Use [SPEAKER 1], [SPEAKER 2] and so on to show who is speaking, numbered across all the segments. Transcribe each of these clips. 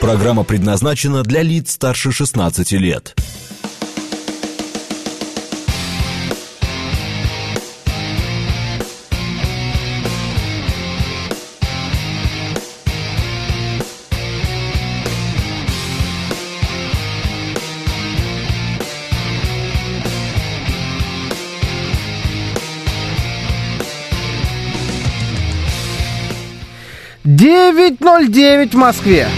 [SPEAKER 1] Программа предназначена для лиц старше 16 лет.
[SPEAKER 2] Девять ноль девять в Москве.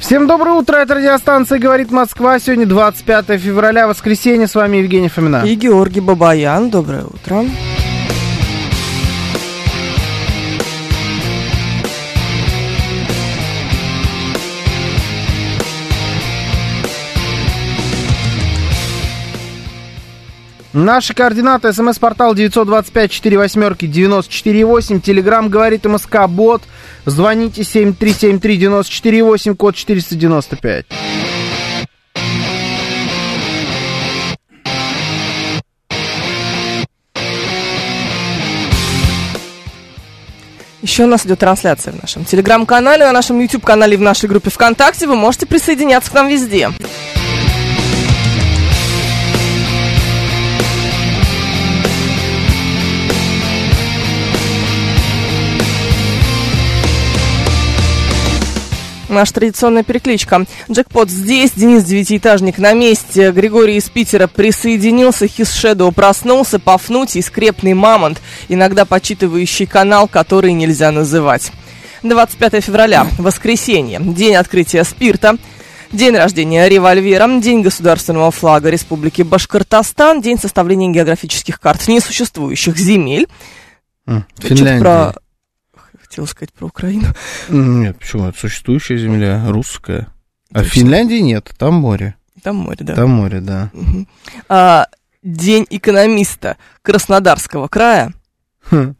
[SPEAKER 2] Всем доброе утро, это радиостанция «Говорит Москва». Сегодня 25 февраля, воскресенье. С вами Евгений Фомина.
[SPEAKER 3] И Георгий Бабаян. Доброе утро.
[SPEAKER 2] Наши координаты. СМС-портал 925-48-94-8. Телеграмм «Говорит МСК Бот». Звоните 7373-94-8, код 495.
[SPEAKER 3] Еще у нас идет трансляция в нашем телеграм-канале, на нашем YouTube-канале и в нашей группе ВКонтакте. Вы можете присоединяться к нам везде. Наша традиционная перекличка. Джекпот здесь, Денис Девятиэтажник на месте, Григорий из Питера присоединился, Хис Шэдоу проснулся, Пафнутий, скрепный мамонт, иногда почитывающий канал, который нельзя называть. 25 февраля, воскресенье, день открытия спирта, День рождения револьвера, День государственного флага Республики Башкортостан, День составления географических карт несуществующих земель. Чуть про... Хотела сказать про Украину.
[SPEAKER 2] Нет, почему? Это существующая земля русская. А в Финляндии нет, там море.
[SPEAKER 3] Там море, да.
[SPEAKER 2] Там море, да.
[SPEAKER 3] Мгм. А, День экономиста Краснодарского края.
[SPEAKER 2] Хм.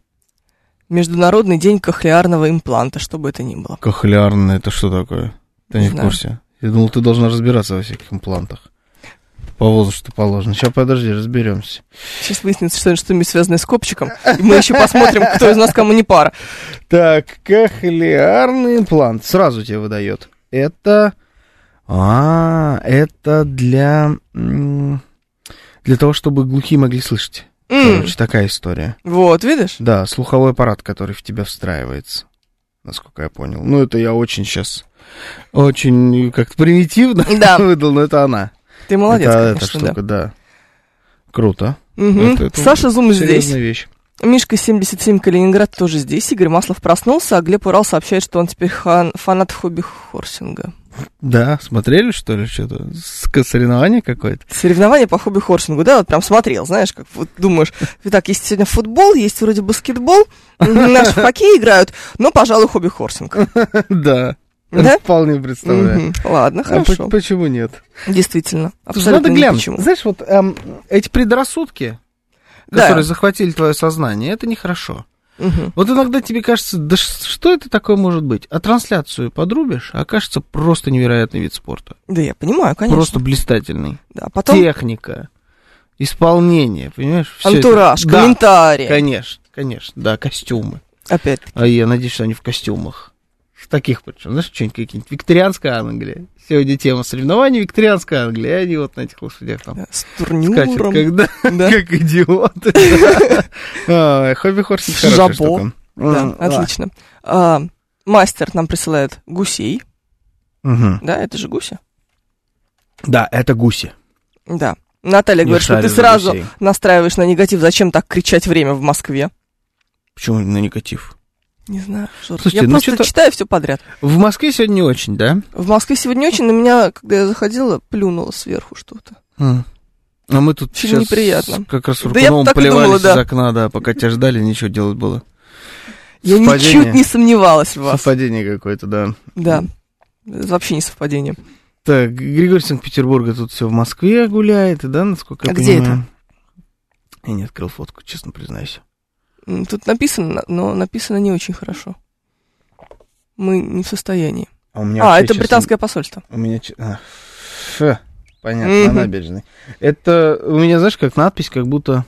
[SPEAKER 3] Международный день кохлеарного импланта, что бы это ни было.
[SPEAKER 2] Кохлеарное, это что такое? Ты не
[SPEAKER 3] Не
[SPEAKER 2] в
[SPEAKER 3] знаю.
[SPEAKER 2] курсе? Я думал, ты должна разбираться во всяких имплантах. По возрасту положено. Сейчас, подожди, разберемся.
[SPEAKER 3] Сейчас выяснится, что это что-нибудь связанное с копчиком. И мы еще посмотрим, кто из нас кому не пара.
[SPEAKER 2] Так, кохлеарный имплант сразу тебе выдает. Это... А, это для... м, Для того, чтобы глухие могли слышать.
[SPEAKER 3] М,
[SPEAKER 2] Короче, такая история.
[SPEAKER 3] Вот, видишь?
[SPEAKER 2] Да, слуховой аппарат, который в тебя встраивается. Насколько я понял. Ну, это я очень сейчас... Очень как-то примитивно
[SPEAKER 3] Да.
[SPEAKER 2] выдал, но это она.
[SPEAKER 3] Ты молодец,
[SPEAKER 2] это, эта
[SPEAKER 3] конечно, да.
[SPEAKER 2] штука, да. Круто.
[SPEAKER 3] Мгм.
[SPEAKER 2] Это- это
[SPEAKER 3] Саша Зум
[SPEAKER 2] Серьезная
[SPEAKER 3] Ну, здесь.
[SPEAKER 2] вещь.
[SPEAKER 3] Мишка 77 Калининград тоже здесь. Игорь Маслов проснулся, а Глеб Урал сообщает, что он теперь хан- фанат хобби хорсинга.
[SPEAKER 2] Да, смотрели, что ли, что-то? Ск- Соревнование какое-то?
[SPEAKER 3] Соревнования по хобби хорсингу, да, вот прям смотрел, знаешь, как вот думаешь, так, есть сегодня футбол, есть вроде баскетбол, наши в хоккей играют, но, пожалуй, хобби хорсинг.
[SPEAKER 2] Да.
[SPEAKER 3] Да?
[SPEAKER 2] Вполне представляю.
[SPEAKER 3] Мгм. Ладно,
[SPEAKER 2] А
[SPEAKER 3] хорошо.
[SPEAKER 2] по- почему нет?
[SPEAKER 3] Действительно.
[SPEAKER 2] Слушай,
[SPEAKER 3] Абсолютно
[SPEAKER 2] надо
[SPEAKER 3] ни
[SPEAKER 2] глянуть.
[SPEAKER 3] почему.
[SPEAKER 2] Знаешь, вот эм, эти предрассудки,
[SPEAKER 3] Да.
[SPEAKER 2] которые захватили твое сознание, это нехорошо.
[SPEAKER 3] Мгм.
[SPEAKER 2] Вот иногда тебе кажется, да ш- что это такое может быть? А трансляцию подрубишь, а окажется просто невероятный вид спорта.
[SPEAKER 3] Да, я понимаю, конечно.
[SPEAKER 2] Просто блистательный.
[SPEAKER 3] Да, потом
[SPEAKER 2] Техника, исполнение, понимаешь? Всё это-
[SPEAKER 3] антураж,
[SPEAKER 2] Да,
[SPEAKER 3] комментарии.
[SPEAKER 2] конечно, конечно, да, костюмы.
[SPEAKER 3] Опять.
[SPEAKER 2] А я надеюсь, что они в костюмах. В таких причем, знаешь, что-нибудь какие-нибудь. Викторианская Англия. Сегодня тема соревнований Викторианская Англия. И они вот на этих лошадях там
[SPEAKER 3] э, С
[SPEAKER 2] скачут,
[SPEAKER 3] турниром.
[SPEAKER 2] когда,
[SPEAKER 3] Да.
[SPEAKER 2] как идиоты. Ой, Хобби хорсинг хорошая
[SPEAKER 3] Жабо.
[SPEAKER 2] штука.
[SPEAKER 3] Да,
[SPEAKER 2] М, ладно.
[SPEAKER 3] отлично. А, Мастер нам присылает гусей.
[SPEAKER 2] Мгм.
[SPEAKER 3] Да, это же гуси.
[SPEAKER 2] Да, это гуси.
[SPEAKER 3] Да. Наталья
[SPEAKER 2] Не
[SPEAKER 3] говорит, что
[SPEAKER 2] шарю
[SPEAKER 3] ты
[SPEAKER 2] за
[SPEAKER 3] сразу
[SPEAKER 2] гусей.
[SPEAKER 3] настраиваешь на негатив. Зачем так кричать время в Москве?
[SPEAKER 2] Почему на негатив?
[SPEAKER 3] Не знаю. Жор,
[SPEAKER 2] Слушайте,
[SPEAKER 3] я
[SPEAKER 2] ну
[SPEAKER 3] просто
[SPEAKER 2] чё-то-
[SPEAKER 3] читаю все подряд.
[SPEAKER 2] В Москве сегодня не очень, да?
[SPEAKER 3] В Москве сегодня очень на меня, когда я заходила, плюнуло сверху что-то.
[SPEAKER 2] М. А мы тут
[SPEAKER 3] Очень
[SPEAKER 2] сейчас
[SPEAKER 3] неприятно.
[SPEAKER 2] как раз с
[SPEAKER 3] Да я
[SPEAKER 2] Рукуновым
[SPEAKER 3] так и
[SPEAKER 2] плевались
[SPEAKER 3] думала, да.
[SPEAKER 2] из окна, да, пока тебя ждали, ничего делать было.
[SPEAKER 3] Я
[SPEAKER 2] Совпадение.
[SPEAKER 3] ничуть не сомневалась в вас.
[SPEAKER 2] Совпадение какое-то, да.
[SPEAKER 3] Да. Это вообще не совпадение.
[SPEAKER 2] Так, Григорий из Санкт-Петербурга тут все в Москве гуляет, да, насколько я
[SPEAKER 3] А где
[SPEAKER 2] понимаю. Я не открыл фотку, честно признаюсь.
[SPEAKER 3] М, Тут написано, но написано не очень хорошо. Мы не в состоянии.
[SPEAKER 2] А, у меня
[SPEAKER 3] А,
[SPEAKER 2] вообще
[SPEAKER 3] это
[SPEAKER 2] сейчас-
[SPEAKER 3] британское посольство.
[SPEAKER 2] У меня... че- а, ф, понятно,
[SPEAKER 3] Мгм.
[SPEAKER 2] на набережной. Это у меня, знаешь, как надпись, как будто...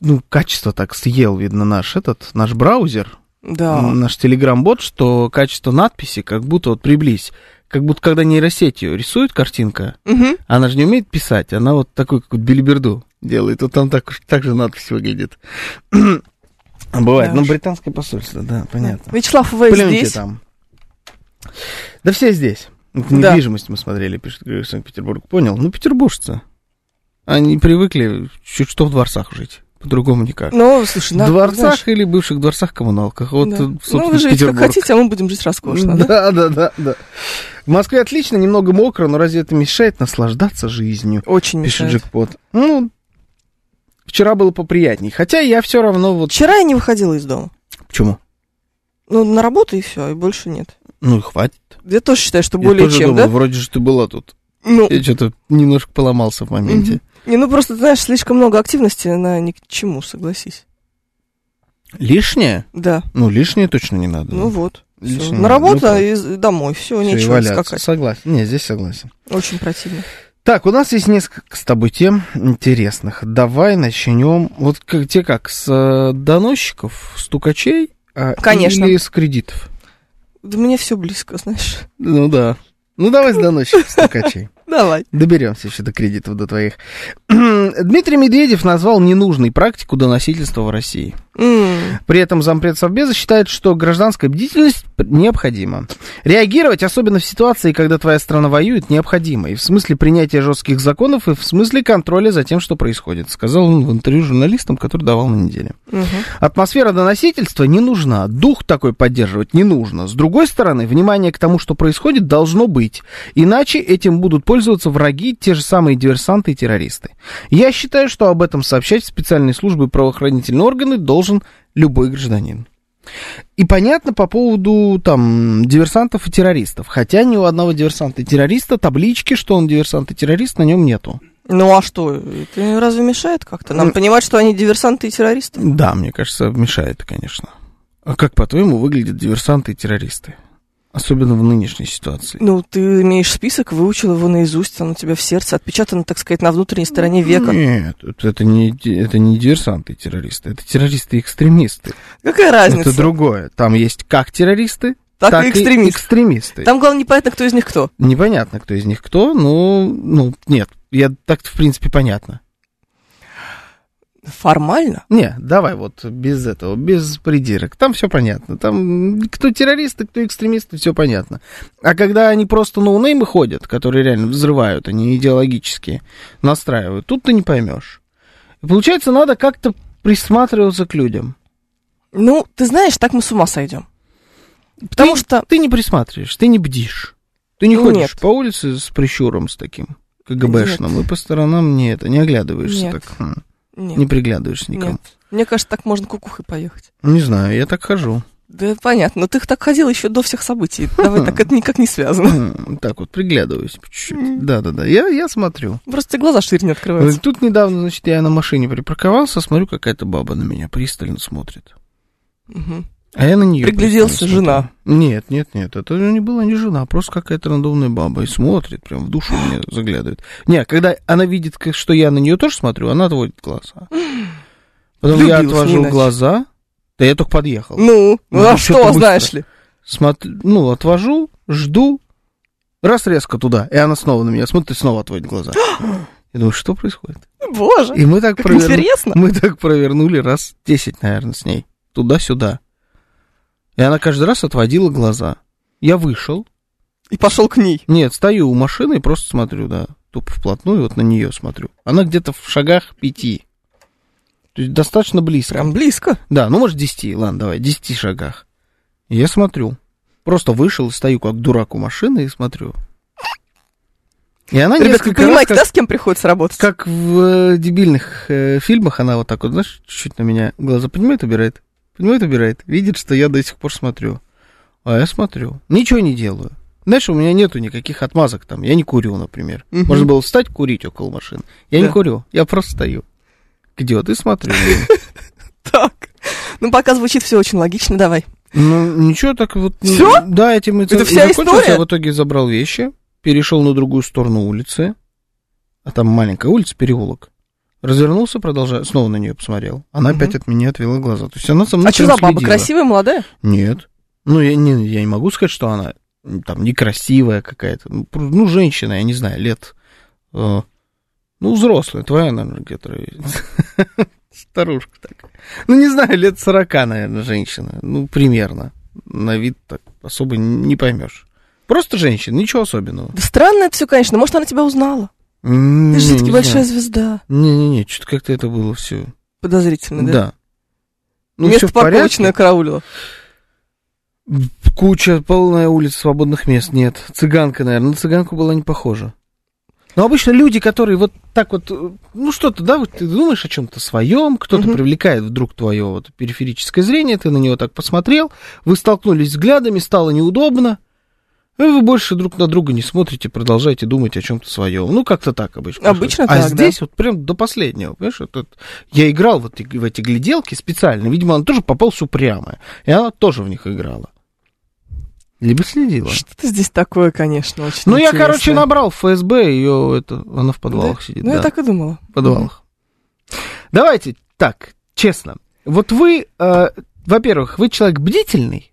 [SPEAKER 2] ну, качество так съел, видно, наш этот, наш браузер,
[SPEAKER 3] Да.
[SPEAKER 2] наш телеграм-бот, что качество надписи как будто вот приблизь. Как будто когда нейросетью рисует картинка,
[SPEAKER 3] Мгм.
[SPEAKER 2] она же не умеет писать, она вот такую какую-то билиберду делает. Вот там так, уж- так же надпись выглядит. Бывает.
[SPEAKER 3] Да
[SPEAKER 2] ну,
[SPEAKER 3] уж.
[SPEAKER 2] британское посольство, да, понятно.
[SPEAKER 3] Вячеслав В.
[SPEAKER 2] Плюньте
[SPEAKER 3] здесь.
[SPEAKER 2] там. Да все здесь. Вот
[SPEAKER 3] Да.
[SPEAKER 2] недвижимость мы смотрели, пишет Григорий Санкт-Петербург. Понял? Ну, петербуржцы. Они привыкли чуть что в дворцах жить. По-другому никак.
[SPEAKER 3] Ну, слушай,
[SPEAKER 2] В
[SPEAKER 3] надо,
[SPEAKER 2] дворцах
[SPEAKER 3] знаешь,
[SPEAKER 2] или бывших дворцах-коммуналках. Вот, э,
[SPEAKER 3] да.
[SPEAKER 2] собственно,
[SPEAKER 3] Ну, вы живете как
[SPEAKER 2] Петербург.
[SPEAKER 3] хотите, а мы будем жить роскошно, да?
[SPEAKER 2] да, да, да, да. В Москве отлично, немного мокро, но разве это мешает наслаждаться жизнью?
[SPEAKER 3] Очень
[SPEAKER 2] Пишет
[SPEAKER 3] мешает.
[SPEAKER 2] джекпот. Ну, вчера было поприятней. Хотя я все равно вот...
[SPEAKER 3] Вчера я не выходила из дома.
[SPEAKER 2] Почему?
[SPEAKER 3] Ну, на работу и все, и больше нет.
[SPEAKER 2] Ну, и хватит.
[SPEAKER 3] Я тоже считаю, что
[SPEAKER 2] Я
[SPEAKER 3] более
[SPEAKER 2] тоже
[SPEAKER 3] чем,
[SPEAKER 2] думал,
[SPEAKER 3] да?
[SPEAKER 2] вроде же ты была тут.
[SPEAKER 3] Ну,
[SPEAKER 2] Я что-то немножко поломался в моменте.
[SPEAKER 3] не, ну просто, ты знаешь, слишком много активности, она ни к чему, согласись.
[SPEAKER 2] Лишнее?
[SPEAKER 3] Да,
[SPEAKER 2] Ну, лишнее точно не надо.
[SPEAKER 3] ну вот. всё.
[SPEAKER 2] лишнее
[SPEAKER 3] На
[SPEAKER 2] надо. Ну,
[SPEAKER 3] работу
[SPEAKER 2] так.
[SPEAKER 3] и з- домой, все,
[SPEAKER 2] Всё, и
[SPEAKER 3] нечего
[SPEAKER 2] валяться.
[SPEAKER 3] скакать.
[SPEAKER 2] Согласен. Не, здесь согласен.
[SPEAKER 3] Очень противно.
[SPEAKER 2] Так, у нас есть несколько с тобой тем интересных. Давай начнем. Вот как, те как, с э, доносчиков, стукачей? а,
[SPEAKER 3] Конечно.
[SPEAKER 2] Или с кредитов?
[SPEAKER 3] Да мне все близко, знаешь.
[SPEAKER 2] Ну да. Ну давай с доносчиков, стукачей.
[SPEAKER 3] Давай.
[SPEAKER 2] Доберемся еще до кредитов, до твоих. Дмитрий Медведев назвал ненужной практику доносительства в России.
[SPEAKER 3] М,
[SPEAKER 2] При этом зампред Совбеза считает, что гражданская бдительность п- необходима. Реагировать, особенно в ситуации, когда твоя страна воюет, необходимо. И в смысле принятия жестких законов, и в смысле контроля за тем, что происходит, сказал он в интервью журналистам, который давал на неделе.
[SPEAKER 3] мгм.
[SPEAKER 2] Атмосфера доносительства не нужна, дух такой поддерживать не нужно. С другой стороны, внимание к тому, что происходит, должно быть. Иначе этим будут пользоваться враги, те же самые диверсанты и террористы. Я считаю, что об этом сообщать в специальные службы и правоохранительные органы должен любой гражданин. И понятно по поводу там диверсантов и террористов. Хотя ни у одного диверсанта и террориста таблички, что он диверсант и террорист, на нем нету.
[SPEAKER 3] Ну а что, это разве мешает как-то? Нам
[SPEAKER 2] Ну,
[SPEAKER 3] понимать, что они диверсанты и террористы?
[SPEAKER 2] Да, мне кажется, мешает, конечно. А как, по-твоему, выглядят диверсанты и террористы? Особенно в нынешней ситуации.
[SPEAKER 3] Ну, ты имеешь список, выучил его наизусть, он у тебя в сердце, отпечатан, так сказать, на внутренней стороне века.
[SPEAKER 2] Нет, это это не, ди- это не диверсанты и террористы, это террористы и экстремисты.
[SPEAKER 3] Какая разница?
[SPEAKER 2] Это другое. Там есть как террористы,
[SPEAKER 3] Так, и экстремист.
[SPEAKER 2] экстремисты.
[SPEAKER 3] Там главное непонятно, кто из них кто.
[SPEAKER 2] Непонятно, кто из них кто, но ну, нет, я так-то, в принципе, понятно.
[SPEAKER 3] Формально?
[SPEAKER 2] Не, давай вот без этого, без придирок. Там все понятно. Там кто террористы, кто экстремисты, все понятно. А когда они просто ноунеймы ходят, которые реально взрывают, они идеологически настраивают, тут ты не поймешь. Получается, надо как-то присматриваться к людям.
[SPEAKER 3] Ну, ты знаешь, так мы с ума сойдем. Потому
[SPEAKER 2] ты,
[SPEAKER 3] что...
[SPEAKER 2] ты не присматриваешь, ты не бдишь. Ты не
[SPEAKER 3] Ну,
[SPEAKER 2] ходишь
[SPEAKER 3] нет.
[SPEAKER 2] по улице с прищуром с таким КГБшным и по сторонам не это, не оглядываешься
[SPEAKER 3] Нет.
[SPEAKER 2] так, хм,
[SPEAKER 3] Нет,
[SPEAKER 2] не приглядываешься никому.
[SPEAKER 3] нет. Мне кажется, так можно кукухой поехать.
[SPEAKER 2] Не знаю, я так хожу.
[SPEAKER 3] Да понятно, но ты так ходил еще до всех событий. Давай так это никак не связано.
[SPEAKER 2] М, Так вот, приглядываюсь по чуть-чуть.
[SPEAKER 3] Мгм.
[SPEAKER 2] Да-да-да, я, я смотрю.
[SPEAKER 3] Просто тебе глаза шире не открываются.
[SPEAKER 2] Тут недавно, значит, я на машине припарковался, смотрю, какая-то баба на меня пристально смотрит.
[SPEAKER 3] Мгм.
[SPEAKER 2] А я на нее
[SPEAKER 3] Пригляделся, жена.
[SPEAKER 2] Нет, нет, нет, это не была не жена, а просто какая-то рандомная баба. И смотрит, прям в душу мне заглядывает. Не, когда она видит, к- что я на нее тоже смотрю, она отводит глаза. Потом я
[SPEAKER 3] Влюбилась, не
[SPEAKER 2] отвожу
[SPEAKER 3] иначе.
[SPEAKER 2] глаза. Да я только подъехал.
[SPEAKER 3] Ну, ну
[SPEAKER 2] Ну,
[SPEAKER 3] а
[SPEAKER 2] чё-то
[SPEAKER 3] что,
[SPEAKER 2] быстро.
[SPEAKER 3] знаешь ли?
[SPEAKER 2] смотрю, ну, отвожу, жду, раз резко туда, и она снова на меня смотрит и снова отводит глаза. Я думаю, что происходит?
[SPEAKER 3] Боже,
[SPEAKER 2] И мы так,
[SPEAKER 3] как
[SPEAKER 2] проверну-
[SPEAKER 3] интересно.
[SPEAKER 2] мы так провернули раз 10, наверное, с ней. Туда-сюда. И она каждый раз отводила глаза. Я вышел.
[SPEAKER 3] И пошел к ней.
[SPEAKER 2] Нет, стою у машины и просто смотрю, да. Тупо вплотную вот на нее смотрю. Она где-то в шагах пяти. То есть достаточно близко.
[SPEAKER 3] Прям близко.
[SPEAKER 2] Да, ну может 10, ладно, давай, 10 шагах. И Я смотрю. Просто вышел, стою как дурак у машины и смотрю. И она
[SPEAKER 3] Ребят, вы
[SPEAKER 2] Ну, несколько раз
[SPEAKER 3] понимаете,
[SPEAKER 2] как-
[SPEAKER 3] да, с кем приходится работать?
[SPEAKER 2] как в э, дебильных э, фильмах, она вот так вот, знаешь, чуть-чуть на меня глаза поднимает, убирает, поднимает, убирает, видит, что я до сих пор смотрю. А я смотрю. Ничего не делаю. Знаешь, у меня нету никаких отмазок там. Я не курю, например.
[SPEAKER 3] Мгм.
[SPEAKER 2] Можно было встать, курить около машины. Я не
[SPEAKER 3] Да.
[SPEAKER 2] курю, я просто стою. Где ты смотрю? на неё.
[SPEAKER 3] Так. Ну, пока звучит все очень логично, давай.
[SPEAKER 2] Ну, ничего, так вот... ну,
[SPEAKER 3] Всё?
[SPEAKER 2] Да, этим и
[SPEAKER 3] Это
[SPEAKER 2] ц- и
[SPEAKER 3] вся
[SPEAKER 2] закончилось.
[SPEAKER 3] история?
[SPEAKER 2] Я в итоге забрал вещи, перешел на другую сторону улицы, а там маленькая улица, переулок. Развернулся, продолжаю, снова на нее посмотрел. Она
[SPEAKER 3] Мгм.
[SPEAKER 2] опять от меня отвела глаза. То есть она со мной
[SPEAKER 3] А что за
[SPEAKER 2] прям
[SPEAKER 3] баба?
[SPEAKER 2] Ну, следила.
[SPEAKER 3] Красивая, молодая?
[SPEAKER 2] Нет. Ну, я не, я не могу сказать, что она м, там некрасивая какая-то. Ну, пру- ну, женщина, я не знаю, лет... э, ну, взрослая, твоя, наверное, где-то... Старушка так. Ну, не знаю, лет сорока, наверное, женщина. Ну, примерно. На вид так особо н- не поймешь. Просто женщина, ничего особенного.
[SPEAKER 3] Да странно это все, конечно. Может, она тебя узнала? Ты же все-таки большая звезда.
[SPEAKER 2] Не-не-не, что-то как-то это было все.
[SPEAKER 3] Подозрительно, Ну да?
[SPEAKER 2] Да. Ну, всё
[SPEAKER 3] Место
[SPEAKER 2] в порядке.
[SPEAKER 3] парковочное караулило.
[SPEAKER 2] Куча, полная улица свободных мест, нет. Цыганка, наверное, на цыганку была не похожа. Но обычно люди, которые вот так вот, э, ну что-то, да, вот ты думаешь о чем-то своем, кто-то
[SPEAKER 3] Мгм.
[SPEAKER 2] привлекает вдруг твое вот периферическое зрение, ты на него так посмотрел, вы столкнулись взглядами, стало неудобно, и вы больше друг на друга не смотрите, продолжаете думать о чем-то своем. Ну, как-то так обычно.
[SPEAKER 3] Обычно
[SPEAKER 2] происходит. а
[SPEAKER 3] так, да.
[SPEAKER 2] здесь вот прям до последнего, понимаешь, вот это- я играл вот и- в эти гляделки специально, видимо, она тоже попалась упрямая, и она тоже в них играла. Либо следила.
[SPEAKER 3] Что-то здесь такое, конечно, очень
[SPEAKER 2] Ну, я,
[SPEAKER 3] интересное.
[SPEAKER 2] короче, набрал в ФСБ, ее это, она в подвалах
[SPEAKER 3] Да?
[SPEAKER 2] сидит.
[SPEAKER 3] Ну, я
[SPEAKER 2] да,
[SPEAKER 3] так и думала.
[SPEAKER 2] в подвалах. Давайте так, честно. Вот вы, э, во-первых, вы человек бдительный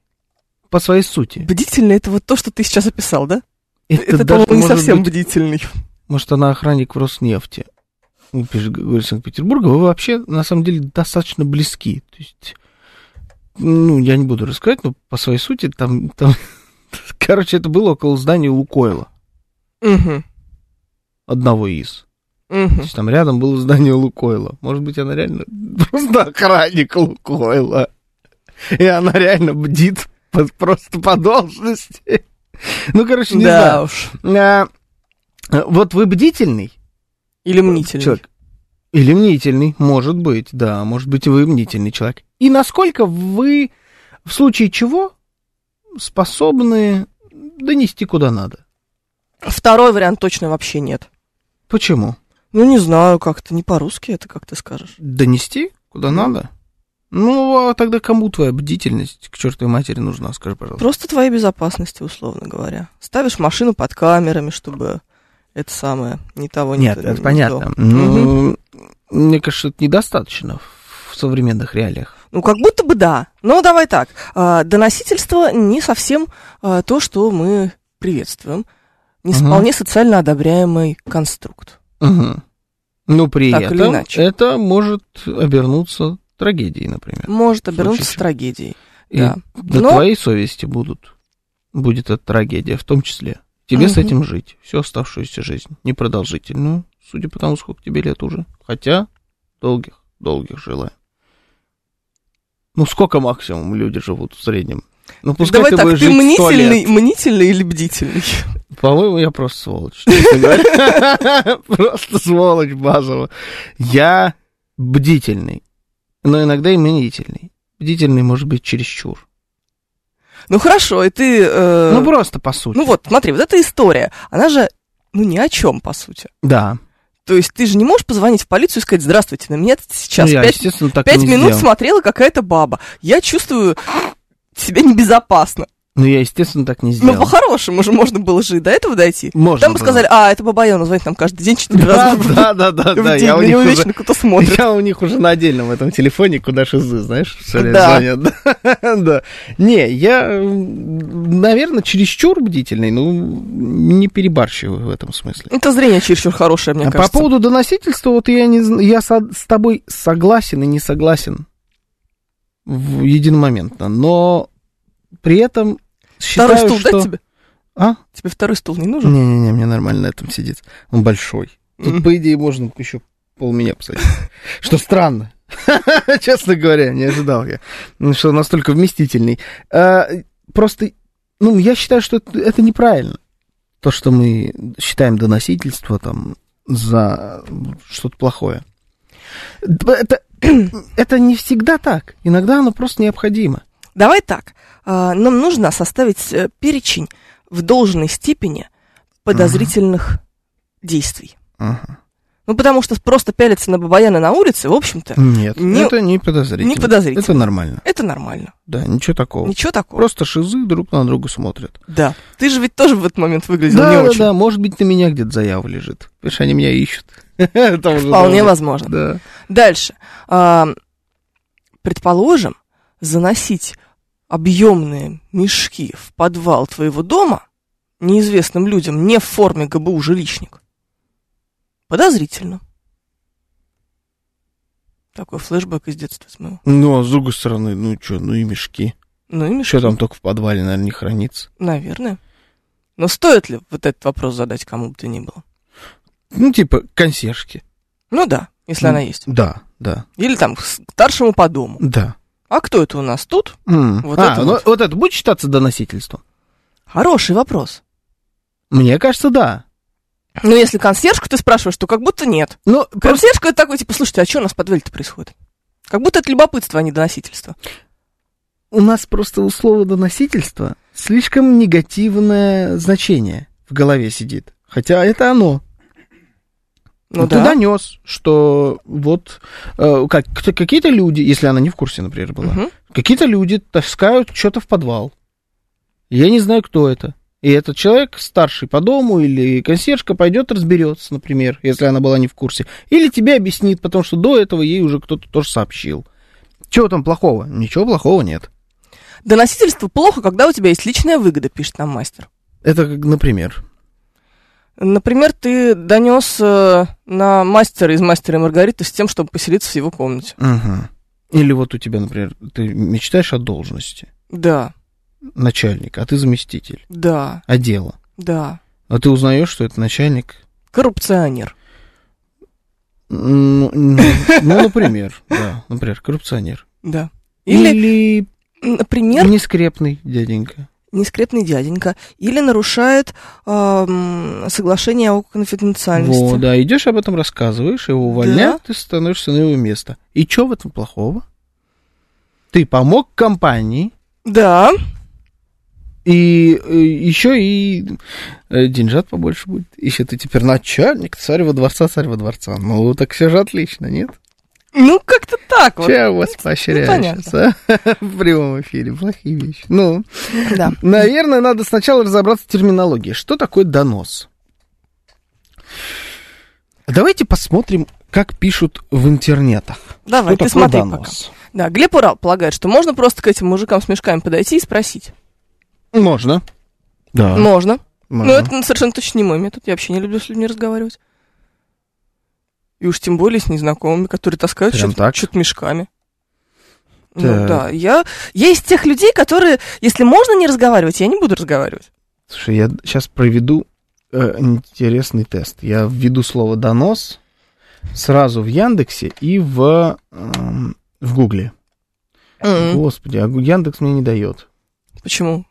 [SPEAKER 2] по своей сути.
[SPEAKER 3] Бдительный это вот то, что ты сейчас описал, да? Это,
[SPEAKER 2] даже,
[SPEAKER 3] по-моему, не
[SPEAKER 2] может
[SPEAKER 3] совсем
[SPEAKER 2] быть,
[SPEAKER 3] бдительный.
[SPEAKER 2] Может, она охранник в Роснефти. Ну, пишет Григорий Санкт-Петербурга. Вы вообще, на самом деле, достаточно близки. То есть, ну, я не буду рассказать, но по своей сути там... там короче, это было около здания Лукойла.
[SPEAKER 3] Мгм,
[SPEAKER 2] Одного из. То
[SPEAKER 3] мгм.
[SPEAKER 2] есть, там рядом было здание Лукойла. Может быть, она реально просто охранник Лукойла. И она реально бдит по- просто по должности. Ну, короче, не
[SPEAKER 3] Да уж.
[SPEAKER 2] знаю. А, а, вот вы бдительный,
[SPEAKER 3] Или мнительный.
[SPEAKER 2] человек. Или мнительный, может быть, да, может быть, вы мнительный человек. И насколько вы в случае чего способны донести куда надо?
[SPEAKER 3] Второй вариант точно вообще нет.
[SPEAKER 2] Почему?
[SPEAKER 3] Ну, не знаю, как-то не по-русски это, как ты скажешь.
[SPEAKER 2] Донести куда надо? Ну, а тогда кому твоя бдительность к чертовой матери нужна, скажи, пожалуйста?
[SPEAKER 3] Просто твоей безопасности, условно говоря. Ставишь машину под камерами, чтобы это самое, ни того, ни
[SPEAKER 2] Нет,
[SPEAKER 3] то-
[SPEAKER 2] это
[SPEAKER 3] ни
[SPEAKER 2] понятно.
[SPEAKER 3] то.
[SPEAKER 2] Ну, Мне кажется, это недостаточно в современных реалиях.
[SPEAKER 3] Ну, как будто бы да. Но давай так. а, Доносительство не совсем а, то, что мы приветствуем. Не с-
[SPEAKER 2] Мгм.
[SPEAKER 3] вполне социально одобряемый конструкт.
[SPEAKER 2] Мгм. Но при
[SPEAKER 3] Так или
[SPEAKER 2] этом
[SPEAKER 3] иначе.
[SPEAKER 2] это может обернуться трагедией, например.
[SPEAKER 3] Может
[SPEAKER 2] случае
[SPEAKER 3] обернуться
[SPEAKER 2] чего.
[SPEAKER 3] трагедией.
[SPEAKER 2] И
[SPEAKER 3] Да.
[SPEAKER 2] до
[SPEAKER 3] Но-
[SPEAKER 2] твоей совести будут, будет эта трагедия в том числе. Тебе с
[SPEAKER 3] Мгм.
[SPEAKER 2] этим жить всю оставшуюся жизнь, непродолжительную, судя по тому, сколько тебе лет уже. Хотя долгих, долгих желаю. Ну, сколько максимум люди живут в среднем? Ну, пускай
[SPEAKER 3] давай
[SPEAKER 2] ты
[SPEAKER 3] так,
[SPEAKER 2] будешь
[SPEAKER 3] ты
[SPEAKER 2] жить 100 лет.
[SPEAKER 3] мнительный, мнительный или бдительный?
[SPEAKER 2] По-моему, я просто сволочь. честно говоря. Просто сволочь базово. Я бдительный, но иногда и мнительный. Бдительный может быть чересчур.
[SPEAKER 3] Ну хорошо, и ты... э,
[SPEAKER 2] Ну, просто по сути.
[SPEAKER 3] Ну вот, смотри, вот эта история, она же, ну, ни о чем, по сути.
[SPEAKER 2] Да.
[SPEAKER 3] То есть ты же не можешь позвонить в полицию и сказать, здравствуйте, на меня сейчас
[SPEAKER 2] Ну, я,
[SPEAKER 3] пять,
[SPEAKER 2] естественно, так и
[SPEAKER 3] пять
[SPEAKER 2] не
[SPEAKER 3] минут
[SPEAKER 2] сделал.
[SPEAKER 3] смотрела какая-то баба. Я чувствую себя небезопасно.
[SPEAKER 2] Ну, я, естественно, так не
[SPEAKER 3] Ну,
[SPEAKER 2] сделал.
[SPEAKER 3] по-хорошему же можно было же и до этого дойти.
[SPEAKER 2] Можно
[SPEAKER 3] Там бы
[SPEAKER 2] было.
[SPEAKER 3] сказали, а, это Бабаян, он звонит нам каждый день четыре раза
[SPEAKER 2] Да, да,
[SPEAKER 3] в
[SPEAKER 2] да, да, да,
[SPEAKER 3] день,
[SPEAKER 2] я у
[SPEAKER 3] на
[SPEAKER 2] них
[SPEAKER 3] него
[SPEAKER 2] уже...
[SPEAKER 3] вечно кто-то смотрит.
[SPEAKER 2] Я у них уже на отдельном этом телефоне, куда шизы, знаешь, все время
[SPEAKER 3] Да.
[SPEAKER 2] звонят. Да. да. Не, я, м, наверное, чересчур бдительный, ну, не перебарщиваю в этом смысле.
[SPEAKER 3] Это зрение чересчур хорошее, мне
[SPEAKER 2] А
[SPEAKER 3] кажется.
[SPEAKER 2] По поводу доносительства, вот я, не, зн- я со- с тобой согласен и не согласен в единомоментно, но при этом считаю,
[SPEAKER 3] Второй стул
[SPEAKER 2] что...
[SPEAKER 3] дать тебе?
[SPEAKER 2] А?
[SPEAKER 3] Тебе второй стул не нужен?
[SPEAKER 2] Не-не-не, мне нормально на этом сидит. Он большой. Тут,
[SPEAKER 3] Мгм.
[SPEAKER 2] по идее, можно еще пол меня посадить. Что странно. Честно говоря, не ожидал я, ну, что он настолько вместительный. А, Просто, ну, я считаю, что это- это неправильно. То, что мы считаем доносительство там за что-то плохое. Д- Это, это не всегда так. Иногда оно просто необходимо.
[SPEAKER 3] Давай так. а, Нам нужно составить э, перечень в должной степени подозрительных действий. Ну, потому что просто пялиться на Бабаяна на улице, в общем-то,
[SPEAKER 2] Нет,
[SPEAKER 3] Не-
[SPEAKER 2] это не подозрительно.
[SPEAKER 3] не подозрительно.
[SPEAKER 2] Это нормально.
[SPEAKER 3] это нормально.
[SPEAKER 2] Да, ничего такого.
[SPEAKER 3] Ничего такого.
[SPEAKER 2] Просто шизы друг на друга смотрят.
[SPEAKER 3] Да. Ты же ведь тоже в этот момент выглядел
[SPEAKER 2] Да,
[SPEAKER 3] не
[SPEAKER 2] да,
[SPEAKER 3] очень.
[SPEAKER 2] да, может быть, на меня где-то заява лежит. Потому что они меня ищут. Это уже
[SPEAKER 3] Вполне
[SPEAKER 2] даже-
[SPEAKER 3] возможно.
[SPEAKER 2] Да.
[SPEAKER 3] Дальше. А, предположим, заносить объемные мешки в подвал твоего дома неизвестным людям не в форме ГБУ жилищник. Подозрительно. Такой флешбэк из детства с моего.
[SPEAKER 2] Ну, а с другой стороны, ну что, ну и мешки.
[SPEAKER 3] Ну и мешки,
[SPEAKER 2] Еще там только в подвале, наверное, не хранится.
[SPEAKER 3] наверное. Но стоит ли вот этот вопрос задать кому бы то ни было?
[SPEAKER 2] Ну, типа консьержки.
[SPEAKER 3] Ну да, если
[SPEAKER 2] Ну.
[SPEAKER 3] она есть.
[SPEAKER 2] Да, да,
[SPEAKER 3] Или там к старшему по дому.
[SPEAKER 2] да.
[SPEAKER 3] А кто это у нас тут?
[SPEAKER 2] М.
[SPEAKER 3] Вот
[SPEAKER 2] а,
[SPEAKER 3] это
[SPEAKER 2] ну,
[SPEAKER 3] вот.
[SPEAKER 2] вот это будет считаться доносительством?
[SPEAKER 3] Хороший вопрос.
[SPEAKER 2] Мне кажется, да.
[SPEAKER 3] Ну, если консьержку ты спрашиваешь, то как будто нет.
[SPEAKER 2] Ну, просто...
[SPEAKER 3] Консьержка это такой, типа, слушайте, а что у нас в подвале-то происходит? Как будто это любопытство, а не доносительство.
[SPEAKER 2] у нас просто у слова доносительство слишком негативное значение в голове сидит. Хотя это оно.
[SPEAKER 3] Ну
[SPEAKER 2] ты
[SPEAKER 3] да.
[SPEAKER 2] донес, что вот э, как, кто- какие-то люди, если она не в курсе, например, была,
[SPEAKER 3] Мгм.
[SPEAKER 2] какие-то люди таскают что-то в подвал. Я не знаю, кто это. И этот человек, старший по дому или консьержка, пойдет разберется, например, если она была не в курсе. Или тебе объяснит, потому что до этого ей уже кто-то тоже сообщил. Чего там плохого? Ничего плохого нет.
[SPEAKER 3] Доносительство плохо, когда у тебя есть личная выгода, пишет нам мастер.
[SPEAKER 2] Это, как, например.
[SPEAKER 3] Например, ты донес э, на мастера из мастера и Маргариты с тем, чтобы поселиться в его комнате.
[SPEAKER 2] Мгм. Или вот у тебя, например, ты мечтаешь о должности
[SPEAKER 3] Да,
[SPEAKER 2] начальника, а ты заместитель,
[SPEAKER 3] да,
[SPEAKER 2] а дело.
[SPEAKER 3] да.
[SPEAKER 2] А ты узнаешь, что это начальник
[SPEAKER 3] Коррупционер.
[SPEAKER 2] Ну, ну, ну, например, да, например, коррупционер.
[SPEAKER 3] Да. Или,
[SPEAKER 2] Или
[SPEAKER 3] например,
[SPEAKER 2] нескрепный дяденька.
[SPEAKER 3] нескрепный дяденька. Или нарушает эм, соглашение о конфиденциальности.
[SPEAKER 2] Во, да, идешь об этом рассказываешь, его увольняют, ты становишься на его место. И что в этом плохого? Ты помог компании,
[SPEAKER 3] да.
[SPEAKER 2] и еще и э, деньжат побольше будет. Еще ты теперь начальник царева дворца, царева дворца. Ну, так все же отлично, нет?
[SPEAKER 3] Ну, как-то так вот. Ну,
[SPEAKER 2] Чего вас
[SPEAKER 3] понятно.
[SPEAKER 2] поощряешь а? в прямом эфире? Плохие вещи. Ну,
[SPEAKER 3] Да.
[SPEAKER 2] Наверное, надо сначала разобраться в терминологии. Что такое донос? Давайте посмотрим, как пишут в интернетах.
[SPEAKER 3] Давай,
[SPEAKER 2] Что
[SPEAKER 3] ты
[SPEAKER 2] такое
[SPEAKER 3] смотри пока. Да, Глеб Урал полагает, что можно просто к этим мужикам с мешками подойти и спросить.
[SPEAKER 2] Можно. Да.
[SPEAKER 3] Можно.
[SPEAKER 2] А? можно.
[SPEAKER 3] Но это ну, совершенно точно не мой метод. Я вообще не люблю с людьми разговаривать. И уж тем более с незнакомыми, которые таскают
[SPEAKER 2] Прям
[SPEAKER 3] что-то,
[SPEAKER 2] так?
[SPEAKER 3] что-то мешками. Ну
[SPEAKER 2] Так.
[SPEAKER 3] да, я, я из тех людей, которые, если можно не разговаривать, я не буду разговаривать.
[SPEAKER 2] Слушай, я сейчас проведу э, интересный тест. Я введу слово донос сразу в Яндексе и в, эм, в Гугле.
[SPEAKER 3] М.
[SPEAKER 2] Господи, а Гу- Яндекс мне не дает.
[SPEAKER 3] Почему?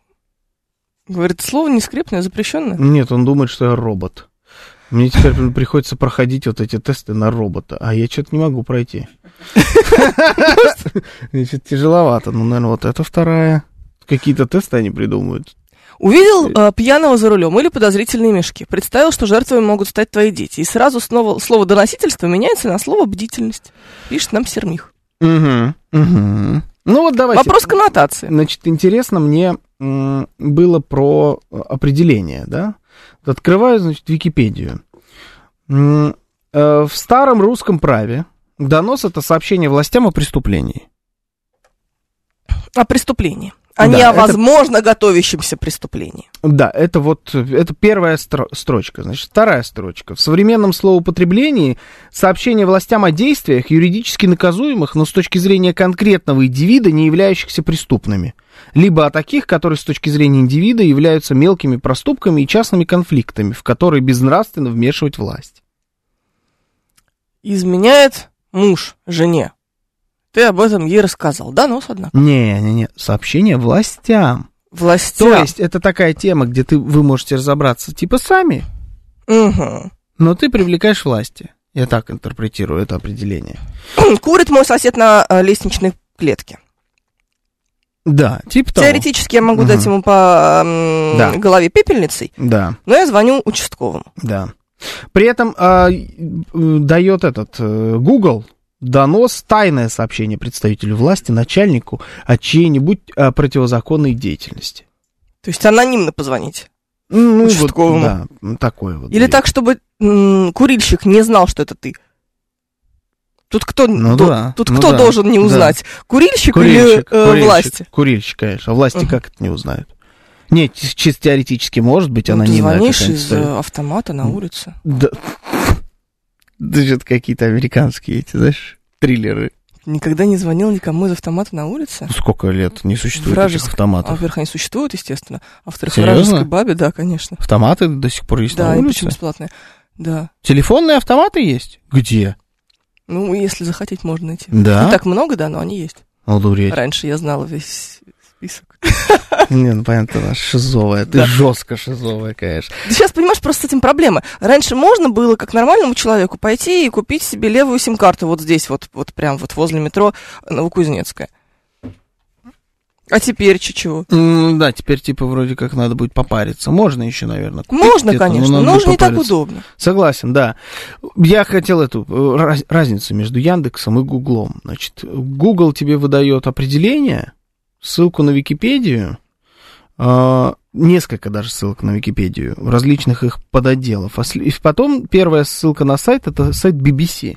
[SPEAKER 3] Говорит, слово не скрепное, запрещенное.
[SPEAKER 2] Нет, он думает, что я робот. Мне теперь при- приходится проходить вот эти тесты на робота, а я что-то не могу пройти. Мне что-то тяжеловато. Ну, наверное, вот это вторая. Какие-то тесты они придумывают.
[SPEAKER 3] Увидел э, пьяного за рулем или подозрительные мешки, представил, что жертвами могут стать твои дети, и сразу снова слово доносительство меняется на слово бдительность. Пишет нам Сермих.
[SPEAKER 2] Угу. Ну вот давайте.
[SPEAKER 3] Вопрос коннотации.
[SPEAKER 2] Значит, интересно мне м, было про э, определение, да? Вот Открываю, значит, Википедию. М, э, В старом русском праве донос это сообщение властям о преступлении.
[SPEAKER 3] О преступлении. А не
[SPEAKER 2] Да,
[SPEAKER 3] о
[SPEAKER 2] это-
[SPEAKER 3] возможно готовящемся преступлении.
[SPEAKER 2] Да, это вот э, это первая стро- строчка. Значит, вторая строчка. В современном словоупотреблении сообщение властям о действиях, юридически наказуемых, но с точки зрения конкретного индивида, не являющихся преступными. Либо о таких, которые с точки зрения индивида являются мелкими проступками и частными конфликтами, в которые безнравственно вмешивать власть.
[SPEAKER 3] Изменяет муж жене. Ты об этом ей рассказал. Донос, однако.
[SPEAKER 2] Не-не-не, сообщение властям.
[SPEAKER 3] Властям.
[SPEAKER 2] То есть это такая тема, где ты, вы можете разобраться типа сами,
[SPEAKER 3] Мгм.
[SPEAKER 2] но ты привлекаешь власти. Я так интерпретирую это определение.
[SPEAKER 3] Курит мой сосед на э, лестничной клетке.
[SPEAKER 2] Да, типа того.
[SPEAKER 3] Теоретически я могу дать
[SPEAKER 2] Мгм.
[SPEAKER 3] ему по м,
[SPEAKER 2] Да.
[SPEAKER 3] голове пепельницей,
[SPEAKER 2] Да,
[SPEAKER 3] но я звоню участковому.
[SPEAKER 2] да. При этом а, и, м, дает этот э, Google донос тайное сообщение представителю власти, начальнику о чьей-нибудь а, противозаконной деятельности.
[SPEAKER 3] То есть анонимно позвонить.
[SPEAKER 2] Ну,
[SPEAKER 3] Участковому.
[SPEAKER 2] Вот, да, ну, такой вот.
[SPEAKER 3] Или
[SPEAKER 2] дверь.
[SPEAKER 3] так, чтобы м, курильщик не знал, что это ты. Тут кто,
[SPEAKER 2] Ну
[SPEAKER 3] до-
[SPEAKER 2] да,
[SPEAKER 3] тут
[SPEAKER 2] ну
[SPEAKER 3] кто
[SPEAKER 2] да,
[SPEAKER 3] должен не
[SPEAKER 2] да.
[SPEAKER 3] узнать? Курильщик, или
[SPEAKER 2] Курильщик,
[SPEAKER 3] э,
[SPEAKER 2] курильщик,
[SPEAKER 3] власти?
[SPEAKER 2] Курильщик, конечно. А власти
[SPEAKER 3] Мгм.
[SPEAKER 2] как это не узнают? Нет, чи- чисто теоретически может быть
[SPEAKER 3] Ну, ты
[SPEAKER 2] анонимная
[SPEAKER 3] звонишь
[SPEAKER 2] какая-нибудь
[SPEAKER 3] из
[SPEAKER 2] история.
[SPEAKER 3] э, автомата на
[SPEAKER 2] М.
[SPEAKER 3] улице.
[SPEAKER 2] Да. Да что-то какие-то американские эти, знаешь, триллеры.
[SPEAKER 3] Никогда не звонил никому из автомата на улице.
[SPEAKER 2] Ну, Сколько лет не существует
[SPEAKER 3] Вражеск-
[SPEAKER 2] этих
[SPEAKER 3] А,
[SPEAKER 2] автоматов.
[SPEAKER 3] во-первых, они существуют, естественно. А во-вторых,
[SPEAKER 2] Серьезно?
[SPEAKER 3] вражеской бабе, да, конечно.
[SPEAKER 2] Автоматы до сих пор есть
[SPEAKER 3] да,
[SPEAKER 2] на
[SPEAKER 3] они
[SPEAKER 2] улице.
[SPEAKER 3] причем бесплатные. Да.
[SPEAKER 2] Телефонные автоматы есть? Где?
[SPEAKER 3] Ну, если захотеть, можно найти. Не
[SPEAKER 2] Да?
[SPEAKER 3] Ну,
[SPEAKER 2] Ну,
[SPEAKER 3] так много, да, но они есть.
[SPEAKER 2] Алдуреть.
[SPEAKER 3] Раньше я знала весь список.
[SPEAKER 2] Не, ну понятно, она шизовая. Ты
[SPEAKER 3] Да.
[SPEAKER 2] жестко шизовая, конечно.
[SPEAKER 3] Сейчас, понимаешь, просто с этим проблема. Раньше можно было, как нормальному человеку, пойти и купить себе левую сим-карту вот здесь, вот, вот прям вот возле метро Новокузнецкая. А теперь чё- чего?
[SPEAKER 2] М, Да, теперь типа вроде как надо будет попариться. Можно еще, наверное, купить
[SPEAKER 3] Можно,
[SPEAKER 2] где-то,
[SPEAKER 3] конечно,
[SPEAKER 2] надо
[SPEAKER 3] но
[SPEAKER 2] будет
[SPEAKER 3] уже не так
[SPEAKER 2] попариться.
[SPEAKER 3] удобно.
[SPEAKER 2] Согласен, да. Я хотел эту э, раз- разницу между Яндексом и Гуглом. Значит, Google тебе выдает определение, ссылку на Википедию, э, несколько даже ссылок на Википедию, различных их подотделов. А сли- и потом первая ссылка на сайт это сайт BBC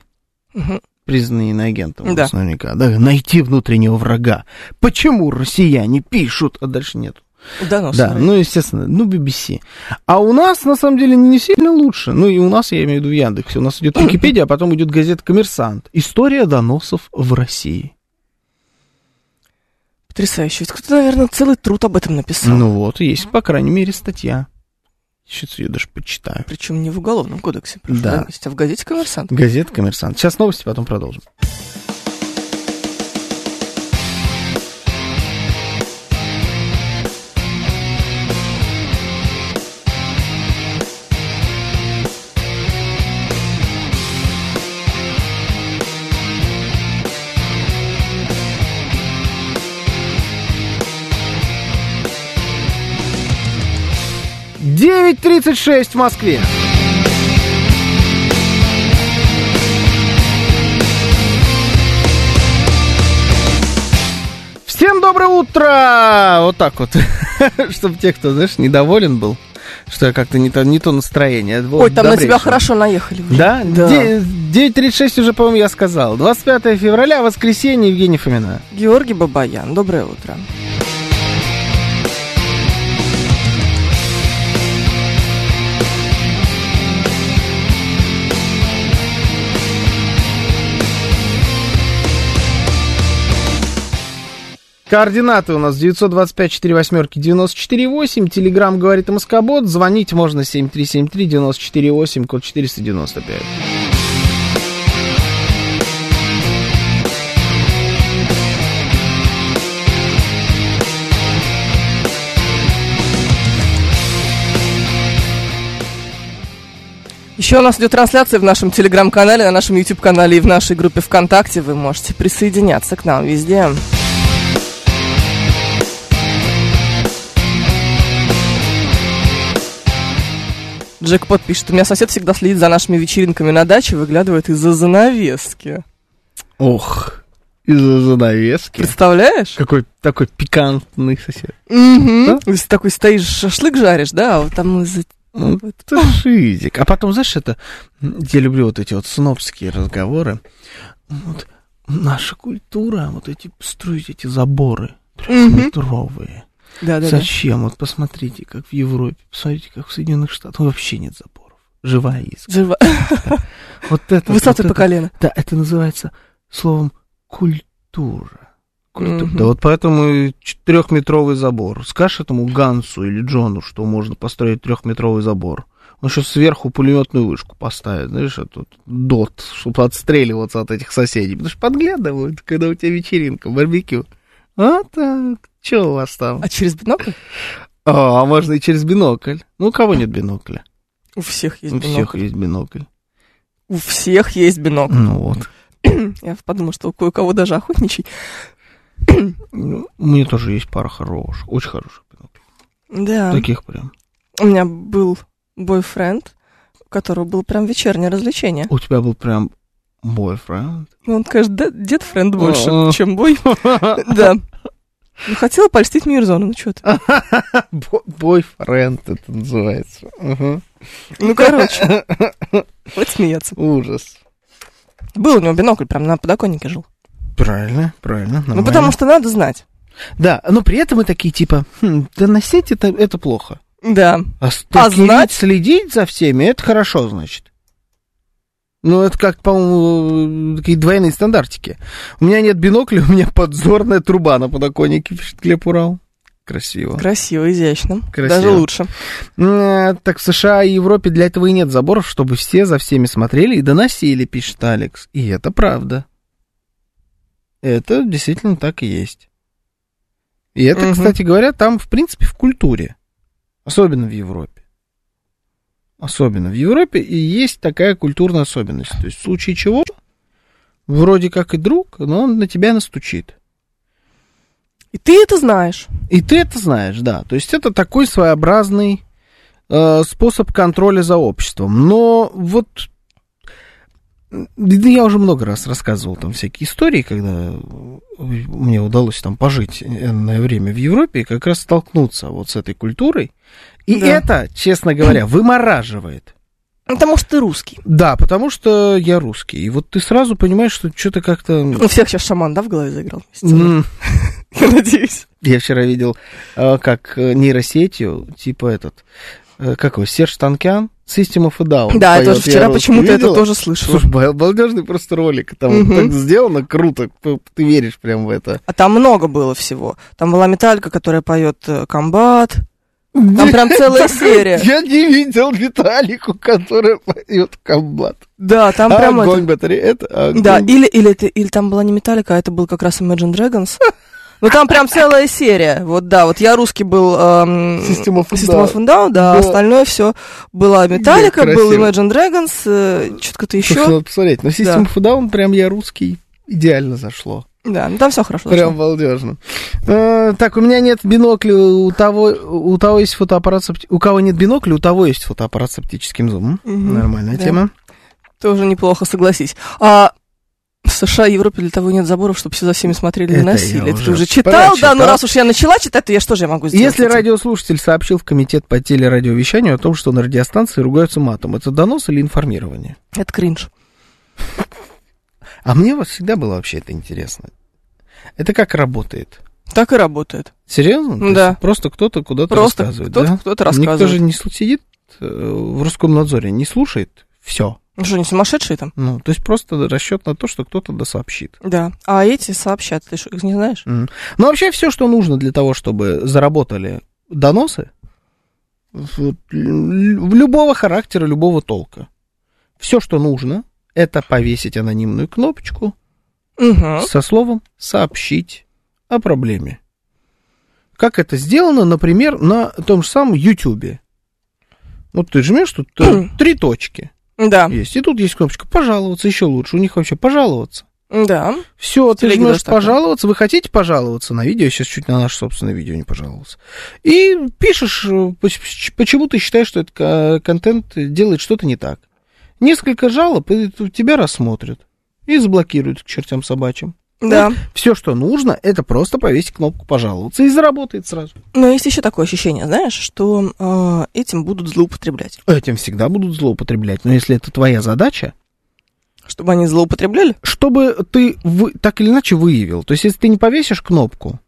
[SPEAKER 3] Мгм.
[SPEAKER 2] признанный иноагентом у
[SPEAKER 3] Да.
[SPEAKER 2] нас наверняка, да, найти внутреннего врага. Почему россияне пишут, а дальше нет.
[SPEAKER 3] Донос.
[SPEAKER 2] Да, ну, естественно, ну, BBC. А у нас, на самом деле, не сильно лучше. Ну, и у нас, я имею в виду в Яндексе. У нас идет Википедия, а потом идет газета «Коммерсант». История доносов в России.
[SPEAKER 3] Потрясающе. Ведь кто-то, наверное, целый труд об этом написал.
[SPEAKER 2] Ну вот, есть, по крайней мере, статья. Сейчас ее даже почитаю.
[SPEAKER 3] Причем не в уголовном кодексе, прошу
[SPEAKER 2] Да.
[SPEAKER 3] заметить, а в газете «Коммерсант».
[SPEAKER 2] Газета «Коммерсант». Сейчас новости, потом продолжим. Девять тридцать шесть в Москве. Всем доброе утро! Вот так вот. Чтобы те, кто, знаешь, недоволен был, что я как-то не то, не то настроение. Это было
[SPEAKER 3] Ой, там на тебя
[SPEAKER 2] добрейшее.
[SPEAKER 3] хорошо наехали. уже.
[SPEAKER 2] Да?
[SPEAKER 3] Да.
[SPEAKER 2] Де- 9.36 уже, по-моему, я сказал. 25 февраля, воскресенье, Евгений Фомина.
[SPEAKER 3] Георгий Бабаян, доброе утро.
[SPEAKER 2] Координаты у нас 925 4 восьмерки 94 8. Телеграмм говорит Москобот. Звонить можно 7373 94 8, код 495.
[SPEAKER 3] Еще у нас идет трансляция в нашем телеграм-канале, на нашем YouTube-канале и в нашей группе ВКонтакте. Вы можете присоединяться к нам везде. Джекпот пишет, у меня сосед всегда следит за нашими вечеринками на даче, выглядывает из-за занавески.
[SPEAKER 2] Ох, из-за занавески.
[SPEAKER 3] Представляешь?
[SPEAKER 2] Какой такой пикантный сосед.
[SPEAKER 3] Угу. Ты такой стоишь, шашлык жаришь, да, а вот там из-за...
[SPEAKER 2] Ну,
[SPEAKER 3] Вот.
[SPEAKER 2] Это шизик. А потом, знаешь, это... Я люблю вот эти вот снобские разговоры. Вот наша культура, вот эти строить эти заборы
[SPEAKER 3] Мгм.
[SPEAKER 2] метровые.
[SPEAKER 3] Да-да-да.
[SPEAKER 2] Зачем? Вот посмотрите, как в Европе, посмотрите, как в Соединенных Штатах. Ну, вообще нет заборов. Живая искра.
[SPEAKER 3] Жива-
[SPEAKER 2] Вот это...
[SPEAKER 3] Высоты
[SPEAKER 2] вот это-
[SPEAKER 3] по колено.
[SPEAKER 2] Да, это называется словом культура. Культура.
[SPEAKER 3] Мгм.
[SPEAKER 2] Да вот поэтому и трехметровый забор. Скажешь этому Гансу или Джону, что можно построить трехметровый забор. Он еще сверху пулеметную вышку поставит, знаешь, этот дот, чтобы отстреливаться от этих соседей. Потому что подглядывают, когда у тебя вечеринка, барбекю. А так, что у вас там?
[SPEAKER 3] А через бинокль?
[SPEAKER 2] А, а можно и через бинокль. Ну, у кого нет бинокля?
[SPEAKER 3] У всех есть
[SPEAKER 2] у
[SPEAKER 3] бинокль.
[SPEAKER 2] всех есть бинокль.
[SPEAKER 3] У всех есть бинокль.
[SPEAKER 2] Ну вот.
[SPEAKER 3] Я подумала, что у кого даже охотничий.
[SPEAKER 2] Ну, У меня тоже есть пара хороших, очень хороших биноклей.
[SPEAKER 3] Да.
[SPEAKER 2] Таких прям.
[SPEAKER 3] У меня был бойфренд, у которого было прям вечернее развлечение.
[SPEAKER 2] У тебя был прям бойфренд.
[SPEAKER 3] Ну, он, конечно, дед френд больше,
[SPEAKER 2] О.
[SPEAKER 3] чем бой. Да. Ну, хотела польстить Мирзону, ну что ты.
[SPEAKER 2] Бо- Бойфренд это называется. Мгм.
[SPEAKER 3] Ну, короче. Вот смеяться.
[SPEAKER 2] Ужас.
[SPEAKER 3] Был у него бинокль, прям на подоконнике жил.
[SPEAKER 2] Правильно, правильно.
[SPEAKER 3] Ну,
[SPEAKER 2] нормально.
[SPEAKER 3] потому что надо знать.
[SPEAKER 2] Да, но при этом мы такие типа, «Хм, да носить это, это плохо.
[SPEAKER 3] Да.
[SPEAKER 2] А, стокерить,
[SPEAKER 3] знать?
[SPEAKER 2] следить за всеми, это хорошо, значит. Ну, это как, по-моему, такие двойные стандартики. У меня нет бинокля, у меня подзорная труба на подоконнике, пишет Глеб Урал. Красиво.
[SPEAKER 3] Красиво, изящно.
[SPEAKER 2] Красиво.
[SPEAKER 3] Даже лучше.
[SPEAKER 2] М, Так в США и Европе для этого и нет заборов, чтобы все за всеми смотрели и доносили, пишет Алекс. И это правда. Это действительно так и есть. И это,
[SPEAKER 3] Мгм.
[SPEAKER 2] кстати говоря, там, в принципе, в культуре. Особенно в Европе. Особенно в Европе и есть такая культурная особенность. То есть в случае чего, вроде как и друг, но он на тебя настучит.
[SPEAKER 3] И ты это знаешь.
[SPEAKER 2] И ты это знаешь, да. То есть это такой своеобразный э, способ контроля за обществом. Но вот м, да я уже много раз рассказывал там всякие истории, когда э, мне удалось там пожить энное время в Европе и как раз столкнуться вот с этой культурой. И
[SPEAKER 3] Да.
[SPEAKER 2] это, честно говоря, вымораживает.
[SPEAKER 3] Ну, Потому что ты русский.
[SPEAKER 2] Да, потому что я русский. И вот ты сразу понимаешь, что что-то как-то... ну,
[SPEAKER 3] У всех сейчас шаман, да, в голове заиграл?
[SPEAKER 2] м,
[SPEAKER 3] Я надеюсь.
[SPEAKER 2] Я вчера видел, э, как э, нейросетью, типа этот, э, как его, Серж Танкян, System of a Down.
[SPEAKER 3] Да, я
[SPEAKER 2] поёт.
[SPEAKER 3] тоже вчера
[SPEAKER 2] русскую
[SPEAKER 3] почему-то это
[SPEAKER 2] видела.
[SPEAKER 3] тоже слышала.
[SPEAKER 2] Слушай, обалдежный просто ролик, там
[SPEAKER 3] Мгм.
[SPEAKER 2] так сделано, круто, п- ты веришь прям в это.
[SPEAKER 3] А там много было всего. Там была металька, которая поет э, комбат. Там прям целая серия.
[SPEAKER 2] Я не видел Виталику, которая поет комбат.
[SPEAKER 3] Да, там прям это-
[SPEAKER 2] огонь батареи, это огонь.
[SPEAKER 3] Да, или, или, это, или там была не Металлика, а это был как раз Imagine Dragons. Ну там прям целая серия. Вот да, вот я русский был эм,
[SPEAKER 2] System of a
[SPEAKER 3] System of a Down, да,
[SPEAKER 2] Да.
[SPEAKER 3] остальное все была Металлика, был
[SPEAKER 2] красиво.
[SPEAKER 3] Imagine Dragons, э, что-то
[SPEAKER 2] Слушай,
[SPEAKER 3] еще.
[SPEAKER 2] надо посмотреть, но System of a Down прям я русский, идеально зашло.
[SPEAKER 3] Да, ну там все хорошо.
[SPEAKER 2] Прям
[SPEAKER 3] зашло.
[SPEAKER 2] балдежно. Э, Так, у меня нет бинокля, у того, у того есть фотоаппарат с опти- У кого нет бинокля, у того есть фотоаппарат с оптическим зумом.
[SPEAKER 3] Мгм,
[SPEAKER 2] Нормальная
[SPEAKER 3] да.
[SPEAKER 2] тема.
[SPEAKER 3] Тоже неплохо, согласись. А в США и Европе для того и нет заборов, чтобы все за всеми смотрели и
[SPEAKER 2] Это я
[SPEAKER 3] носили. Это ты
[SPEAKER 2] уже
[SPEAKER 3] уже читал, да, но
[SPEAKER 2] прочитал.
[SPEAKER 3] раз уж я начала читать, то я что же я могу сделать?
[SPEAKER 2] Если
[SPEAKER 3] с этим?
[SPEAKER 2] радиослушатель сообщил в комитет по телерадиовещанию о том, что на радиостанции ругаются матом, это донос или информирование?
[SPEAKER 3] Это кринж.
[SPEAKER 2] А мне вот всегда было вообще это интересно. Это как работает?
[SPEAKER 3] Так и работает.
[SPEAKER 2] Серьезно? То есть
[SPEAKER 3] Да.
[SPEAKER 2] Просто кто-то куда-то
[SPEAKER 3] Просто
[SPEAKER 2] рассказывает,
[SPEAKER 3] кто-то
[SPEAKER 2] да?
[SPEAKER 3] кто-то
[SPEAKER 2] Никто же
[SPEAKER 3] рассказывает.
[SPEAKER 2] не су- сидит э, в Роскомнадзоре, не слушает, все.
[SPEAKER 3] Ну Что, не сумасшедшие там?
[SPEAKER 2] Ну, то есть просто расчет на то, что кто-то досообщит.
[SPEAKER 3] Да. А эти сообщат, ты что, их не знаешь?
[SPEAKER 2] Ну, вообще, все, что нужно для того, чтобы заработали доносы, в- лю- любого характера, любого толка. Все, что нужно, это повесить анонимную кнопочку
[SPEAKER 3] Угу.
[SPEAKER 2] со словом «сообщить о проблеме». Как это сделано, например, на том же самом YouTube. Вот ты жмешь тут э, три точки
[SPEAKER 3] Да.
[SPEAKER 2] есть, и тут есть кнопочка «пожаловаться», еще лучше, у них вообще «пожаловаться».
[SPEAKER 3] Да.
[SPEAKER 2] Все, ты
[SPEAKER 3] телеге
[SPEAKER 2] же можешь
[SPEAKER 3] даже такое.
[SPEAKER 2] пожаловаться. Вы хотите пожаловаться на видео? Я сейчас чуть на наше собственное видео не пожаловался. И пишешь, э, поч- почему ты считаешь, что этот ко- контент делает что-то не так. Несколько жалоб, и т- тебя рассмотрят. И заблокируют к чертям собачьим.
[SPEAKER 3] Да.
[SPEAKER 2] Все, что нужно, это просто повесить кнопку «пожаловаться» и заработает сразу.
[SPEAKER 3] Но есть еще такое ощущение, знаешь, что э, этим будут злоупотреблять.
[SPEAKER 2] Этим всегда будут злоупотреблять. Но если это твоя задача,
[SPEAKER 3] Чтобы они злоупотребляли?
[SPEAKER 2] чтобы ты вы- так или иначе выявил. То есть, если ты не повесишь кнопку,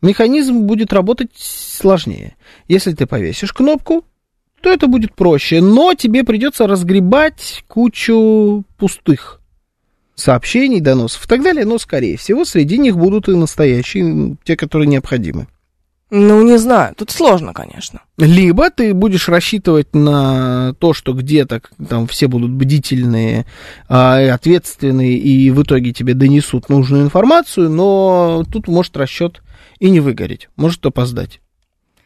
[SPEAKER 2] механизм будет работать сложнее. Если ты повесишь кнопку, то это будет проще, но тебе придется разгребать кучу пустых сообщений, доносов и так далее, но, скорее всего, среди них будут и настоящие, м, те, которые необходимы.
[SPEAKER 3] Ну, не знаю. Тут сложно, конечно.
[SPEAKER 2] Либо ты будешь рассчитывать на то, что где-то к- там все будут бдительные а, и ответственные, и в итоге тебе донесут нужную информацию, но тут может расчет и не выгореть, может опоздать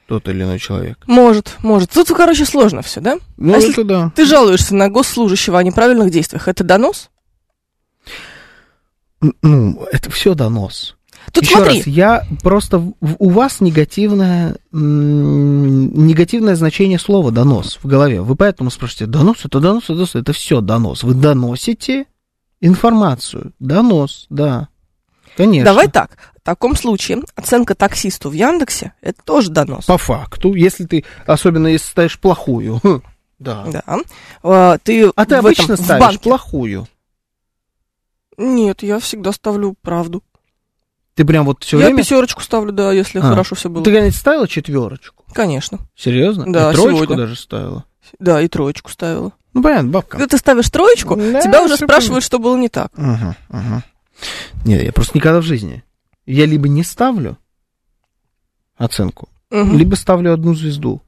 [SPEAKER 2] тот или иной человек.
[SPEAKER 3] Может, может. Тут, короче, сложно все, да?
[SPEAKER 2] Ну,
[SPEAKER 3] А если
[SPEAKER 2] это да.
[SPEAKER 3] Ты жалуешься на госслужащего о неправильных действиях. Это донос?
[SPEAKER 2] Н- Ну, это все донос.
[SPEAKER 3] Тут
[SPEAKER 2] Еще
[SPEAKER 3] смотри.
[SPEAKER 2] раз, я просто в- в- у вас негативное м, негативное значение слова донос в голове. Вы поэтому спрашиваете, донос это донос, это донос, это все донос. Вы доносите информацию, донос, да. Конечно.
[SPEAKER 3] Давай так. В таком случае оценка таксисту в Яндексе – это тоже донос.
[SPEAKER 2] По факту, если ты, особенно если ставишь плохую. Да.
[SPEAKER 3] Да. А, Ты
[SPEAKER 2] А ты
[SPEAKER 3] в
[SPEAKER 2] обычно
[SPEAKER 3] этом, в
[SPEAKER 2] ставишь
[SPEAKER 3] банке-
[SPEAKER 2] плохую.
[SPEAKER 3] Нет, я всегда ставлю правду.
[SPEAKER 2] Ты прям вот все
[SPEAKER 3] я
[SPEAKER 2] время...
[SPEAKER 3] пятерочку ставлю, да, если
[SPEAKER 2] А.
[SPEAKER 3] хорошо все было.
[SPEAKER 2] Ты когда-нибудь ставила четверочку?
[SPEAKER 3] Конечно.
[SPEAKER 2] Серьезно?
[SPEAKER 3] Да,
[SPEAKER 2] И троечку
[SPEAKER 3] сегодня.
[SPEAKER 2] даже ставила.
[SPEAKER 3] Да, и троечку ставила.
[SPEAKER 2] Ну, понятно, бабка.
[SPEAKER 3] Когда ты ставишь троечку,
[SPEAKER 2] Да,
[SPEAKER 3] тебя уже
[SPEAKER 2] всё
[SPEAKER 3] спрашивают, что было не так.
[SPEAKER 2] Ага, ага. Не, я просто никогда в жизни. Я либо не ставлю оценку,
[SPEAKER 3] Мгм.
[SPEAKER 2] либо ставлю одну звезду.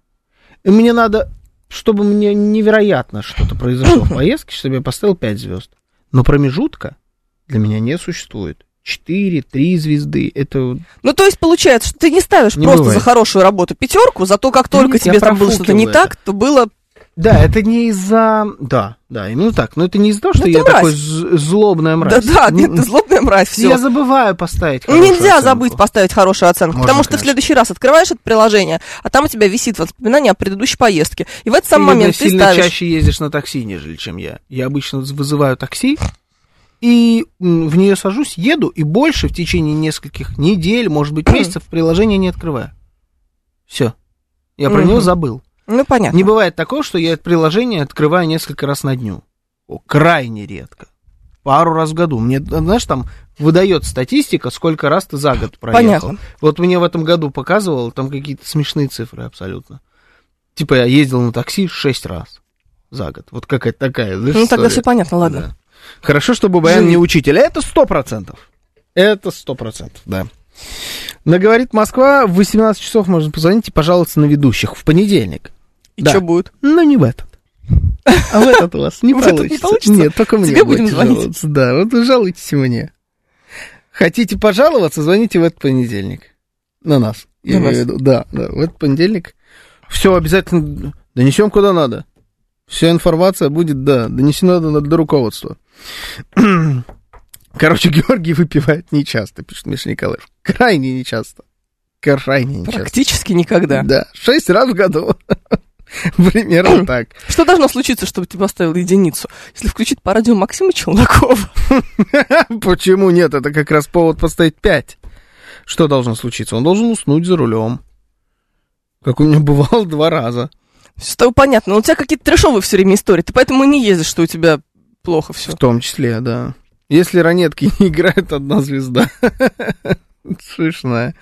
[SPEAKER 2] И мне надо, чтобы мне невероятно что-то произошло в поездке, чтобы я поставил 5 звезд. Но промежутка для меня не существует. 4, 3 звезды. Это
[SPEAKER 3] Ну, то есть, получается, что ты не ставишь
[SPEAKER 2] Не
[SPEAKER 3] просто
[SPEAKER 2] бывает.
[SPEAKER 3] за хорошую работу пятерку, зато как только
[SPEAKER 2] нет, я
[SPEAKER 3] тебе там было что-то не
[SPEAKER 2] профукиваю
[SPEAKER 3] так, то было...
[SPEAKER 2] Да, это не из-за... Да, да, именно так. Но это не из-за того, что
[SPEAKER 3] ты
[SPEAKER 2] я
[SPEAKER 3] Ну мразь.
[SPEAKER 2] такой з- злобная мразь.
[SPEAKER 3] Да-да,
[SPEAKER 2] Не-
[SPEAKER 3] нет, ты злобная мразь, все.
[SPEAKER 2] Я забываю поставить хорошую
[SPEAKER 3] Нельзя
[SPEAKER 2] оценку.
[SPEAKER 3] забыть поставить хорошую оценку,
[SPEAKER 2] Можно,
[SPEAKER 3] потому что ты в
[SPEAKER 2] конечно.
[SPEAKER 3] следующий раз открываешь это приложение, а там у тебя висит воспоминание о предыдущей поездке. И в этот самый
[SPEAKER 2] Либо
[SPEAKER 3] момент ты
[SPEAKER 2] сильно
[SPEAKER 3] ставишь.
[SPEAKER 2] чаще ездишь на такси, нежели чем я. Я обычно вызываю такси, и м, в нее сажусь, еду, и больше в течение нескольких недель, может быть, месяцев приложение не открываю. Все. Я про
[SPEAKER 3] Мгм.
[SPEAKER 2] него забыл.
[SPEAKER 3] Ну, понятно.
[SPEAKER 2] Не бывает такого, что я это приложение открываю несколько раз на дню. О, крайне редко. Пару раз в году. Мне, знаешь, там выдает статистика, сколько раз ты за год проехал.
[SPEAKER 3] Понятно.
[SPEAKER 2] Вот мне в этом году показывало, там какие-то смешные цифры абсолютно. Типа я ездил на такси шесть раз за год. Вот какая-то такая, знаешь,
[SPEAKER 3] Ну, тогда
[SPEAKER 2] история.
[SPEAKER 3] все понятно, ладно.
[SPEAKER 2] Да. Хорошо, что Бабаян
[SPEAKER 3] Жи-
[SPEAKER 2] не учитель. Это сто процентов. Это сто процентов, да. Наговорит Москва, в 18 часов можно позвонить и пожаловаться на ведущих в понедельник.
[SPEAKER 3] И
[SPEAKER 2] Да.
[SPEAKER 3] что будет?
[SPEAKER 2] Но не в этот. А в этот у вас не
[SPEAKER 3] В этот не
[SPEAKER 2] получится.
[SPEAKER 3] получится?
[SPEAKER 2] Нет, только мне
[SPEAKER 3] Тебе будем
[SPEAKER 2] будете
[SPEAKER 3] звонить.
[SPEAKER 2] жаловаться. Да, вот вы жалуйтесь мне. Хотите пожаловаться, звоните в этот понедельник. На нас. Я имею
[SPEAKER 3] На
[SPEAKER 2] в
[SPEAKER 3] нас.
[SPEAKER 2] виду. Да, да, в этот понедельник. Все обязательно донесем куда надо. Вся информация будет, да, донесена до, до руководства. Короче, Георгий выпивает нечасто, пишет Миша Николаев. Крайне нечасто. Крайне нечасто.
[SPEAKER 3] Практически никогда.
[SPEAKER 2] Да, шесть раз в году. Примерно так.
[SPEAKER 3] Что должно случиться, чтобы ты поставил единицу? Если включить по радио Максима Челнокова.
[SPEAKER 2] Почему нет? Это как раз повод поставить пять. Что должно случиться? Он должен уснуть за рулем. Как у меня бывало два раза.
[SPEAKER 3] С тобой понятно, но у тебя какие-то трешовые все время истории. Ты поэтому и не ездишь, что у тебя плохо все.
[SPEAKER 2] В том числе, да. Если ранетки не играют, одна звезда. Смешная.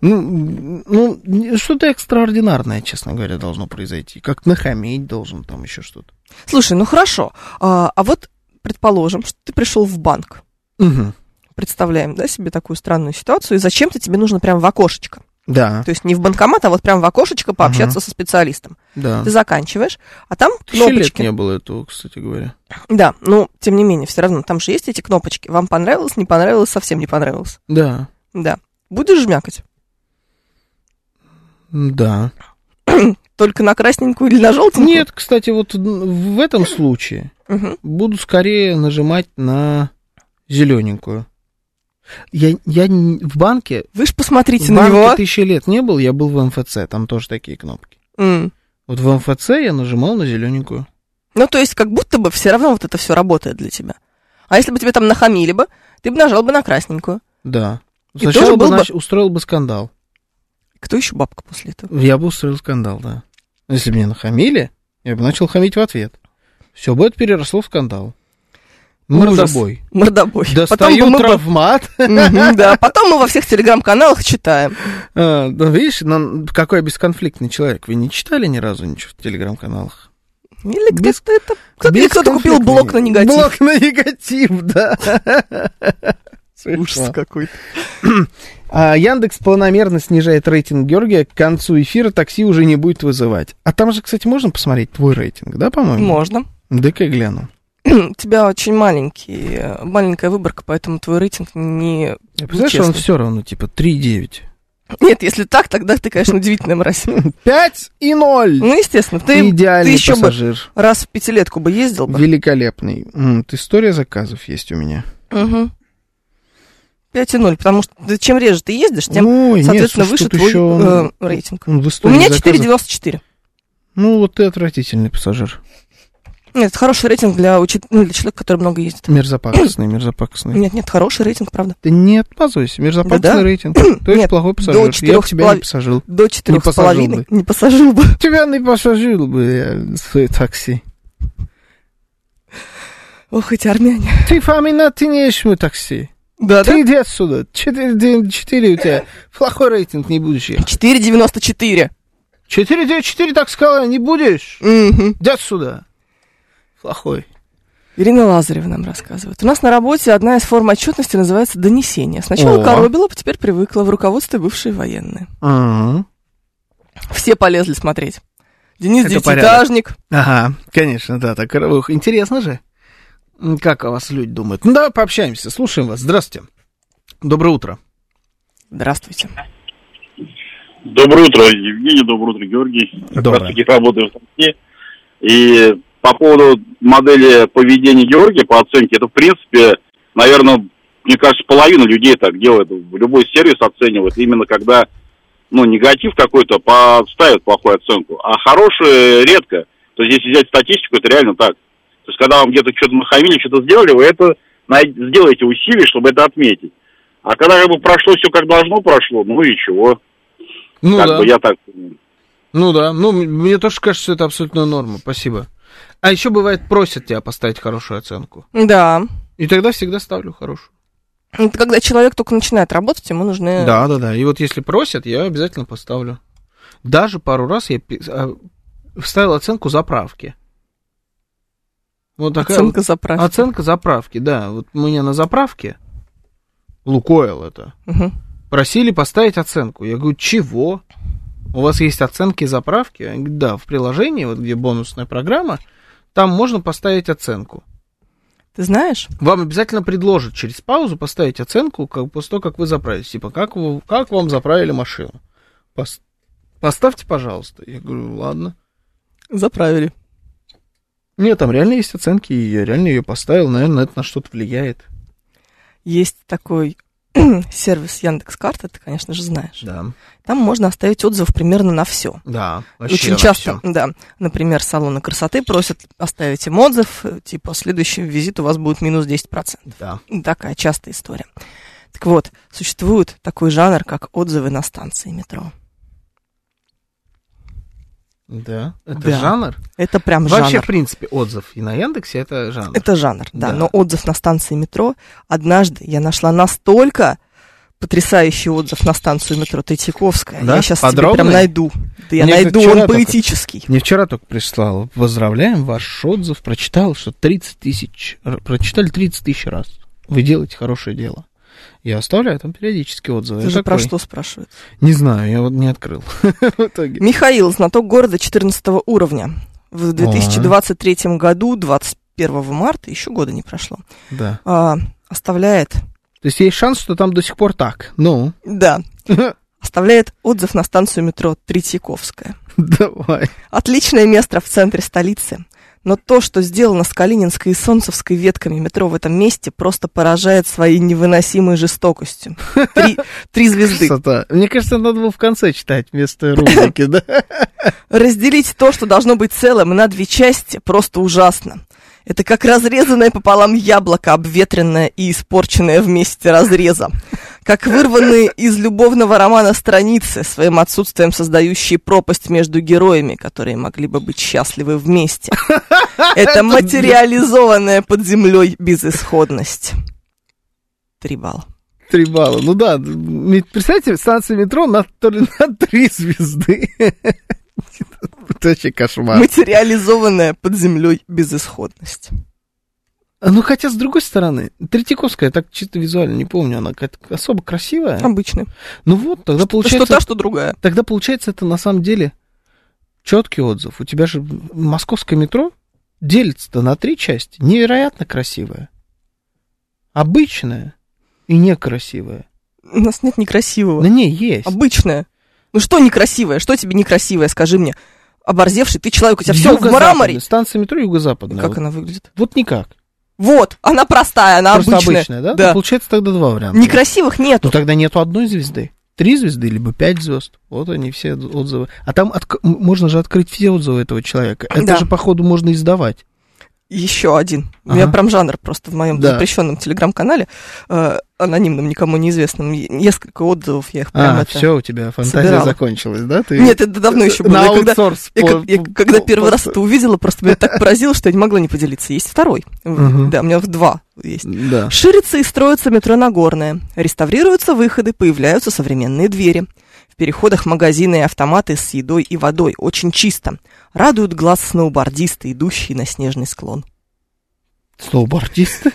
[SPEAKER 2] Ну, ну, что-то экстраординарное, честно говоря, должно произойти. Как нахамить должен, там еще что-то.
[SPEAKER 3] Слушай, ну хорошо. А, а вот предположим, что ты пришел в банк.
[SPEAKER 2] Мгм.
[SPEAKER 3] Представляем, да, себе такую странную ситуацию. И зачем-то тебе нужно прям в окошечко.
[SPEAKER 2] Да,
[SPEAKER 3] То есть не в банкомат, а вот прям в окошечко пообщаться со специалистом.
[SPEAKER 2] да.
[SPEAKER 3] Ты заканчиваешь, а там
[SPEAKER 2] Тысячи лет
[SPEAKER 3] кнопочки.
[SPEAKER 2] не было этого, кстати говоря.
[SPEAKER 3] Да, ну, тем не менее, все равно, там же есть эти кнопочки. Вам понравилось, не понравилось, совсем не понравилось.
[SPEAKER 2] Да.
[SPEAKER 3] Да. Будешь жмякать?
[SPEAKER 2] Да.
[SPEAKER 3] Только на красненькую или на желтенькую?
[SPEAKER 2] Нет, кстати, вот в этом случае
[SPEAKER 3] Мгм.
[SPEAKER 2] буду скорее нажимать на зелененькую. Я, я не- в банке,
[SPEAKER 3] Вы ж
[SPEAKER 2] в
[SPEAKER 3] посмотрите на
[SPEAKER 2] банке
[SPEAKER 3] него.
[SPEAKER 2] тысячи лет не был, я был в МФЦ, там тоже такие кнопки.
[SPEAKER 3] М.
[SPEAKER 2] Вот в МФЦ я нажимал на зелененькую.
[SPEAKER 3] Ну, то есть, как будто бы все равно вот это все работает для тебя. А если бы тебе там нахамили бы, ты бы нажал бы на красненькую.
[SPEAKER 2] Да.
[SPEAKER 3] И
[SPEAKER 2] Сначала
[SPEAKER 3] тоже
[SPEAKER 2] бы,
[SPEAKER 3] был бы-
[SPEAKER 2] нач- устроил бы скандал.
[SPEAKER 3] Кто еще бабка после этого?
[SPEAKER 2] Я бы устроил скандал, да. Если бы мне нахамили, я бы начал хамить в ответ. Все бы это переросло в скандал.
[SPEAKER 3] Ужас.
[SPEAKER 2] Мордобой.
[SPEAKER 3] Мордобой. Потом бы
[SPEAKER 2] Достаю
[SPEAKER 3] мы бы-
[SPEAKER 2] травмат.
[SPEAKER 3] Мгм, Да, потом мы во всех телеграм-каналах читаем.
[SPEAKER 2] А, да, видишь, нам- какой я бесконфликтный человек. Вы не читали ни разу ничего в телеграм-каналах?
[SPEAKER 3] Или
[SPEAKER 2] Без-
[SPEAKER 3] кто-то это... кто-то- или кто-то купил
[SPEAKER 2] Бесконфликтный.
[SPEAKER 3] блок на негатив.
[SPEAKER 2] Блок на негатив, да.
[SPEAKER 3] Ужас
[SPEAKER 2] Смешно.
[SPEAKER 3] какой-то.
[SPEAKER 2] А, Яндекс планомерно снижает рейтинг Георгия. К концу эфира такси уже не будет вызывать. А там же, кстати, можно посмотреть твой рейтинг, да, по-моему? Ну,
[SPEAKER 3] Можно.
[SPEAKER 2] Дай-ка я гляну.
[SPEAKER 3] У тебя очень маленький, э, маленькая выборка, поэтому твой рейтинг не...
[SPEAKER 2] Представляешь,
[SPEAKER 3] честно.
[SPEAKER 2] он все равно, типа, 3,9.
[SPEAKER 3] Нет, если так, тогда ты, конечно, удивительная мразь.
[SPEAKER 2] 5 и 0.
[SPEAKER 3] Ну, естественно, ты
[SPEAKER 2] Идеальный
[SPEAKER 3] еще бы-
[SPEAKER 2] пассажир.
[SPEAKER 3] раз в пятилетку бы ездил бы.
[SPEAKER 2] Великолепный. М, История заказов есть у меня.
[SPEAKER 3] Угу. 5,0, потому что ты- чем реже ты ездишь, тем,
[SPEAKER 2] Ой,
[SPEAKER 3] соответственно,
[SPEAKER 2] слушай,
[SPEAKER 3] выше
[SPEAKER 2] тут
[SPEAKER 3] твой
[SPEAKER 2] ещё- ну,
[SPEAKER 3] э, рейтинг.
[SPEAKER 2] Он в
[SPEAKER 3] У
[SPEAKER 2] истории
[SPEAKER 3] меня
[SPEAKER 2] заказов-
[SPEAKER 3] 4,94.
[SPEAKER 2] Ну, вот ты отвратительный пассажир.
[SPEAKER 3] Нет, это хороший рейтинг для, учит... ну, для человека, который много ездит.
[SPEAKER 2] Мерзопакостный, мерзопакостный.
[SPEAKER 3] Нет, нет, хороший рейтинг, правда.
[SPEAKER 2] Да не отмазывайся, мерзопакостный
[SPEAKER 3] Да-да.
[SPEAKER 2] рейтинг. Ты очень
[SPEAKER 3] Нет,
[SPEAKER 2] плохой
[SPEAKER 3] до
[SPEAKER 2] пассажир. Я
[SPEAKER 3] четырех
[SPEAKER 2] б
[SPEAKER 3] с
[SPEAKER 2] тебя не
[SPEAKER 3] полов-
[SPEAKER 2] посажил.
[SPEAKER 3] До четырех с
[SPEAKER 2] посажал
[SPEAKER 3] половиной
[SPEAKER 2] бы.
[SPEAKER 3] не посажил бы.
[SPEAKER 2] Тебя не посажил бы я в свое такси.
[SPEAKER 3] Ох, эти армяне.
[SPEAKER 2] Ты, Фомина, ты не ешь мой такси.
[SPEAKER 3] Да, да?
[SPEAKER 2] Ты иди отсюда. Четыре, дин- четыре у тебя. Плохой рейтинг, не будешь ехать.
[SPEAKER 3] 4,94.
[SPEAKER 2] Четыре, девять, четыре, так сказала, не будешь.
[SPEAKER 3] Мгм.
[SPEAKER 2] Иди отсюда. Плохой.
[SPEAKER 3] Ирина Лазарева нам рассказывает. У нас на работе одна из форм отчетности называется донесение. Сначала
[SPEAKER 2] О.
[SPEAKER 3] коробило, теперь привыкла в руководстве бывшие военные.
[SPEAKER 2] Мгм.
[SPEAKER 3] Все полезли смотреть. Денис
[SPEAKER 2] Это
[SPEAKER 3] Девятиэтажник.
[SPEAKER 2] Ага, конечно, да, так ух, интересно же. М, Как о вас люди думают? Ну давай пообщаемся, слушаем вас. Здравствуйте. Доброе утро.
[SPEAKER 3] Здравствуйте.
[SPEAKER 4] Доброе утро, Евгений, доброе утро, Георгий. Как
[SPEAKER 2] Доброе.
[SPEAKER 4] раз таки работаю в такси. И по поводу модели поведения Георгия по оценке, это в принципе, наверное, мне кажется, половина людей так делает. В Любой сервис оценивает именно когда ну, негатив какой-то поставят плохую оценку, а хорошие редко. То есть если взять статистику, это реально так. То есть когда вам где-то что-то нахамили, что-то сделали, вы это най- сделаете усилия, чтобы это отметить. А когда как бы прошло все как должно прошло, ну и чего?
[SPEAKER 2] Ну
[SPEAKER 4] как
[SPEAKER 2] да,
[SPEAKER 4] бы я так думаю.
[SPEAKER 2] ну да, ну м- мне тоже кажется, что это абсолютная норма, спасибо. А еще бывает просят тебя поставить хорошую оценку.
[SPEAKER 3] Да.
[SPEAKER 2] И тогда всегда ставлю хорошую.
[SPEAKER 3] Это когда человек только начинает работать, ему
[SPEAKER 4] Э.
[SPEAKER 3] нужны...
[SPEAKER 2] Да, да, да. И вот если просят, я обязательно поставлю. Даже пару раз я пи- а, вставил оценку заправки. Вот такая вот
[SPEAKER 3] Оценка заправки.
[SPEAKER 2] Оценка заправки, да. Вот у меня на заправке, Лукойл это,
[SPEAKER 3] Мгм.
[SPEAKER 2] просили поставить оценку. Я говорю, чего? У вас есть оценки заправки? Они говорят, да, в приложении, вот где бонусная программа, там можно поставить оценку.
[SPEAKER 3] Ты знаешь?
[SPEAKER 2] Вам обязательно предложат через паузу поставить оценку как, после того, как вы заправились. Типа, как, вы- как вам заправили машину? Пос- поставьте, пожалуйста. Я говорю, ладно.
[SPEAKER 3] Заправили.
[SPEAKER 2] Нет, там реально есть оценки, и я реально ее поставил. Наверное, это на что-то влияет.
[SPEAKER 3] Есть такой сервис Яндекс.Карта, ты, конечно же, знаешь.
[SPEAKER 2] Да.
[SPEAKER 3] Там можно оставить отзыв примерно на все.
[SPEAKER 2] Да. вообще
[SPEAKER 3] Очень
[SPEAKER 2] на
[SPEAKER 3] часто,
[SPEAKER 2] всё.
[SPEAKER 3] да. Например, салоны красоты просят оставить им отзыв, э, типа, следующий визит у вас будет минус 10%.
[SPEAKER 2] Да.
[SPEAKER 3] Ну, Такая частая история. Так вот, существует такой жанр, как отзывы на станции метро.
[SPEAKER 2] Да. Это
[SPEAKER 3] Да.
[SPEAKER 2] жанр?
[SPEAKER 3] Это прям
[SPEAKER 2] Вообще, в
[SPEAKER 3] жанр.
[SPEAKER 2] принципе, отзыв и на Яндексе это жанр.
[SPEAKER 3] Это жанр, да,
[SPEAKER 2] Да.
[SPEAKER 3] Но отзыв на станции метро. Однажды я нашла настолько потрясающий отзыв на станцию метро Третьяковская.
[SPEAKER 2] Да?
[SPEAKER 3] Я сейчас
[SPEAKER 2] Подробный?
[SPEAKER 3] прям найду. Да я
[SPEAKER 2] Мне, кстати,
[SPEAKER 3] найду,
[SPEAKER 2] вчера
[SPEAKER 3] он
[SPEAKER 2] только-
[SPEAKER 3] поэтический.
[SPEAKER 2] Мне вчера только прислал. Поздравляем, ваш отзыв прочитал, что 30 тысяч... р- Прочитали 30 тысяч раз. Вы делаете хорошее дело. Я оставляю там периодически отзывы.
[SPEAKER 3] Ты
[SPEAKER 2] Ну, Я
[SPEAKER 3] же про
[SPEAKER 2] такой,
[SPEAKER 3] что спрашивает?
[SPEAKER 2] Не знаю, я вот не открыл. В итоге.
[SPEAKER 3] Михаил, знаток города 14 уровня. В 2023 году, 21 марта, еще года не прошло,
[SPEAKER 2] Да.
[SPEAKER 3] а, оставляет,
[SPEAKER 2] То есть есть шанс, что там до сих пор так. Ну,
[SPEAKER 3] да, оставляет отзыв на станцию метро Третьяковская.
[SPEAKER 2] давай.
[SPEAKER 3] Отличное место в центре столицы. Но то, что сделано с Калининской и Солнцевской ветками метро в этом месте, просто поражает своей невыносимой жестокостью. Три, три звезды.
[SPEAKER 2] Красота. Мне кажется, надо было в конце читать вместо рубрики, да?
[SPEAKER 3] Разделить то, что должно быть целым, на две части просто ужасно. Это как разрезанное пополам яблоко, обветренное и испорченное вместе разреза. Как вырванные из любовного романа страницы, своим отсутствием создающие пропасть между героями, которые могли бы быть счастливы вместе. Это материализованная под землей безысходность. Три балла.
[SPEAKER 2] Три балла. Ну да, м- представьте, станция метро на, тр- на три звезды. Это вообще кошмар.
[SPEAKER 3] Материализованная под землей безысходность.
[SPEAKER 2] Ну, хотя, с другой стороны, Третьяковская, я так чисто визуально не помню, она какая-то особо красивая.
[SPEAKER 3] Обычная.
[SPEAKER 2] Ну вот, тогда
[SPEAKER 3] Что
[SPEAKER 2] получается...
[SPEAKER 3] А, та, что другая.
[SPEAKER 2] Тогда получается, это на самом деле четкий отзыв. У тебя же московское метро делится-то на три части. Невероятно красивое. Обычное и некрасивое.
[SPEAKER 3] У нас нет некрасивого.
[SPEAKER 2] Да не, есть.
[SPEAKER 3] А, Обычная. Ну что некрасивое? Что тебе некрасивое, скажи мне? Оборзевший ты человек, у тебя все в
[SPEAKER 2] Юго-западная.
[SPEAKER 3] мраморе.
[SPEAKER 2] Станция метро юго-западная.
[SPEAKER 3] Как
[SPEAKER 2] Вот-
[SPEAKER 3] она выглядит?
[SPEAKER 2] Вот никак.
[SPEAKER 3] Вот, она простая, она
[SPEAKER 2] Просто
[SPEAKER 3] обычная.
[SPEAKER 2] да?
[SPEAKER 3] Да.
[SPEAKER 2] Ну, получается тогда два варианта.
[SPEAKER 3] Некрасивых
[SPEAKER 2] Ну
[SPEAKER 3] нету.
[SPEAKER 2] тогда нету одной звезды. Три звезды, либо пять звезд. Вот они все д- отзывы. А там отк- м- можно же открыть все отзывы этого человека. Это
[SPEAKER 3] Да.
[SPEAKER 2] же, походу, можно издавать.
[SPEAKER 3] еще один.
[SPEAKER 2] Ага.
[SPEAKER 3] Я прям жанр просто в моем
[SPEAKER 2] Да.
[SPEAKER 3] запрещенном телеграм-канале, э, анонимном, никому неизвестном. е- Несколько отзывов я их прям
[SPEAKER 2] А,
[SPEAKER 3] это...
[SPEAKER 2] все, у тебя фантазия
[SPEAKER 3] собирала.
[SPEAKER 2] закончилась, да? Ты
[SPEAKER 3] Нет, это давно еще было.
[SPEAKER 2] На
[SPEAKER 3] Я когда,
[SPEAKER 2] аутсорс.
[SPEAKER 3] я
[SPEAKER 2] по-
[SPEAKER 3] как- я
[SPEAKER 2] по-
[SPEAKER 3] когда
[SPEAKER 2] по-
[SPEAKER 3] первый
[SPEAKER 2] по-
[SPEAKER 3] раз это увидела, просто меня так поразило, что я не могла не поделиться. Есть второй.
[SPEAKER 2] Мгм.
[SPEAKER 3] Да, у меня в два есть.
[SPEAKER 2] Да.
[SPEAKER 3] Ширится и строится метро Нагорное. Реставрируются выходы, появляются современные двери. В переходах магазины и автоматы с едой и водой. Очень чисто. Радуют глаз сноубордисты, идущие на снежный склон.
[SPEAKER 2] Сноубордист.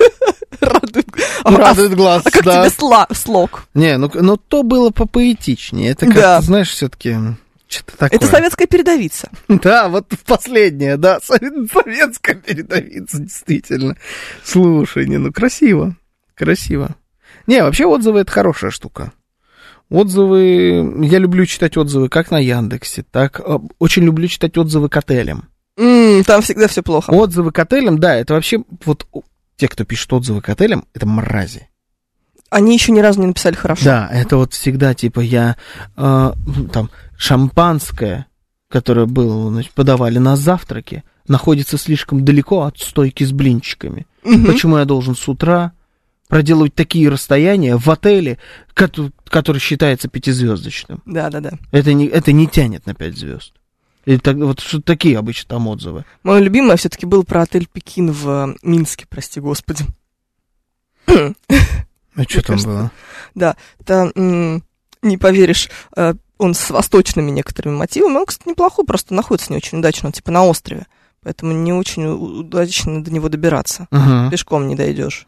[SPEAKER 3] Радуют. А, а-
[SPEAKER 2] Радует глаз,
[SPEAKER 3] а как
[SPEAKER 2] да.
[SPEAKER 3] тебе сла- слог?
[SPEAKER 2] Не, ну, ну то было попоэтичнее. Это как,
[SPEAKER 3] Да.
[SPEAKER 2] знаешь, все-таки что-то такое.
[SPEAKER 3] Это советская передовица.
[SPEAKER 2] Да, вот последняя, да, совет- советская передовица, действительно. Слушай, не, ну красиво, красиво. Не, вообще отзывы это хорошая штука. Отзывы, я люблю читать отзывы как на Яндексе, так, э, очень люблю читать отзывы к отелям.
[SPEAKER 3] М, там всегда все плохо.
[SPEAKER 2] Отзывы к отелям, да, это вообще, вот у- те, кто пишет отзывы к отелям, это мрази.
[SPEAKER 3] Они еще ни разу не написали хорошо.
[SPEAKER 2] Да, это вот всегда типа я э, там шампанское, которое было, значит, подавали на завтраке, находится слишком далеко от стойки с блинчиками.
[SPEAKER 3] Мгм.
[SPEAKER 2] Почему я должен с утра проделывать такие расстояния в отеле, кот- который считается пятизвездочным?
[SPEAKER 3] Да, да, да.
[SPEAKER 2] Это не, это не тянет на пять звезд. И так, вот что такие обычно там отзывы.
[SPEAKER 3] Мое любимое все-таки было про отель Пекин в э, Минске, прости господи.
[SPEAKER 2] А что
[SPEAKER 3] там
[SPEAKER 2] было?
[SPEAKER 3] Это, м, не поверишь, э, он с восточными некоторыми мотивами. Он, кстати, неплохой, просто находится не очень удачно, он типа на острове. Поэтому не очень у- удачно до него добираться. Пешком не дойдешь.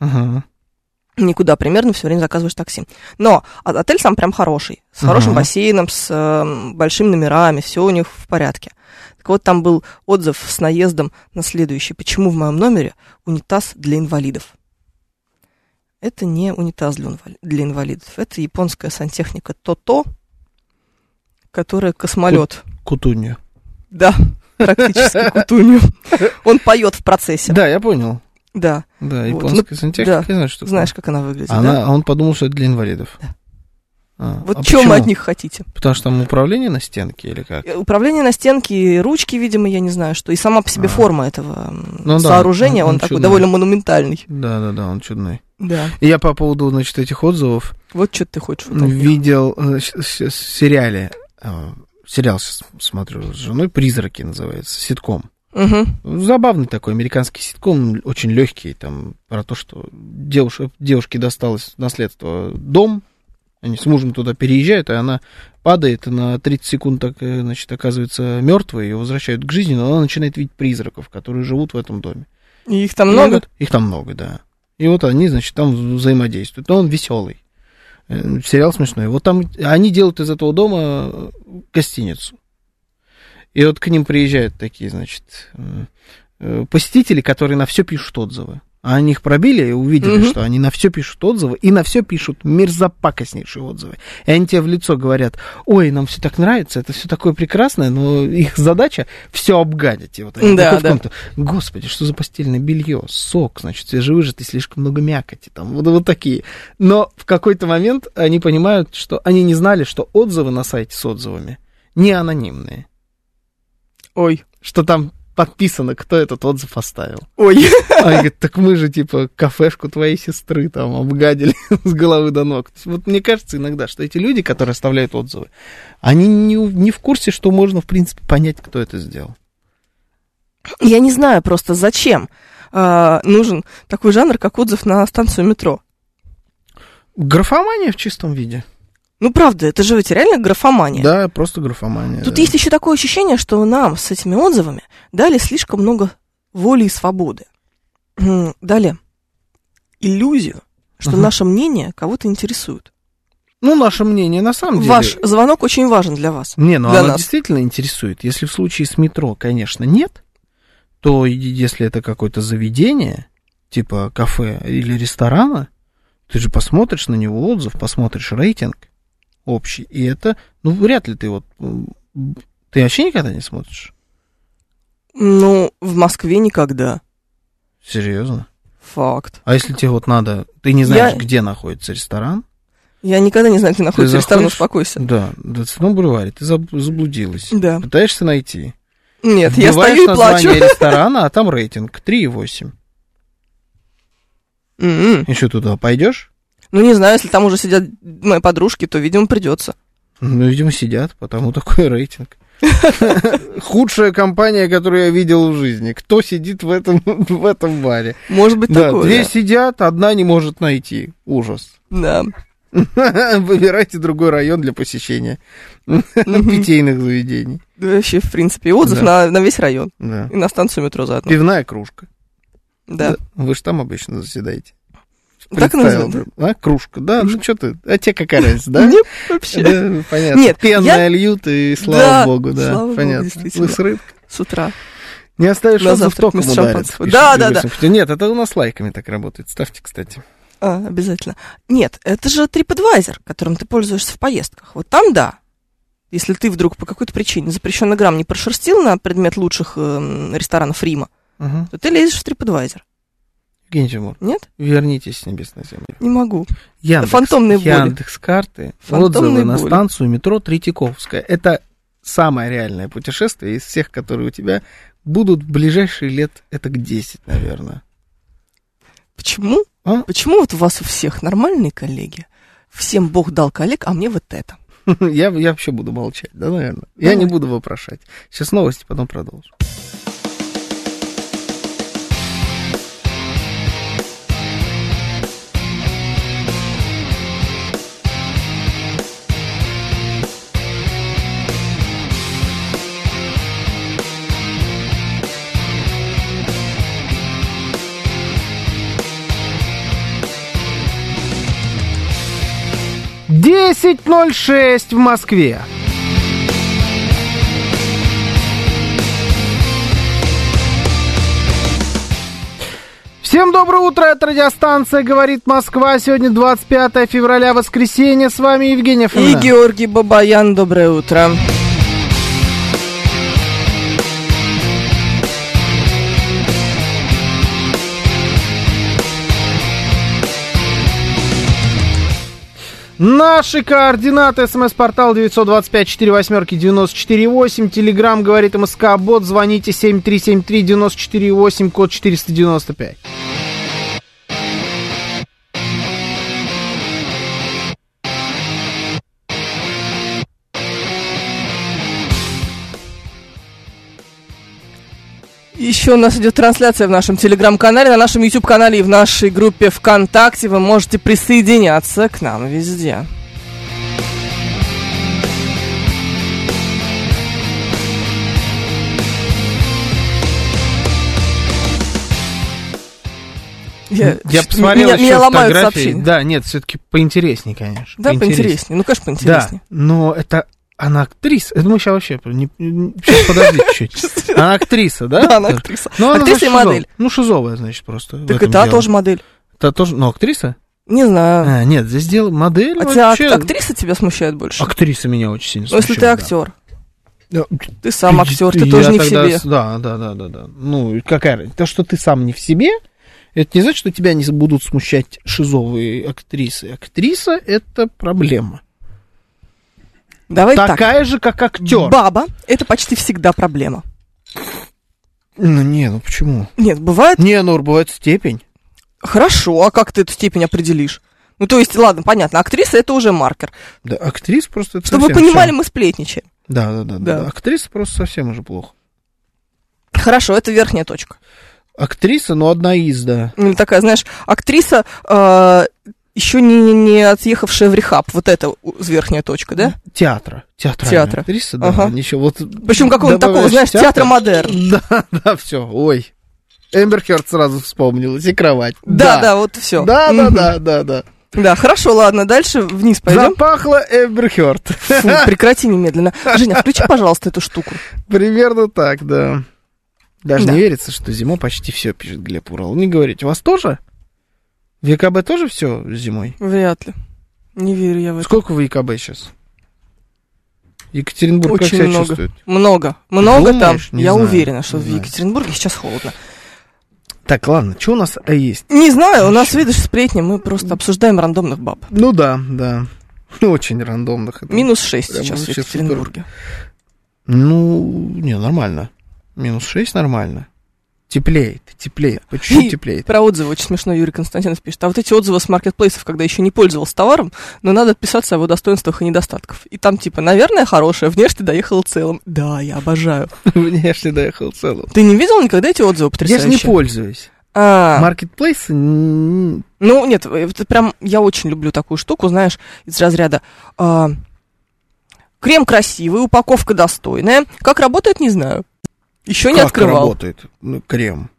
[SPEAKER 3] Никуда примерно, все время заказываешь такси. Но а- отель сам прям хороший. С хорошим
[SPEAKER 2] Ага.
[SPEAKER 3] бассейном, с э, большими номерами, все у них в порядке. Так вот, там был отзыв с наездом на следующий. Почему в моем номере унитаз для инвалидов? Это не унитаз для, инвали- для инвалидов. Это японская сантехника ТОТО, которая космолет.
[SPEAKER 2] Кутунью.
[SPEAKER 3] Да, практически кутунью. Он поет в процессе.
[SPEAKER 2] Да, я понял.
[SPEAKER 3] Да,
[SPEAKER 2] Да,
[SPEAKER 3] Вот,
[SPEAKER 2] японская сантехника,
[SPEAKER 3] да.
[SPEAKER 2] я знаю, что такое.
[SPEAKER 3] знаешь, как она выглядит,
[SPEAKER 2] Она,
[SPEAKER 3] да?
[SPEAKER 2] А он подумал, что это для инвалидов.
[SPEAKER 3] Да.
[SPEAKER 2] А, а
[SPEAKER 3] Вот чего
[SPEAKER 2] почему?
[SPEAKER 3] мы от них хотите?
[SPEAKER 2] Потому что там управление на стенке или как?
[SPEAKER 3] Э, Управление на стенке, ручки, видимо, я не знаю что. И сама по себе
[SPEAKER 2] А.
[SPEAKER 3] форма этого м,
[SPEAKER 2] Ну да,
[SPEAKER 3] сооружения,
[SPEAKER 2] он-
[SPEAKER 3] он,
[SPEAKER 2] он
[SPEAKER 3] такой
[SPEAKER 2] чудной.
[SPEAKER 3] довольно монументальный.
[SPEAKER 2] Да, да, да, он чудный.
[SPEAKER 3] Да.
[SPEAKER 2] И Я по поводу, значит, этих отзывов
[SPEAKER 3] Вот что ты хочешь. вот от них.
[SPEAKER 2] видел э, щ- щ- в сериале, э, сериал сейчас смотрю с женой, «Призраки» называется, ситком.
[SPEAKER 3] Мгм.
[SPEAKER 2] Забавный такой американский ситком, очень легкий, там, про то, что девуш... девушке досталось в наследство дом, они с мужем туда переезжают, и она падает, и на 30 секунд, так, э, значит, оказывается мертвой, ее возвращают к жизни, но она начинает видеть призраков, которые живут в этом доме.
[SPEAKER 3] И их там
[SPEAKER 2] И
[SPEAKER 3] много?
[SPEAKER 2] вот- Их там много, да. И вот они, значит, там вза- взаимодействуют. Но он веселый. Э, Сериал смешной. Вот там они делают из этого дома э, гостиницу. И вот к ним приезжают такие, значит, э, э, посетители, которые на все пишут отзывы. А они их пробили и увидели,
[SPEAKER 3] Мгм.
[SPEAKER 2] что они на все пишут отзывы, и на все пишут мерзопакостнейшие отзывы. И они тебе в лицо говорят, ой, нам все так нравится, это все такое прекрасное, но их задача все обгадить. И вот они
[SPEAKER 3] Да,
[SPEAKER 2] такой в
[SPEAKER 3] да.
[SPEAKER 2] комнату, Господи, что за постельное белье, сок, значит, свежевыжатый, слишком много мякоти, там, вот, вот такие. Но в какой-то момент они понимают, что они не знали, что отзывы на сайте с отзывами не анонимные,
[SPEAKER 3] Ой,
[SPEAKER 2] что там подписано, кто этот отзыв оставил.
[SPEAKER 3] ой.
[SPEAKER 2] А Они говорят, так мы же, типа, кафешку твоей сестры там обгадили с головы до ног. То есть Вот мне кажется иногда, что эти люди, которые оставляют отзывы, они не, у- не в курсе, что можно, в принципе, понять, кто это сделал.
[SPEAKER 3] Я не знаю просто, зачем э, нужен такой жанр, как отзыв на станцию метро.
[SPEAKER 2] Графомания в чистом виде.
[SPEAKER 3] Ну, правда, это же ведь реально графомания.
[SPEAKER 2] Да, просто графомания.
[SPEAKER 3] Тут
[SPEAKER 2] да.
[SPEAKER 3] есть еще такое ощущение, что нам с этими отзывами дали слишком много воли и свободы. М, Дали иллюзию, что
[SPEAKER 2] Мгм.
[SPEAKER 3] наше мнение кого-то интересует.
[SPEAKER 2] Ну, наше мнение на самом деле...
[SPEAKER 3] Ваш звонок очень важен для вас.
[SPEAKER 2] Не, ну
[SPEAKER 3] для
[SPEAKER 2] оно
[SPEAKER 3] нас.
[SPEAKER 2] действительно интересует. Если в случае с метро, конечно, нет, то и если это какое-то заведение, типа кафе или ресторана, ты же посмотришь на него отзыв, посмотришь рейтинг общий, и это, ну, вряд ли ты вот... м, Ты вообще никогда не смотришь?
[SPEAKER 3] Ну, в Москве никогда.
[SPEAKER 2] Серьезно?
[SPEAKER 3] Факт.
[SPEAKER 2] А если тебе вот надо... Ты не знаешь, где находится ресторан?
[SPEAKER 3] Я никогда не знаю, где находится ресторан,
[SPEAKER 2] заходишь?
[SPEAKER 3] успокойся.
[SPEAKER 2] Да, в цветном бульваре, ты заб- заблудилась.
[SPEAKER 3] Да.
[SPEAKER 2] Пытаешься найти.
[SPEAKER 3] Нет, я
[SPEAKER 2] Вбиваешь
[SPEAKER 3] стою и плачу.
[SPEAKER 2] название ресторана, а там рейтинг 3,8.
[SPEAKER 3] М-м.
[SPEAKER 2] И что, туда пойдешь?
[SPEAKER 3] Ну, не знаю, если там уже сидят мои подружки, то, видимо, придется.
[SPEAKER 2] Ну, видимо, сидят, потому такой рейтинг. Худшая компания, которую я видел в жизни. Кто сидит в этом, в этом баре?
[SPEAKER 3] Может быть,
[SPEAKER 2] Да,
[SPEAKER 3] такое.
[SPEAKER 2] две сидят, одна не может найти. Ужас.
[SPEAKER 3] Да.
[SPEAKER 2] Выбирайте другой район для посещения питейных заведений.
[SPEAKER 3] Да, Вообще, в принципе, и отзыв на, на весь район.
[SPEAKER 2] Да.
[SPEAKER 3] И на станцию метро заодно.
[SPEAKER 2] Пивная кружка.
[SPEAKER 3] Да.
[SPEAKER 2] Вы же там обычно заседаете.
[SPEAKER 3] Так и
[SPEAKER 2] Представил
[SPEAKER 3] назвал.
[SPEAKER 2] прям. А, кружка, да, ну что ты, а тебе какая разница, да?
[SPEAKER 3] Мне вообще
[SPEAKER 2] Да, понятно.
[SPEAKER 3] Нет,
[SPEAKER 2] Пенное льют, и слава
[SPEAKER 3] Да,
[SPEAKER 2] богу, да.
[SPEAKER 3] слава богу,
[SPEAKER 2] понятно.
[SPEAKER 3] действительно.
[SPEAKER 2] Лысрыбка.
[SPEAKER 3] с утра.
[SPEAKER 2] Не оставишь
[SPEAKER 3] На
[SPEAKER 2] отзыв,
[SPEAKER 3] завтрак
[SPEAKER 2] током
[SPEAKER 3] вместо
[SPEAKER 2] ударит,
[SPEAKER 3] шампанского.
[SPEAKER 2] пишет
[SPEAKER 3] Да,
[SPEAKER 2] Григорий
[SPEAKER 3] да, да.
[SPEAKER 2] Сумский. Нет, это у нас лайками так работает. Ставьте, кстати.
[SPEAKER 3] А, обязательно. Нет, это же TripAdvisor, которым ты пользуешься в поездках. Вот там да. Если ты вдруг по какой-то причине запрещенный грамм не прошерстил на предмет лучших эм, ресторанов Рима,
[SPEAKER 2] Угу.
[SPEAKER 3] то ты лезешь в TripAdvisor.
[SPEAKER 2] Евгений Тимур,
[SPEAKER 3] Нет?
[SPEAKER 2] вернитесь с небес на землю.
[SPEAKER 3] Не могу.
[SPEAKER 2] Яндекс,
[SPEAKER 3] Фантомные боли.
[SPEAKER 2] Яндекс карты,
[SPEAKER 3] Фантомные
[SPEAKER 2] отзывы на
[SPEAKER 3] боли.
[SPEAKER 2] станцию метро Третьяковская. Это самое реальное путешествие из всех, которые у тебя будут в ближайшие лет, это к 10, наверное.
[SPEAKER 3] Почему?
[SPEAKER 2] А?
[SPEAKER 3] Почему вот у вас у всех нормальные коллеги? Всем Бог дал коллег, а мне вот это.
[SPEAKER 2] Я, я вообще буду молчать, да, наверное? Я не
[SPEAKER 3] Давай.
[SPEAKER 2] буду вопрошать. Сейчас новости, потом продолжим. Десять ноль шесть в Москве. Всем доброе утро, это радиостанция «Говорит Москва». Сегодня 25 февраля, воскресенье. С вами Евгений
[SPEAKER 3] И
[SPEAKER 2] Фомина.
[SPEAKER 3] Георгий Бабаян, доброе утро.
[SPEAKER 2] Наши координаты. СМС-портал 925-48-94-8. Телеграмм «Говорит МСК». Бот. Звоните 7373-94-8, код 495.
[SPEAKER 3] Еще у нас идет трансляция в нашем телеграм-канале, на нашем YouTube-канале и в нашей группе ВКонтакте. Вы можете присоединяться к нам везде. Я,
[SPEAKER 2] Ну, Я
[SPEAKER 3] что-
[SPEAKER 2] посмотрел
[SPEAKER 3] Э, меня,
[SPEAKER 2] еще
[SPEAKER 3] меня ломают
[SPEAKER 2] фотографии.
[SPEAKER 3] сообщения.
[SPEAKER 2] Да, нет, все-таки поинтереснее, конечно.
[SPEAKER 3] Да, поинтереснее. Ну, конечно, поинтереснее.
[SPEAKER 2] Да, но это она актриса. Это мы сейчас вообще... не- не- щас, подожди чуть-чуть. Она актриса, да?
[SPEAKER 3] Да, она актриса.
[SPEAKER 2] Ну, она,
[SPEAKER 3] Актриса
[SPEAKER 2] значит,
[SPEAKER 3] и модель.
[SPEAKER 2] шизов- Ну, шизовая, значит, просто. в
[SPEAKER 3] Так
[SPEAKER 2] этом
[SPEAKER 3] и та
[SPEAKER 2] дело.
[SPEAKER 3] тоже модель.
[SPEAKER 2] Та тоже, ну, актриса?
[SPEAKER 3] Не знаю.
[SPEAKER 2] А, нет, здесь дело модель
[SPEAKER 3] А, тебя
[SPEAKER 2] вообще.
[SPEAKER 3] ак- актриса тебя смущает больше?
[SPEAKER 2] Актриса меня очень сильно
[SPEAKER 3] Ну, если ты
[SPEAKER 2] А смущает, да.
[SPEAKER 3] актер.
[SPEAKER 2] Да.
[SPEAKER 3] Ты сам актер, ты
[SPEAKER 2] Я
[SPEAKER 3] тоже не в
[SPEAKER 2] тогда
[SPEAKER 3] себе.
[SPEAKER 2] с- Да, да, да, да, да. Ну, и какая разница? То, что ты сам не в себе, это не значит, что тебя не будут смущать шизовые актрисы. Актриса — это проблема.
[SPEAKER 3] Давай так.
[SPEAKER 2] Такая же, как актер.
[SPEAKER 3] Баба – это почти всегда проблема.
[SPEAKER 2] Ну, не, ну почему?
[SPEAKER 3] Нет, бывает
[SPEAKER 2] Не, ну, бывает степень.
[SPEAKER 3] хорошо, а как ты эту степень определишь? Ну, то есть, ладно, понятно, актриса – это уже маркер.
[SPEAKER 2] Да, актрис просто... это
[SPEAKER 3] Чтобы вы
[SPEAKER 2] совсем
[SPEAKER 3] понимали,
[SPEAKER 2] всё.
[SPEAKER 3] мы сплетничаем.
[SPEAKER 2] Да, да, да, да,
[SPEAKER 3] Да.
[SPEAKER 2] да. Актриса просто совсем уже плохо.
[SPEAKER 3] Хорошо, это верхняя точка.
[SPEAKER 2] Актриса, но одна из, да.
[SPEAKER 3] Или такая, знаешь, актриса, еще не, не отъехавшая в рехаб. Вот это у- верхняя точка, да?
[SPEAKER 2] Театра. Театральная
[SPEAKER 3] Театра.
[SPEAKER 2] актриса, да,
[SPEAKER 3] Ага.
[SPEAKER 2] ничего. Вот
[SPEAKER 3] Причем какого-то такого,
[SPEAKER 2] добавляешь
[SPEAKER 3] знаешь,
[SPEAKER 2] театр.
[SPEAKER 3] театра модерн.
[SPEAKER 2] Да, да, все, ой. Эмбер Хёрд сразу вспомнилась, и кровать.
[SPEAKER 3] Да, да, вот все.
[SPEAKER 2] Да, да, да, да, да.
[SPEAKER 3] Да, хорошо, ладно, дальше вниз пойдем.
[SPEAKER 2] Запахло Эмбер Хёрд.
[SPEAKER 3] Фу, прекрати немедленно. Женя, включи, пожалуйста, эту штуку.
[SPEAKER 2] Примерно так, да. Даже
[SPEAKER 3] Да.
[SPEAKER 2] не верится, что зимой почти все, пишет Глеб Урал. Не говорите, у вас тоже? В ЕКБ тоже все зимой?
[SPEAKER 3] Вряд ли. Не верю я в это.
[SPEAKER 2] Сколько в ЕКБ сейчас? Екатеринбург как
[SPEAKER 3] Очень
[SPEAKER 2] себя
[SPEAKER 3] много.
[SPEAKER 2] чувствует?
[SPEAKER 3] Много. Много
[SPEAKER 2] Думаешь?
[SPEAKER 3] там.
[SPEAKER 2] Не
[SPEAKER 3] я
[SPEAKER 2] знаю,
[SPEAKER 3] уверена, что
[SPEAKER 2] не
[SPEAKER 3] в
[SPEAKER 2] знаю.
[SPEAKER 3] Екатеринбурге сейчас холодно.
[SPEAKER 2] Так, ладно, что у нас
[SPEAKER 3] э,
[SPEAKER 2] а, есть?
[SPEAKER 3] Не знаю, у нас, видишь, сплетни, мы просто обсуждаем рандомных баб.
[SPEAKER 2] Ну да, да. Очень рандомных. это.
[SPEAKER 3] Минус 6
[SPEAKER 2] Прям
[SPEAKER 3] сейчас в
[SPEAKER 2] вообще супер.
[SPEAKER 3] Екатеринбурге.
[SPEAKER 2] Ну, не, нормально. Минус 6 нормально. Теплеет, теплее. По чуть-чуть
[SPEAKER 3] И
[SPEAKER 2] теплеет.
[SPEAKER 3] Про отзывы очень смешно Юрий Константинов пишет. А вот эти отзывы с маркетплейсов, когда еще не пользовался товаром, но надо отписаться о его достоинствах и недостатках. И там типа, наверное, хорошая, внешне доехала целым. Да, я обожаю.
[SPEAKER 2] Внешне доехал целым.
[SPEAKER 3] Ты не видел никогда эти отзывы
[SPEAKER 2] Я же
[SPEAKER 3] потрясающие?
[SPEAKER 2] не пользуюсь.
[SPEAKER 3] А,
[SPEAKER 2] Маркетплейсы м,
[SPEAKER 3] Ну, нет, э, вот прям я очень люблю такую штуку, знаешь, из разряда... а, крем красивый, упаковка достойная. Как работает, не знаю. Еще не
[SPEAKER 2] как
[SPEAKER 3] открывал.
[SPEAKER 2] работает ну, крем?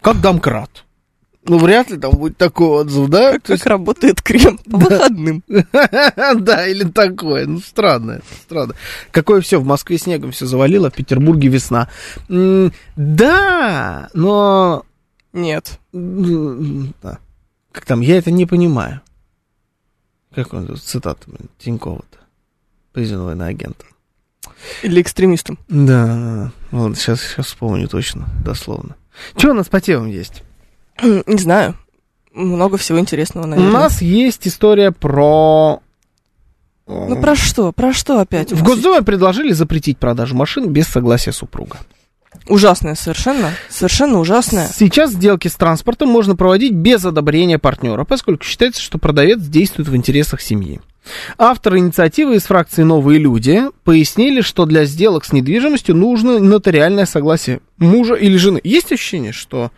[SPEAKER 2] Как домкрат? Ну, вряд ли там будет такой отзыв, да?
[SPEAKER 3] Как,
[SPEAKER 2] То есть-
[SPEAKER 3] работает крем по выходным.
[SPEAKER 2] Да, или такое. Ну, странно, это странно. Какое все, в Москве снегом все завалило, в Петербурге весна. М, Да, но...
[SPEAKER 3] Нет.
[SPEAKER 2] м, да. Как там, я это не понимаю. Как он, тут цитата блин, Тинькова-то, признанного иноагента.
[SPEAKER 3] Или экстремистам.
[SPEAKER 2] Да, да, да. Ладно, сейчас, сейчас вспомню точно, дословно. Что у нас по темам есть?
[SPEAKER 3] Не знаю. Много всего интересного, наверное.
[SPEAKER 2] У нас есть история про...
[SPEAKER 3] Ну про что? Про что опять?
[SPEAKER 2] В Госдуме предложили запретить продажу машин без согласия супруга.
[SPEAKER 3] Ужасное совершенно. Совершенно ужасное.
[SPEAKER 2] Сейчас сделки с транспортом можно проводить без одобрения партнера, поскольку считается, что продавец действует в интересах семьи. Авторы инициативы из фракции «Новые люди» пояснили, что для сделок с недвижимостью нужно нотариальное согласие мужа или жены. Есть ощущение, что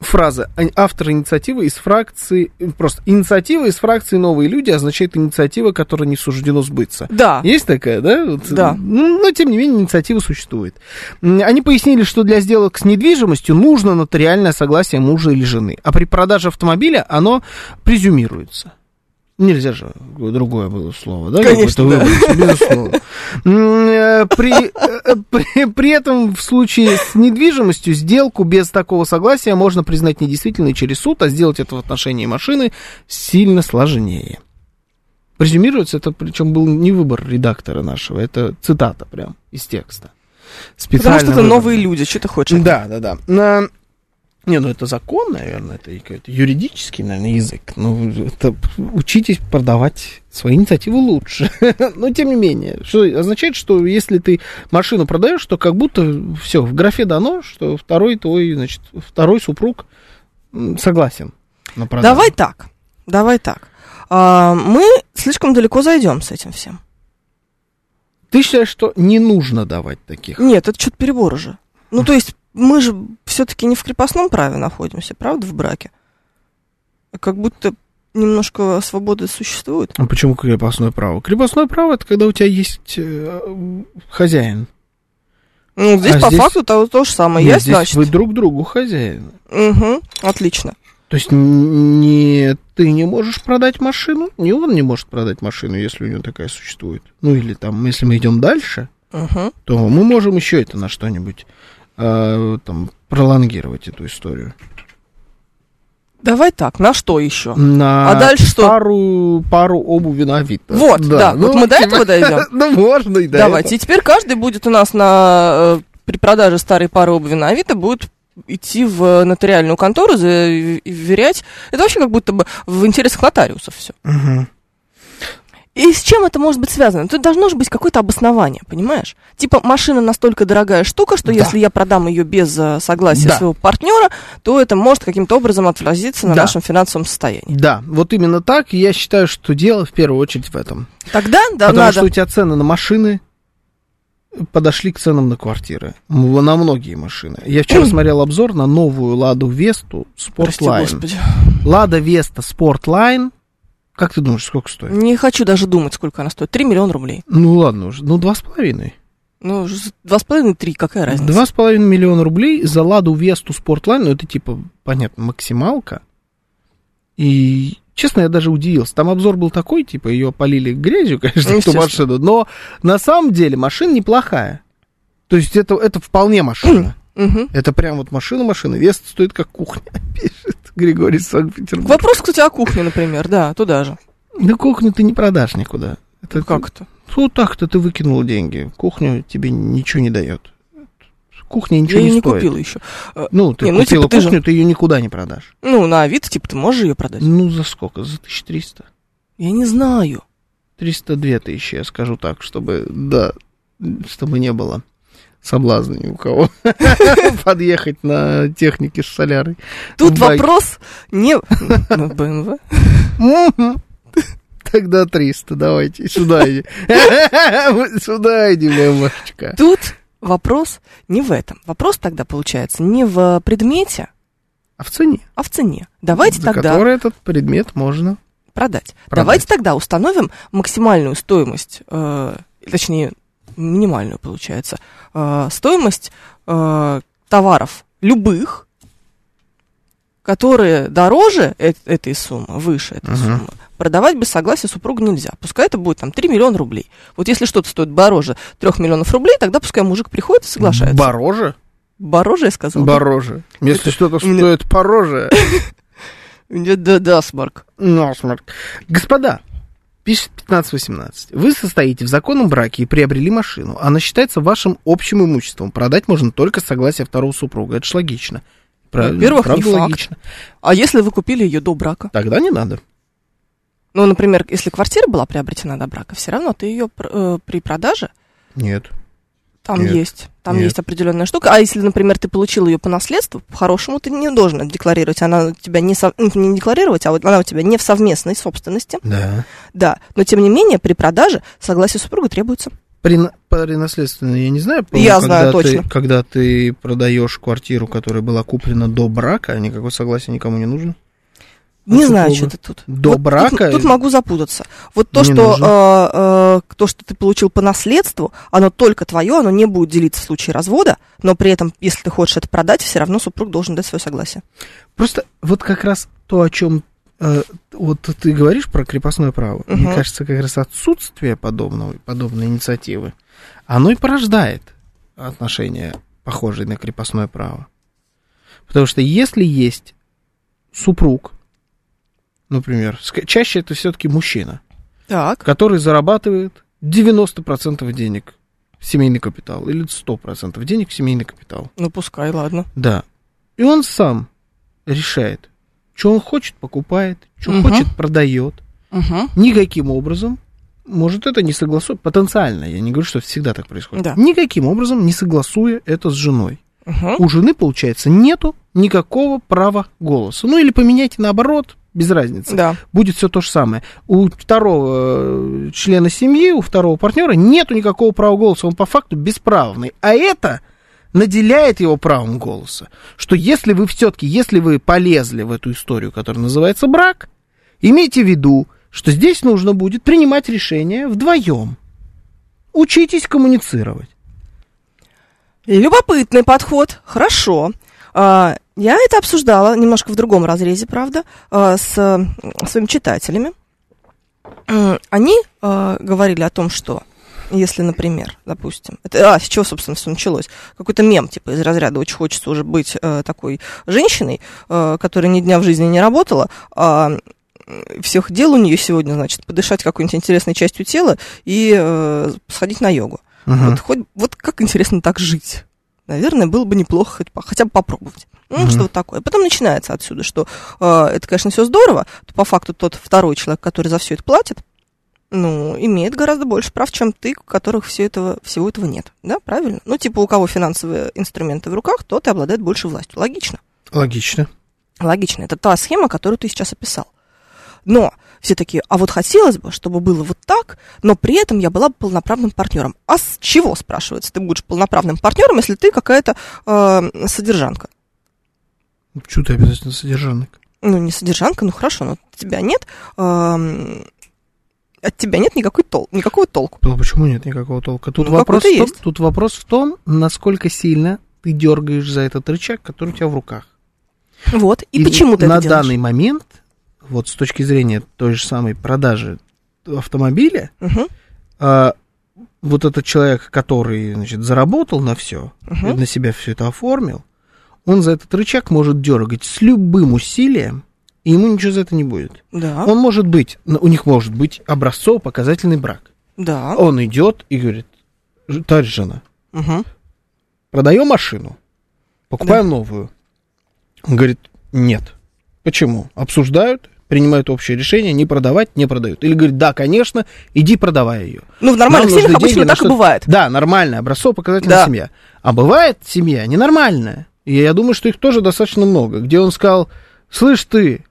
[SPEAKER 2] фраза «а- «авторы инициативы из фракции...» Просто «инициатива из фракции «Новые люди» означает инициатива, которая не суждено сбыться.
[SPEAKER 3] Да.
[SPEAKER 2] Есть такая, да? Вот,
[SPEAKER 3] Да.
[SPEAKER 2] ну, Но, тем не менее, инициатива существует. М, Они пояснили, что для сделок с недвижимостью нужно нотариальное согласие мужа или жены. А при продаже автомобиля оно презюмируется. Нельзя же другое было слово, да?
[SPEAKER 3] Конечно,
[SPEAKER 2] какое-то выбрать, безусловно. М, э, При, э, при, при этом в случае с недвижимостью сделку без такого согласия можно признать недействительной через суд, а сделать это в отношении машины сильно сложнее. Презюмируется, это причем был не выбор редактора нашего, это цитата прям из текста.
[SPEAKER 3] Потому
[SPEAKER 2] Специально
[SPEAKER 3] что это
[SPEAKER 2] выбрана.
[SPEAKER 3] новые люди. Что ты хочешь?
[SPEAKER 2] Да, да, да. На- Не, ну это закон, наверное, это и какой-то юридический, наверное, язык. Ну, это учитесь продавать свои инициативы лучше. Но тем не менее, что означает, что если ты машину продаешь, то как будто все, в графе дано, что второй твой, значит, второй супруг м, согласен на продажу.
[SPEAKER 3] Давай так. Давай так. А, мы слишком далеко зайдем с этим всем.
[SPEAKER 2] Ты считаешь, что не нужно давать таких?
[SPEAKER 3] Нет, это что-то перебор уже. Ну, то есть, мы же все-таки не в крепостном праве находимся, правда, в браке? Как будто немножко свободы существует.
[SPEAKER 2] А почему крепостное право? Крепостное право это когда у тебя есть э, м, хозяин.
[SPEAKER 3] Ну, здесь
[SPEAKER 2] А
[SPEAKER 3] по
[SPEAKER 2] здесь-
[SPEAKER 3] факту то, то же самое.
[SPEAKER 2] Нет,
[SPEAKER 3] есть,
[SPEAKER 2] здесь
[SPEAKER 3] значит.
[SPEAKER 2] Вы друг другу хозяин.
[SPEAKER 3] Мгм, отлично.
[SPEAKER 2] То есть н- не ты не можешь продать машину, не он не может продать машину, если у него такая существует. Ну или там, если мы идем дальше,
[SPEAKER 3] Мгм.
[SPEAKER 2] то мы можем еще это на что-нибудь э, там пролонгировать эту историю.
[SPEAKER 3] Давай так, на что еще?
[SPEAKER 2] На
[SPEAKER 3] А дальше что?
[SPEAKER 2] Пару, пару обуви на вид.
[SPEAKER 3] Вот, да. Вот мы до этого дойдем.
[SPEAKER 2] Ну, можно и до этого.
[SPEAKER 3] Давайте. И теперь каждый будет у нас на э, при продаже старой пары обуви на Авито будет идти в нотариальную контору, заверять. Это вообще как будто бы в интересах нотариусов все.
[SPEAKER 2] Мгм.
[SPEAKER 3] И с чем это может быть связано? Тут должно же быть какое-то обоснование, понимаешь? Типа машина настолько дорогая штука, что
[SPEAKER 2] Да.
[SPEAKER 3] если я продам ее без э, согласия
[SPEAKER 2] Да.
[SPEAKER 3] своего партнера, то это может каким-то образом отразиться на
[SPEAKER 2] Да.
[SPEAKER 3] нашем финансовом состоянии.
[SPEAKER 2] Да, вот именно так. И Я считаю, что дело в первую очередь в этом.
[SPEAKER 3] Тогда да,
[SPEAKER 2] Потому
[SPEAKER 3] надо.
[SPEAKER 2] что у тебя цены на машины подошли к ценам на квартиры. М, На многие машины. Я вчера смотрел обзор на новую Ладу Весту
[SPEAKER 3] Прости,
[SPEAKER 2] Спортлайн.
[SPEAKER 3] господи.
[SPEAKER 2] Лада Веста Спортлайн. Как ты думаешь, сколько стоит?
[SPEAKER 3] Не хочу даже думать, сколько она стоит. 3 миллиона рублей.
[SPEAKER 2] Ну ладно уже, ну два с половиной.
[SPEAKER 3] Ну, ж- два с половиной, три, какая разница?
[SPEAKER 2] Два с половиной миллиона рублей за Ладу Весту Спортлайн, ну это типа, понятно, максималка. И, честно, я даже удивился. Там обзор был такой, типа, ее полили грязью, конечно, эту
[SPEAKER 3] Естественно.
[SPEAKER 2] машину, но на самом деле машина неплохая. То есть это, это вполне машина.
[SPEAKER 3] Мгм.
[SPEAKER 2] Это прям вот машина-машина. Вес стоит как кухня, пишет Григорий из Санкт-Петербурга.
[SPEAKER 3] Вопрос, кстати, о кухне, например, да, туда же.
[SPEAKER 2] Да кухню ты не продашь никуда. Это
[SPEAKER 3] Как это?
[SPEAKER 2] Ну, так-то ты выкинул деньги. Кухню тебе ничего не дает. Кухня
[SPEAKER 3] Я
[SPEAKER 2] ничего
[SPEAKER 3] ее
[SPEAKER 2] не
[SPEAKER 3] не
[SPEAKER 2] стоит.
[SPEAKER 3] купила еще.
[SPEAKER 2] Ну, ты
[SPEAKER 3] Не, ну,
[SPEAKER 2] купила
[SPEAKER 3] типа, ты же-
[SPEAKER 2] кухню, ты ее никуда не продашь.
[SPEAKER 3] Ну, на Авито, типа, ты можешь ее продать?
[SPEAKER 2] Ну, за сколько? За 1300?
[SPEAKER 3] Я не знаю.
[SPEAKER 2] 302 тысячи, я скажу так, чтобы, да, чтобы не было соблазна ни у кого подъехать на технике с солярой.
[SPEAKER 3] Тут
[SPEAKER 2] В баке.
[SPEAKER 3] вопрос не... Ну, БМВ.
[SPEAKER 2] Мгм. Тогда 300, давайте, сюда иди. Сюда иди, моя Машечка.
[SPEAKER 3] Тут вопрос не в этом. Вопрос тогда получается не в предмете,
[SPEAKER 2] А в цене,
[SPEAKER 3] а в цене. Давайте
[SPEAKER 2] за
[SPEAKER 3] тогда
[SPEAKER 2] который этот предмет можно
[SPEAKER 3] продать.
[SPEAKER 2] Продать.
[SPEAKER 3] Давайте тогда установим максимальную стоимость, э, точнее, минимальную, получается, э, стоимость э, товаров любых, которые дороже э- этой суммы, выше этой
[SPEAKER 2] Мгм.
[SPEAKER 3] суммы, продавать без согласия супруга нельзя. Пускай это будет там 3 миллиона рублей. Вот если что-то стоит дороже 3 миллионов рублей, тогда пускай мужик приходит и соглашается.
[SPEAKER 2] Бороже?
[SPEAKER 3] Бороже, я сказала.
[SPEAKER 2] Бороже. Если что-то
[SPEAKER 3] именно-
[SPEAKER 2] стоит пороже,
[SPEAKER 3] Да, да, да, Смарк.
[SPEAKER 2] насморк. Господа, пишет 1518. Вы состоите в законном браке и приобрели машину. Она считается вашим общим имуществом. Продать можно только с согласия второго супруга. Это ж логично. Правильно,
[SPEAKER 3] Во-первых,
[SPEAKER 2] правда,
[SPEAKER 3] не факт.
[SPEAKER 2] логично.
[SPEAKER 3] А если вы купили ее до брака?
[SPEAKER 2] Тогда не надо.
[SPEAKER 3] Ну, например, если квартира была приобретена до брака, все равно ты ее при продаже
[SPEAKER 2] Нет.
[SPEAKER 3] там
[SPEAKER 2] Нет.
[SPEAKER 3] есть. Там
[SPEAKER 2] Нет.
[SPEAKER 3] есть определенная штука. А если, например, ты получил ее по наследству, по-хорошему ты не должен это декларировать. Она у тебя не, со- ну, не декларировать, а вот она у тебя не в совместной собственности.
[SPEAKER 2] Да.
[SPEAKER 3] Да. Но тем не менее, при продаже согласие супруга требуется.
[SPEAKER 2] При, на- при наследственной я не знаю. по-моему,
[SPEAKER 3] Я знаю
[SPEAKER 2] когда ты-
[SPEAKER 3] точно.
[SPEAKER 2] когда ты продаешь квартиру, которая была куплена до брака, никакого согласия никому не нужно.
[SPEAKER 3] Не
[SPEAKER 2] А
[SPEAKER 3] знаю, что
[SPEAKER 2] супруга?
[SPEAKER 3] это тут.
[SPEAKER 2] До
[SPEAKER 3] Вот тут-
[SPEAKER 2] брака?
[SPEAKER 3] Тут, могу запутаться. Вот то,
[SPEAKER 2] Не
[SPEAKER 3] что
[SPEAKER 2] нужно.
[SPEAKER 3] э, э, то, что ты получил по наследству, оно только твое, оно не будет делиться в случае развода, но при этом, если ты хочешь это продать, все равно супруг должен дать свое согласие.
[SPEAKER 2] Просто вот как раз то, о чем э, вот ты говоришь про крепостное право, мне
[SPEAKER 3] Мгм.
[SPEAKER 2] кажется, как раз отсутствие подобного, подобной инициативы, оно и порождает отношения, похожие на крепостное право. Потому что если есть супруг, например, ск- чаще это все-таки мужчина,
[SPEAKER 3] Так.
[SPEAKER 2] который зарабатывает 90% денег в семейный капитал или 100% денег в семейный капитал.
[SPEAKER 3] Ну, пускай, ладно.
[SPEAKER 2] Да. И он сам решает, что он хочет, покупает, что
[SPEAKER 3] Мгм.
[SPEAKER 2] хочет, продает. Никаким образом, может, это не согласует, потенциально, я не говорю, что всегда так происходит.
[SPEAKER 3] Да.
[SPEAKER 2] Никаким образом не согласуя это с женой.
[SPEAKER 3] Мгм.
[SPEAKER 2] У жены, получается, нету никакого права голоса. Ну или поменяйте наоборот, без разницы.
[SPEAKER 3] Да.
[SPEAKER 2] Будет все то же самое. У второго э, члена семьи, у второго партнера нету никакого права голоса. Он по факту бесправный. А это наделяет его правом голоса. Что если вы все-таки, если вы полезли в эту историю, которая называется брак, имейте в виду, что здесь нужно будет принимать решения вдвоем. Учитесь коммуницировать.
[SPEAKER 3] Любопытный подход. Хорошо. А, Я это обсуждала немножко в другом разрезе, правда, а, с м, своими читателями. М, Они а, говорили о том, что если, например, допустим, это, а, с чего, собственно, все началось? Какой-то мем, типа, из разряда «Очень хочется уже быть э, такой женщиной, э, которая ни дня в жизни не работала, а м, всех дел у нее сегодня, значит, подышать какой-нибудь интересной частью тела и э, сходить на йогу». Вот, хоть, вот как интересно так жить. Наверное, было бы неплохо хоть по- хотя бы попробовать. Ну,
[SPEAKER 2] Мгм.
[SPEAKER 3] что вот такое. Потом начинается отсюда, что э, это, конечно, все здорово, то по факту тот второй человек, который за все это платит, ну, имеет гораздо больше прав, чем ты, у которых все этого, всего этого нет. Да, правильно? Ну, типа, у кого финансовые инструменты в руках, тот и обладает больше властью. Логично.
[SPEAKER 2] Логично.
[SPEAKER 3] Логично, это та схема, которую ты сейчас описал. Но все такие, а вот хотелось бы, чтобы было вот так, но при этом я была бы полноправным партнером. А с чего, спрашивается, ты будешь полноправным партнером, если ты какая-то э, содержанка?
[SPEAKER 2] Чего ты обязательно содержанок?
[SPEAKER 3] Ну, не содержанка, ну хорошо, но тебя нет, эм, от тебя нет никакой тол- никакого толку.
[SPEAKER 2] Ну, почему нет никакого толка? Тут,
[SPEAKER 3] Ну,
[SPEAKER 2] вопрос
[SPEAKER 3] какой-то
[SPEAKER 2] в том,
[SPEAKER 3] есть.
[SPEAKER 2] тут вопрос в том, насколько сильно ты дергаешь за этот рычаг, который у тебя в руках.
[SPEAKER 3] Вот, и,
[SPEAKER 2] И
[SPEAKER 3] почему ты
[SPEAKER 2] на
[SPEAKER 3] это делаешь?
[SPEAKER 2] данный момент, вот с точки зрения той же самой продажи автомобиля,
[SPEAKER 3] Мгм,
[SPEAKER 2] а, вот этот человек, который, значит, заработал на все,
[SPEAKER 3] мгм.
[SPEAKER 2] на себя все это оформил, он за этот рычаг может дергать с любым усилием, и ему ничего за это не будет.
[SPEAKER 3] Да,
[SPEAKER 2] Он может быть, ну, у них может быть образцово-показательный брак.
[SPEAKER 3] да.
[SPEAKER 2] А Он идет и говорит, «Ж- товарищ жена,
[SPEAKER 3] мгм.
[SPEAKER 2] продаем машину, покупаем новую. Он говорит, нет. Почему? Обсуждают, принимают общее решение, не продавать, не продают. Или говорит, да, конечно, иди продавай ее.
[SPEAKER 3] Ну, в нормальных
[SPEAKER 2] Нам нужны
[SPEAKER 3] семьях обычно
[SPEAKER 2] деньги на
[SPEAKER 3] так и
[SPEAKER 2] что-то.
[SPEAKER 3] бывает.
[SPEAKER 2] Да, нормальная образцово-показательная
[SPEAKER 3] Да.
[SPEAKER 2] семья. А бывает семья ненормальная. И я думаю, что их тоже достаточно много. Где он сказал, слышь ты,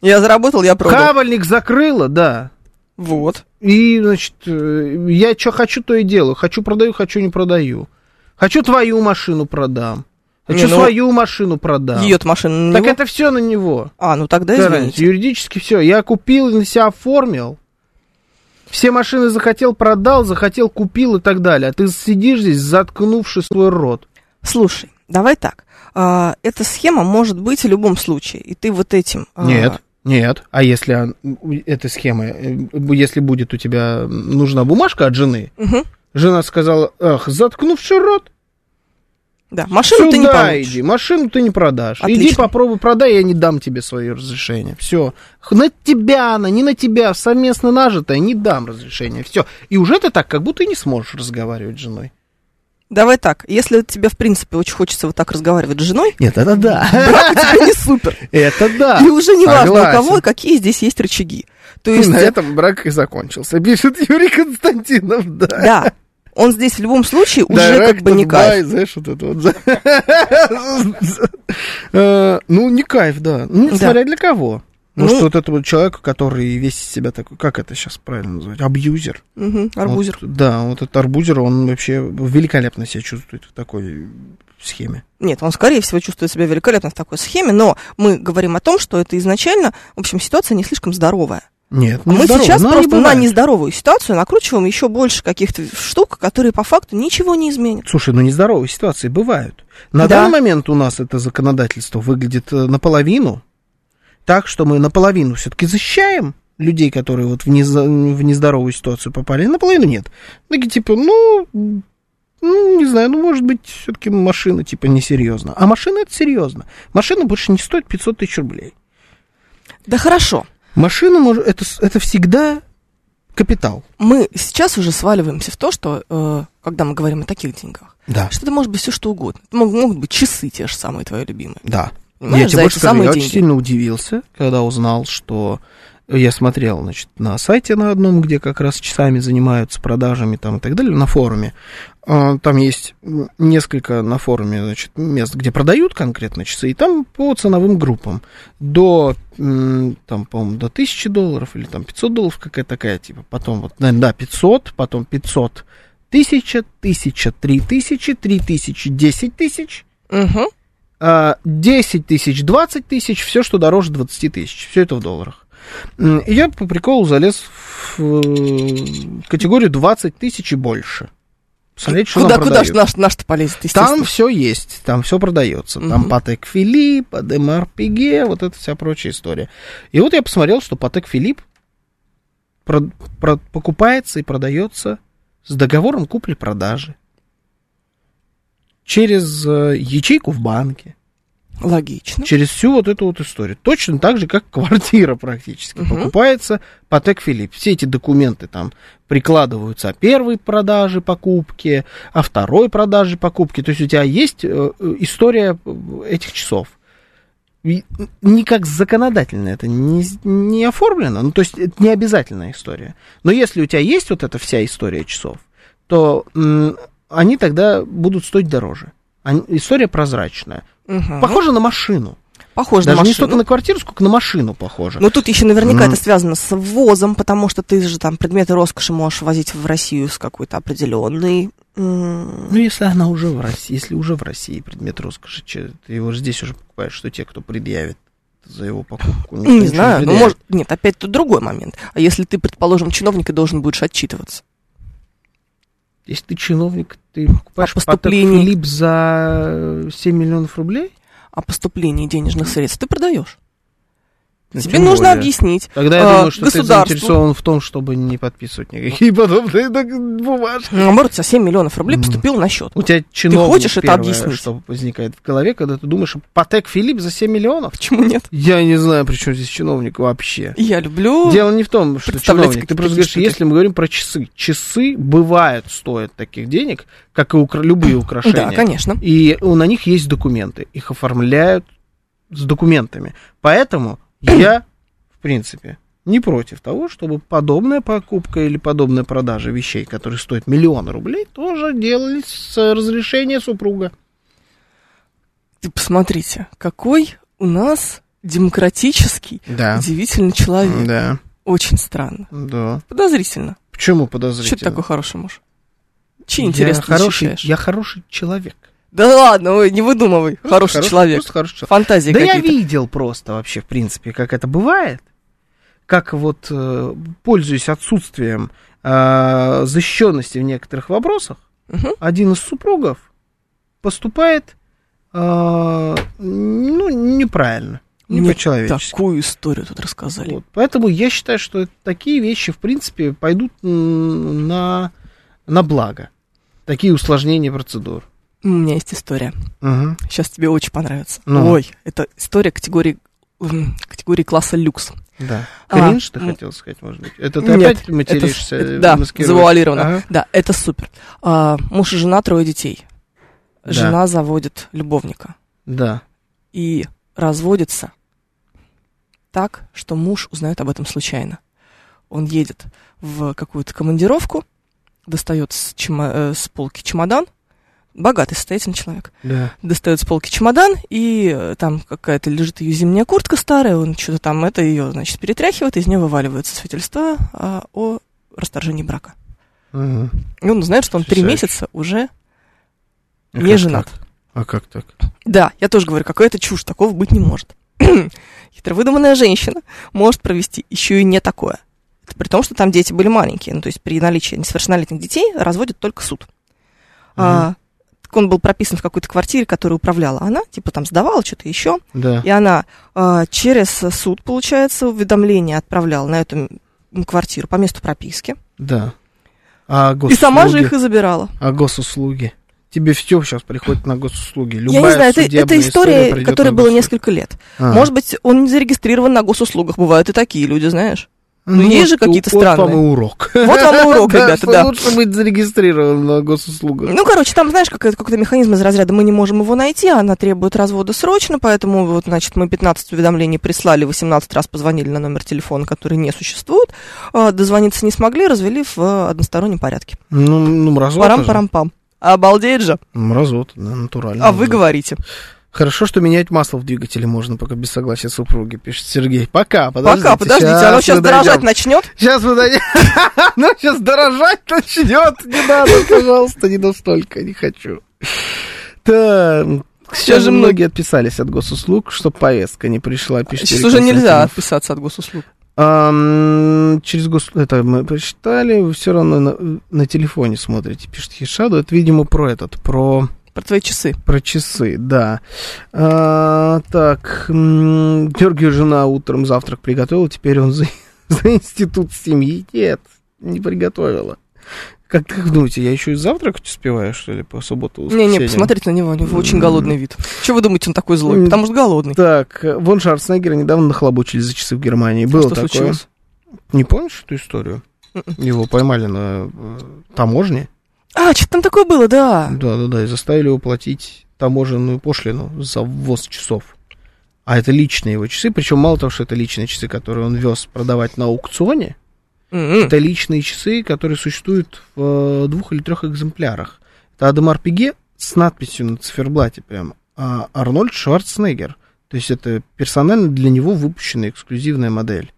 [SPEAKER 3] Я заработал, я продал.
[SPEAKER 2] кабельник закрыла, да.
[SPEAKER 3] Вот.
[SPEAKER 2] И, значит, э, я что хочу, то и делаю. Хочу продаю, хочу не продаю. Хочу твою машину продам. Хочу
[SPEAKER 3] Не, ну,
[SPEAKER 2] свою машину продам.
[SPEAKER 3] Ее-то машина на
[SPEAKER 2] Так
[SPEAKER 3] него.
[SPEAKER 2] это все на него.
[SPEAKER 3] А, ну тогда
[SPEAKER 2] Какая
[SPEAKER 3] извините.
[SPEAKER 2] разница? Юридически все. Я купил, на себя оформил. Все машины захотел, продал, захотел, купил и так далее. А ты сидишь здесь, заткнувший свой рот.
[SPEAKER 3] Слушай, давай так. А, эта схема может быть в любом случае. И ты вот этим... а,
[SPEAKER 2] Нет, нет. А если он- эта схема, э, если будет у тебя м, нужна бумажка от жены,
[SPEAKER 3] мгм,
[SPEAKER 2] жена сказала, ах, заткнувший рот,
[SPEAKER 3] Да, машину ты не
[SPEAKER 2] сюда
[SPEAKER 3] получишь.
[SPEAKER 2] иди, машину ты не продашь. Иди
[SPEAKER 3] Отлично.
[SPEAKER 2] попробуй продай, я не дам тебе свое разрешение. Все. На тебя она, не на тебя, совместно нажитое, не дам разрешение. Все. И уже ты так, как будто и не сможешь разговаривать с женой.
[SPEAKER 3] Давай так. Если тебе, в принципе, очень хочется вот так разговаривать с женой,
[SPEAKER 2] Нет, это да.
[SPEAKER 3] брак у тебя не супер.
[SPEAKER 2] Это да.
[SPEAKER 3] И уже не важно,
[SPEAKER 2] А,
[SPEAKER 3] у
[SPEAKER 2] согласен.
[SPEAKER 3] кого и какие здесь есть рычаги. То есть,
[SPEAKER 2] На этом брак и закончился, пишет Юрий Константинов, да.
[SPEAKER 3] да, он здесь в любом случае уже как бы
[SPEAKER 2] Directed
[SPEAKER 3] не кайф.
[SPEAKER 2] by, знаешь, вот это вот. Э, Ну, не кайф, да. Ну,
[SPEAKER 3] Да.
[SPEAKER 2] смотря для кого.
[SPEAKER 3] Ну.
[SPEAKER 2] Может, вот этого человека, который весь из себя такой, как это сейчас правильно называть, абьюзер.
[SPEAKER 3] Мгм, арбузер.
[SPEAKER 2] Вот, да, вот этот арбузер, он вообще великолепно себя чувствует в такой схеме.
[SPEAKER 3] Нет, он, скорее всего, чувствует себя великолепно в такой схеме, но мы говорим о том, что это изначально, в общем, ситуация не слишком здоровая.
[SPEAKER 2] Нет, ну,
[SPEAKER 3] А мы
[SPEAKER 2] здорово,
[SPEAKER 3] сейчас
[SPEAKER 2] но они
[SPEAKER 3] просто на
[SPEAKER 2] бывают.
[SPEAKER 3] нездоровую ситуацию накручиваем еще больше каких-то штук, которые по факту ничего не изменят.
[SPEAKER 2] Слушай, ну нездоровые ситуации бывают. На
[SPEAKER 3] Да.
[SPEAKER 2] данный момент у нас это законодательство выглядит э, наполовину, так что мы наполовину все-таки защищаем людей, которые вот в, неза- в нездоровую ситуацию попали, и наполовину нет. Такие типа, ну, м, ну, не знаю, ну, может быть, все-таки машина типа несерьезно. А машина это серьезно. Машина больше не стоит 500 тысяч рублей.
[SPEAKER 3] Да хорошо,
[SPEAKER 2] Машина мож- это, с- это всегда капитал.
[SPEAKER 3] мы сейчас уже сваливаемся в то, что, э, когда мы говорим о таких деньгах,
[SPEAKER 2] Да.
[SPEAKER 3] что это может быть все что угодно. Это мог- могут быть часы те же самые твои любимые.
[SPEAKER 2] Да. я
[SPEAKER 3] Понимаешь,
[SPEAKER 2] тебе
[SPEAKER 3] за
[SPEAKER 2] больше
[SPEAKER 3] эти
[SPEAKER 2] скажу, я
[SPEAKER 3] самые
[SPEAKER 2] очень
[SPEAKER 3] деньги.
[SPEAKER 2] сильно удивился, когда узнал, что я смотрел, значит, на сайте на одном, где как раз часами занимаются продажами там и так далее, на форуме. А, Там есть м, несколько на форуме, значит, мест, где продают конкретно часы, и там по ценовым группам. До, м, там, по-моему, до 1000 долларов или там 500 долларов, какая-то такая, типа, потом вот, наверное, да, 500, потом 500, 1000, 1000, 3000, 3000, 10 тысяч,
[SPEAKER 3] Мгм.
[SPEAKER 2] а, 10 тысяч, 20 тысяч, все, что дороже 20 тысяч. Все это в долларах. М, И я по приколу залез в э, категорию 20 тысяч и больше. Посмотреть, что
[SPEAKER 3] Куда,
[SPEAKER 2] там
[SPEAKER 3] куда
[SPEAKER 2] продают.
[SPEAKER 3] ж наш, наш-то полезет, естественно.
[SPEAKER 2] Там все есть, там все продается. Там
[SPEAKER 3] Мгм.
[SPEAKER 2] Патек Филипп, Адемар Пиге, вот эта вся прочая история. И вот я посмотрел, что Патек Филипп прод- прод- покупается и продается с договором купли-продажи через э, ячейку в банке
[SPEAKER 3] Логично.
[SPEAKER 2] через всю вот эту вот историю. Точно так же, как квартира практически.
[SPEAKER 3] Мгм.
[SPEAKER 2] Покупается Патек Филипп. Все эти документы там прикладываются о первой продаже покупки, о второй продаже покупки. То есть у тебя есть э, э, история э, этих часов. И Никак законодательно это не, с- не оформлено. Ну, то есть это не обязательная история. Но если у тебя есть вот эта вся история часов, то м, они тогда будут стоить дороже. Они- история прозрачная.
[SPEAKER 3] Мгм.
[SPEAKER 2] Похоже на машину.
[SPEAKER 3] Похоже
[SPEAKER 2] Даже
[SPEAKER 3] на
[SPEAKER 2] не
[SPEAKER 3] машину. Ну,
[SPEAKER 2] столько на квартиру, сколько на машину похоже.
[SPEAKER 3] Но тут еще наверняка
[SPEAKER 2] М.
[SPEAKER 3] это связано с ввозом, потому что ты же там предметы роскоши можешь возить в Россию с какой-то определенной... м,
[SPEAKER 2] Ну, если она уже в России, если уже в России предмет роскоши, че- ты его же здесь уже покупаешь, что те, кто предъявит за его покупку? никто ничего
[SPEAKER 3] Не знаю, ну,
[SPEAKER 2] предъявит.
[SPEAKER 3] может... Нет, опять тут другой момент. А если ты, предположим, чиновник и должен будешь отчитываться?
[SPEAKER 2] Если ты чиновник, ты покупаешь
[SPEAKER 3] поступлении.
[SPEAKER 2] поступление Филипп за 7 миллионов рублей?
[SPEAKER 3] О поступлении денежных средств ты продаешь.
[SPEAKER 2] Ну,
[SPEAKER 3] Тебе
[SPEAKER 2] тем
[SPEAKER 3] нужно
[SPEAKER 2] более.
[SPEAKER 3] объяснить.
[SPEAKER 2] Тогда я
[SPEAKER 3] а,
[SPEAKER 2] думаю, что ты
[SPEAKER 3] государству.
[SPEAKER 2] заинтересован в том, чтобы не подписывать никакие подобные док- бумажки.
[SPEAKER 3] Наоборот, у тебя 7 миллионов рублей
[SPEAKER 2] М.
[SPEAKER 3] поступило на счет.
[SPEAKER 2] У тебя чиновник
[SPEAKER 3] хочешь это
[SPEAKER 2] первое,
[SPEAKER 3] объяснить?
[SPEAKER 2] что возникает в голове, когда ты думаешь, Патек Филипп за 7 миллионов?
[SPEAKER 3] Почему нет?
[SPEAKER 2] Я не знаю, при чем здесь чиновник вообще.
[SPEAKER 3] Я люблю...
[SPEAKER 2] Дело не в том, что
[SPEAKER 3] Представляете,
[SPEAKER 2] чиновник. Ну, Ты
[SPEAKER 3] какие
[SPEAKER 2] просто
[SPEAKER 3] такие
[SPEAKER 2] говоришь,
[SPEAKER 3] штуки.
[SPEAKER 2] если мы говорим про часы, часы бывают стоят таких денег, как и укра- любые украшения.
[SPEAKER 3] Да, конечно.
[SPEAKER 2] И у- на них есть документы. Их оформляют с документами. Поэтому я, в принципе, не против того, чтобы подобная покупка или подобная продажа вещей, которые стоят миллион рублей, тоже делались с разрешения супруга.
[SPEAKER 3] Ты посмотрите, какой у нас демократический,
[SPEAKER 2] Да.
[SPEAKER 3] удивительный человек.
[SPEAKER 2] Да,
[SPEAKER 3] Очень странно.
[SPEAKER 2] да.
[SPEAKER 3] Подозрительно.
[SPEAKER 2] Почему
[SPEAKER 3] Что
[SPEAKER 2] подозрительно?
[SPEAKER 3] ты такой хороший муж? Чьи
[SPEAKER 2] Я
[SPEAKER 3] интересы ты
[SPEAKER 2] хороший,
[SPEAKER 3] защищаешь?
[SPEAKER 2] я хороший человек.
[SPEAKER 3] Да ладно, ой, не выдумывай.
[SPEAKER 2] Просто
[SPEAKER 3] хороший человек.
[SPEAKER 2] Просто хороший человек.
[SPEAKER 3] Фантазии
[SPEAKER 2] Да я
[SPEAKER 3] какие-то.
[SPEAKER 2] видел просто вообще, в принципе, как это бывает. Как вот, э, пользуясь отсутствием э, защищенности в некоторых вопросах,
[SPEAKER 3] Мгм.
[SPEAKER 2] один из супругов поступает э, ну, неправильно, не
[SPEAKER 3] Мне
[SPEAKER 2] по-человечески.
[SPEAKER 3] Такую историю тут рассказали.
[SPEAKER 2] Вот. Поэтому я считаю, что это- такие вещи, в принципе, пойдут м, на, на благо. Такие усложнения процедур.
[SPEAKER 3] У меня есть история.
[SPEAKER 2] Мгм.
[SPEAKER 3] Сейчас тебе очень понравится.
[SPEAKER 2] Ну.
[SPEAKER 3] Ой, это история категории, м, категории класса люкс.
[SPEAKER 2] Да.
[SPEAKER 3] А,
[SPEAKER 2] Кринж, ты
[SPEAKER 3] м.
[SPEAKER 2] хотел сказать, может быть? Это ты
[SPEAKER 3] Нет,
[SPEAKER 2] опять
[SPEAKER 3] это-
[SPEAKER 2] материшься? э,
[SPEAKER 3] это- да,
[SPEAKER 2] маскируешь?
[SPEAKER 3] завуалировано.
[SPEAKER 2] Ага.
[SPEAKER 3] Да, это супер. А, муж и жена, трое детей.
[SPEAKER 2] Да.
[SPEAKER 3] Жена заводит любовника.
[SPEAKER 2] Да.
[SPEAKER 3] и разводится так, что муж узнает об этом случайно. Он едет в какую-то командировку, достает с, чема- э, с полки чемодан, богатый, состоятельный человек,
[SPEAKER 2] Да.
[SPEAKER 3] достает с полки чемодан, и э, там какая-то лежит ее зимняя куртка старая, он что-то там это ее, значит, перетряхивает, из нее вываливаются свидетельства а, о расторжении брака.
[SPEAKER 2] Мгм.
[SPEAKER 3] И он узнает, что он три
[SPEAKER 2] Потрясающе.
[SPEAKER 3] месяца уже
[SPEAKER 2] А
[SPEAKER 3] не
[SPEAKER 2] как
[SPEAKER 3] женат.
[SPEAKER 2] так? А как так?
[SPEAKER 3] Да, я тоже говорю, какая-то чушь, такого быть не может. Хитро выдуманная женщина может провести еще и не такое. Это при том, что там дети были маленькие. Ну, то есть при наличии несовершеннолетних детей разводит только суд. А, так он был прописан в какой-то квартире, которую управляла она, типа там сдавала что-то еще.
[SPEAKER 2] Да.
[SPEAKER 3] И она а, через суд, получается, уведомление отправляла на эту м, квартиру по месту прописки.
[SPEAKER 2] Да. А
[SPEAKER 3] И
[SPEAKER 2] госуслуги?
[SPEAKER 3] сама же их и забирала.
[SPEAKER 2] А госуслуги? Тебе все сейчас приходит на госуслуги. Любая
[SPEAKER 3] Я не знаю, это,
[SPEAKER 2] судебная
[SPEAKER 3] это история,
[SPEAKER 2] придет
[SPEAKER 3] которой
[SPEAKER 2] на
[SPEAKER 3] было
[SPEAKER 2] госуслуги.
[SPEAKER 3] несколько лет.
[SPEAKER 2] А.
[SPEAKER 3] Может быть, он не зарегистрирован на госуслугах. Бывают и такие люди, знаешь. ну, есть же
[SPEAKER 2] вот-
[SPEAKER 3] какие-то
[SPEAKER 2] вот
[SPEAKER 3] странные.
[SPEAKER 2] вам и урок.
[SPEAKER 3] Вот вам и урок, ребята,
[SPEAKER 2] что
[SPEAKER 3] да.
[SPEAKER 2] Лучше быть зарегистрирован на госуслугах.
[SPEAKER 3] Ну, короче, там, знаешь, какой- какой-то механизм из разряда «мы не можем его найти», а она требует развода срочно, поэтому, вот, значит, мы 15 уведомлений прислали, 18 раз позвонили на номер телефона, который не существует, а, дозвониться не смогли, развели в э, одностороннем порядке.
[SPEAKER 2] Ну, ну, мразота же.
[SPEAKER 3] Парам-парам-пам. Обалдеть же.
[SPEAKER 2] Мразота, да, натурально.
[SPEAKER 3] А вы говорите.
[SPEAKER 2] Хорошо, что менять масло в двигателе можно, пока без согласия супруги, пишет Сергей. Пока, подождите.
[SPEAKER 3] Пока, подождите, оно сейчас
[SPEAKER 2] мы дойдем.
[SPEAKER 3] дорожать начнет.
[SPEAKER 2] Сейчас мы дойдем. Оно сейчас дорожать начнет. Не надо, пожалуйста, не настолько, не хочу. Да, сейчас
[SPEAKER 3] Эм.
[SPEAKER 2] же многие отписались от госуслуг, что повестка не пришла. пишет
[SPEAKER 3] Сейчас
[SPEAKER 2] Юрий
[SPEAKER 3] уже нельзя
[SPEAKER 2] Константинов.
[SPEAKER 3] отписаться от госуслуг.
[SPEAKER 2] Ам, через гос... Это мы прочитали, вы все равно на, на телефоне смотрите, пишет Хишаду. Это, видимо, про этот, про,
[SPEAKER 3] Про твои часы.
[SPEAKER 2] про часы, да. А, так, м, Георгию жена утром завтрак приготовила, теперь он за, за институт семьи. Нет, не приготовила. Как, как думаете, я еще и завтрак успеваю, что ли, по субботу?
[SPEAKER 3] Не-не,
[SPEAKER 2] воскресеньям?
[SPEAKER 3] посмотрите на него, у него очень голодный вид. Чего вы думаете, он такой злой?
[SPEAKER 2] М.
[SPEAKER 3] Потому что голодный.
[SPEAKER 2] Так, э, вон Шварценеггера недавно нахлобучили за часы в Германии. Было
[SPEAKER 3] Что
[SPEAKER 2] такое.
[SPEAKER 3] случилось? М-м.
[SPEAKER 2] Не помнишь эту историю?
[SPEAKER 3] Мгм.
[SPEAKER 2] Его поймали на э, таможне.
[SPEAKER 3] А, что-то там такое было, да.
[SPEAKER 2] Да-да-да, и заставили его платить таможенную пошлину за ввоз часов. А это личные его часы, причем мало того, что это личные часы, которые он вез продавать на аукционе,
[SPEAKER 3] М-м.
[SPEAKER 2] это личные часы, которые существуют в э, двух или трех экземплярах. Это Адемар Пиге с надписью на циферблате прямо, а Арнольд Шварценеггер. То есть это персонально для него выпущенная эксклюзивная модель.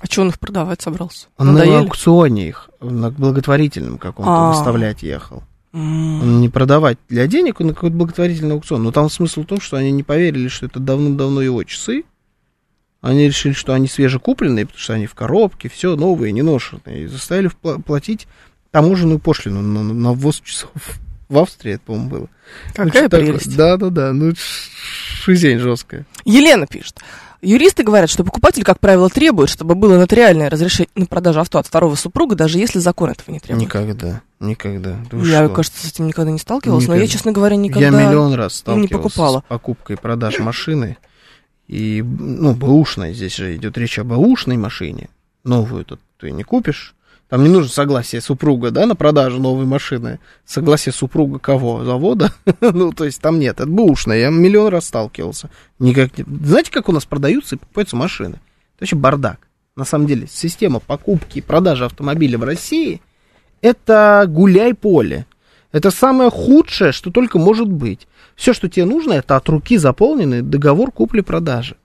[SPEAKER 3] А что он их продавать собрался?
[SPEAKER 2] На
[SPEAKER 3] Надоели?
[SPEAKER 2] аукционе их, на благотворительном каком-то
[SPEAKER 3] А.
[SPEAKER 2] выставлять ехал.
[SPEAKER 3] М.
[SPEAKER 2] Он не продавать для денег, он на какой-то благотворительный аукцион. Но там смысл в том, что они не поверили, что это давным-давно его часы. Они решили, что они свежекупленные, потому что они в коробке, все новые, не ношенные. И заставили впла- платить таможенную пошлину на, на ввоз часов. В Австрии это, по-моему, было. Ну,
[SPEAKER 3] Какая прелесть.
[SPEAKER 2] Да-да-да, ну это ш- шизень жесткая.
[SPEAKER 3] Елена пишет. Юристы говорят, что покупатель, как правило, требует, чтобы было нотариальное разрешение на продажу авто от второго супруга, даже если закон этого не требует.
[SPEAKER 2] Никогда, никогда. Да вы
[SPEAKER 3] Я,
[SPEAKER 2] что?
[SPEAKER 3] кажется, с этим никогда не сталкивалась, но я,
[SPEAKER 2] Никогда.
[SPEAKER 3] честно говоря, никогда...
[SPEAKER 2] Я миллион раз сталкивался
[SPEAKER 3] покупала.
[SPEAKER 2] с покупкой и продаж машины. И, ну, бэушной, здесь же идет речь о бэушной машине. Новую тут ты не купишь. Там не нужно согласие супруга, да, на продажу новой машины. Согласие супруга кого? Завода? ну, то есть там нет, это бэушная. Я миллион раз сталкивался. Никак не... Знаете, как у нас продаются и покупаются машины? Это вообще бардак. на самом деле, система покупки и продажи автомобиля в России, это гуляй-поле. Это самое худшее, что только может быть. Все, что тебе нужно, это от руки заполненный договор купли-продажи.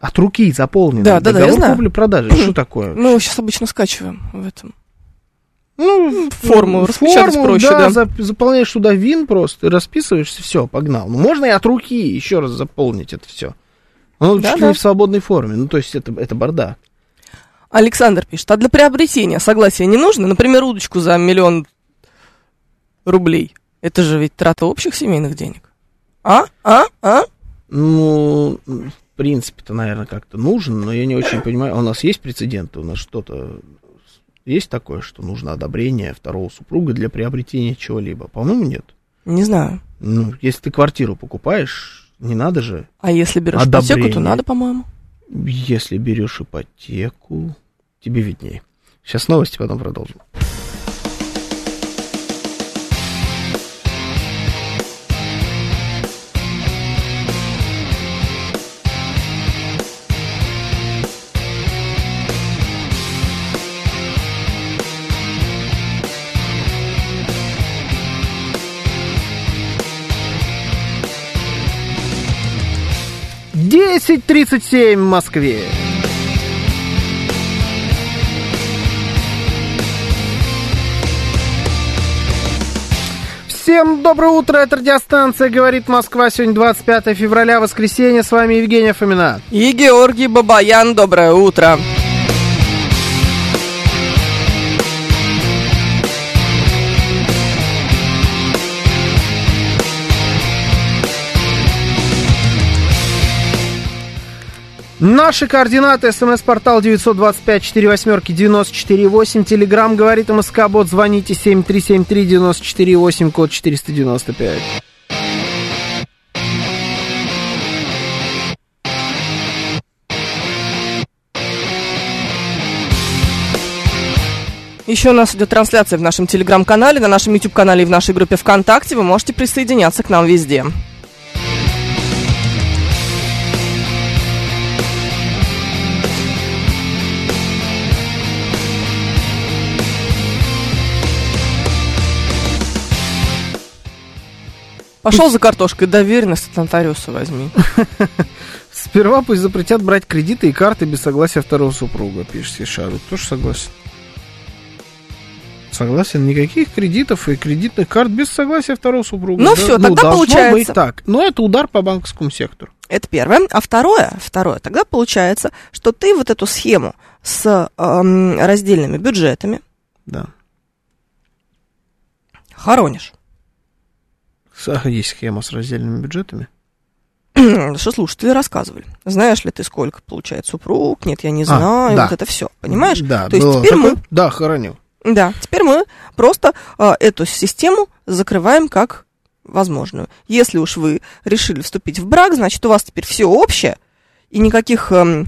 [SPEAKER 2] От руки заполненный
[SPEAKER 3] Да, да, да, я
[SPEAKER 2] договор
[SPEAKER 3] знаю.
[SPEAKER 2] купли-продажи. Что такое?
[SPEAKER 3] Мы его сейчас обычно скачиваем в этом.
[SPEAKER 2] Ну,
[SPEAKER 3] форму распечатать проще, да.
[SPEAKER 2] зап- заполняешь туда вин просто, и расписываешься, все, погнал. Ну, можно и от руки еще раз заполнить это все. Ну,
[SPEAKER 3] Да,
[SPEAKER 2] чуть ли
[SPEAKER 3] да.
[SPEAKER 2] не в свободной форме. Ну, то есть, это, это бардак.
[SPEAKER 3] Александр пишет, а для приобретения согласия не нужно? Например, удочку за миллион рублей. Это же ведь трата общих семейных денег. А? А? А?
[SPEAKER 2] Ну, в принципе-то, наверное, как-то нужен, но я не очень понимаю. А У нас есть прецеденты? У нас что-то есть такое, что нужно одобрение второго супруга для приобретения чего-либо? По-моему, нет.
[SPEAKER 3] Не знаю.
[SPEAKER 2] Ну, если ты квартиру покупаешь, не надо же.
[SPEAKER 3] А если берешь ипотеку, то
[SPEAKER 2] Одобрение.
[SPEAKER 3] надо, по-моему.
[SPEAKER 2] Если берешь ипотеку, тебе виднее. Сейчас новости, потом продолжим. Десять тридцать семь в Москве. Всем доброе утро, это радиостанция «Говорит Москва». Сегодня 25 февраля, воскресенье. С вами Евгения Фомина.
[SPEAKER 3] И Георгий Бабаян, доброе утро.
[SPEAKER 2] Наши координаты. СМС-портал 925-48-94-8. Телеграмм «Говорит МСК». Бот звоните 7373-94-8, код 495.
[SPEAKER 3] Еще у нас идет трансляция в нашем телеграм-канале, на нашем YouTube-канале и в нашей группе ВКонтакте. Вы можете присоединяться к нам везде. Пошел за картошкой, доверенность от нотариуса возьми.
[SPEAKER 2] Сперва пусть запретят брать кредиты и карты без согласия второго супруга, пишет Ешару. Тоже согласен. Согласен, никаких кредитов и кредитных карт без согласия второго супруга.
[SPEAKER 3] Ну всё, тогда
[SPEAKER 2] должно
[SPEAKER 3] получается.
[SPEAKER 2] быть так. Но это удар по банковскому сектору.
[SPEAKER 3] Это первое. А второе, второе, тогда получается, что ты вот эту схему с эм, раздельными бюджетами
[SPEAKER 2] Да.
[SPEAKER 3] хоронишь.
[SPEAKER 2] С- а, Есть схема с раздельными бюджетами.
[SPEAKER 3] Что слушатели рассказывали. Знаешь ли ты, сколько получает супруг? Нет, я не знаю.
[SPEAKER 2] А, да.
[SPEAKER 3] Вот это все. Понимаешь?
[SPEAKER 2] Да,
[SPEAKER 3] То есть
[SPEAKER 2] было
[SPEAKER 3] теперь
[SPEAKER 2] такое. Да, хоронил.
[SPEAKER 3] мы, да, теперь мы просто а, эту систему закрываем как возможную. Если уж вы решили вступить в брак, значит, у вас теперь все общее, и никаких эм,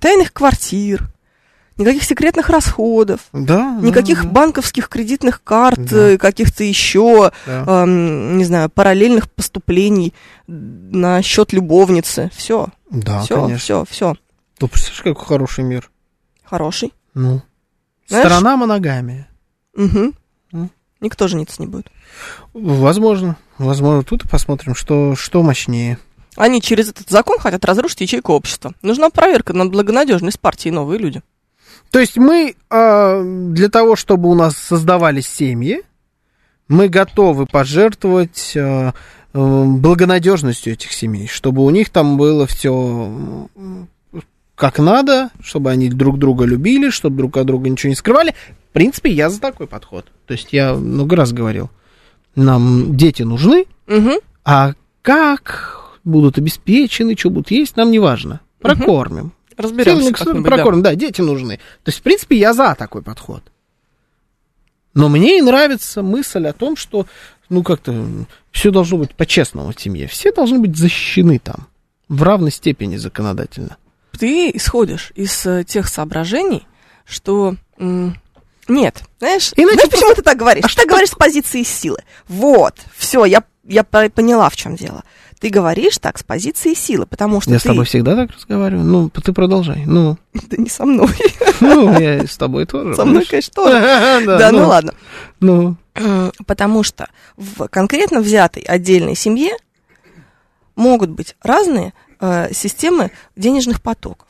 [SPEAKER 3] тайных квартир, никаких секретных расходов,
[SPEAKER 2] Да. да,
[SPEAKER 3] Никаких
[SPEAKER 2] да,
[SPEAKER 3] банковских кредитных карт,
[SPEAKER 2] Да.
[SPEAKER 3] э, каких-то еще,
[SPEAKER 2] да.
[SPEAKER 3] эм, не знаю, параллельных поступлений на счет любовницы. Все,
[SPEAKER 2] Да,
[SPEAKER 3] все,
[SPEAKER 2] конечно.
[SPEAKER 3] все, все.
[SPEAKER 2] Ну, представляешь, какой хороший мир.
[SPEAKER 3] Хороший.
[SPEAKER 2] Ну.
[SPEAKER 3] Знаешь-
[SPEAKER 2] Страна моногамия.
[SPEAKER 3] Мгм.
[SPEAKER 2] М.
[SPEAKER 3] Никто жениться не будет.
[SPEAKER 2] Возможно. Возможно, тут и посмотрим, что, что мощнее.
[SPEAKER 3] Они через этот закон хотят разрушить ячейку общества. Нужна проверка на благонадежность партии «Новые люди».
[SPEAKER 2] То есть мы а, для того, чтобы у нас создавались семьи, мы готовы пожертвовать а, э, благонадежностью этих семей, чтобы у них там было все как надо, чтобы они друг друга любили, чтобы друг от друга ничего не скрывали. В принципе, я за такой подход. То есть я много раз говорил, нам дети нужны,
[SPEAKER 3] Мгм.
[SPEAKER 2] а как будут обеспечены, что будут есть, нам не важно.
[SPEAKER 3] Мгм.
[SPEAKER 2] Прокормим.
[SPEAKER 3] Разберемся
[SPEAKER 2] Феникс
[SPEAKER 3] как-нибудь, да.
[SPEAKER 2] прокорм, да. дети нужны. То есть, в принципе, я за такой подход. Но мне и нравится мысль о том, что, ну, как-то все должно быть по-честному в семье. Все должны быть защищены там в равной степени законодательно.
[SPEAKER 3] ты исходишь из э, тех соображений, что м, нет, знаешь,
[SPEAKER 2] Иначе
[SPEAKER 3] знаешь, почему ты так говоришь?
[SPEAKER 2] А
[SPEAKER 3] ты
[SPEAKER 2] что
[SPEAKER 3] так говоришь с позиции силы. Вот, все, я, я по- поняла, в чем дело. Ты говоришь так с позиции силы, потому что
[SPEAKER 2] Я с
[SPEAKER 3] ты...
[SPEAKER 2] тобой всегда так разговариваю. Ну, ты продолжай. Ну,
[SPEAKER 3] Да не со мной,
[SPEAKER 2] ну, я с тобой тоже.
[SPEAKER 3] со мной,
[SPEAKER 2] понимаешь?
[SPEAKER 3] конечно, тоже. Да, ну ладно.
[SPEAKER 2] Ну,
[SPEAKER 3] М, Потому что в конкретно взятой отдельной семье могут быть разные э, системы денежных потоков.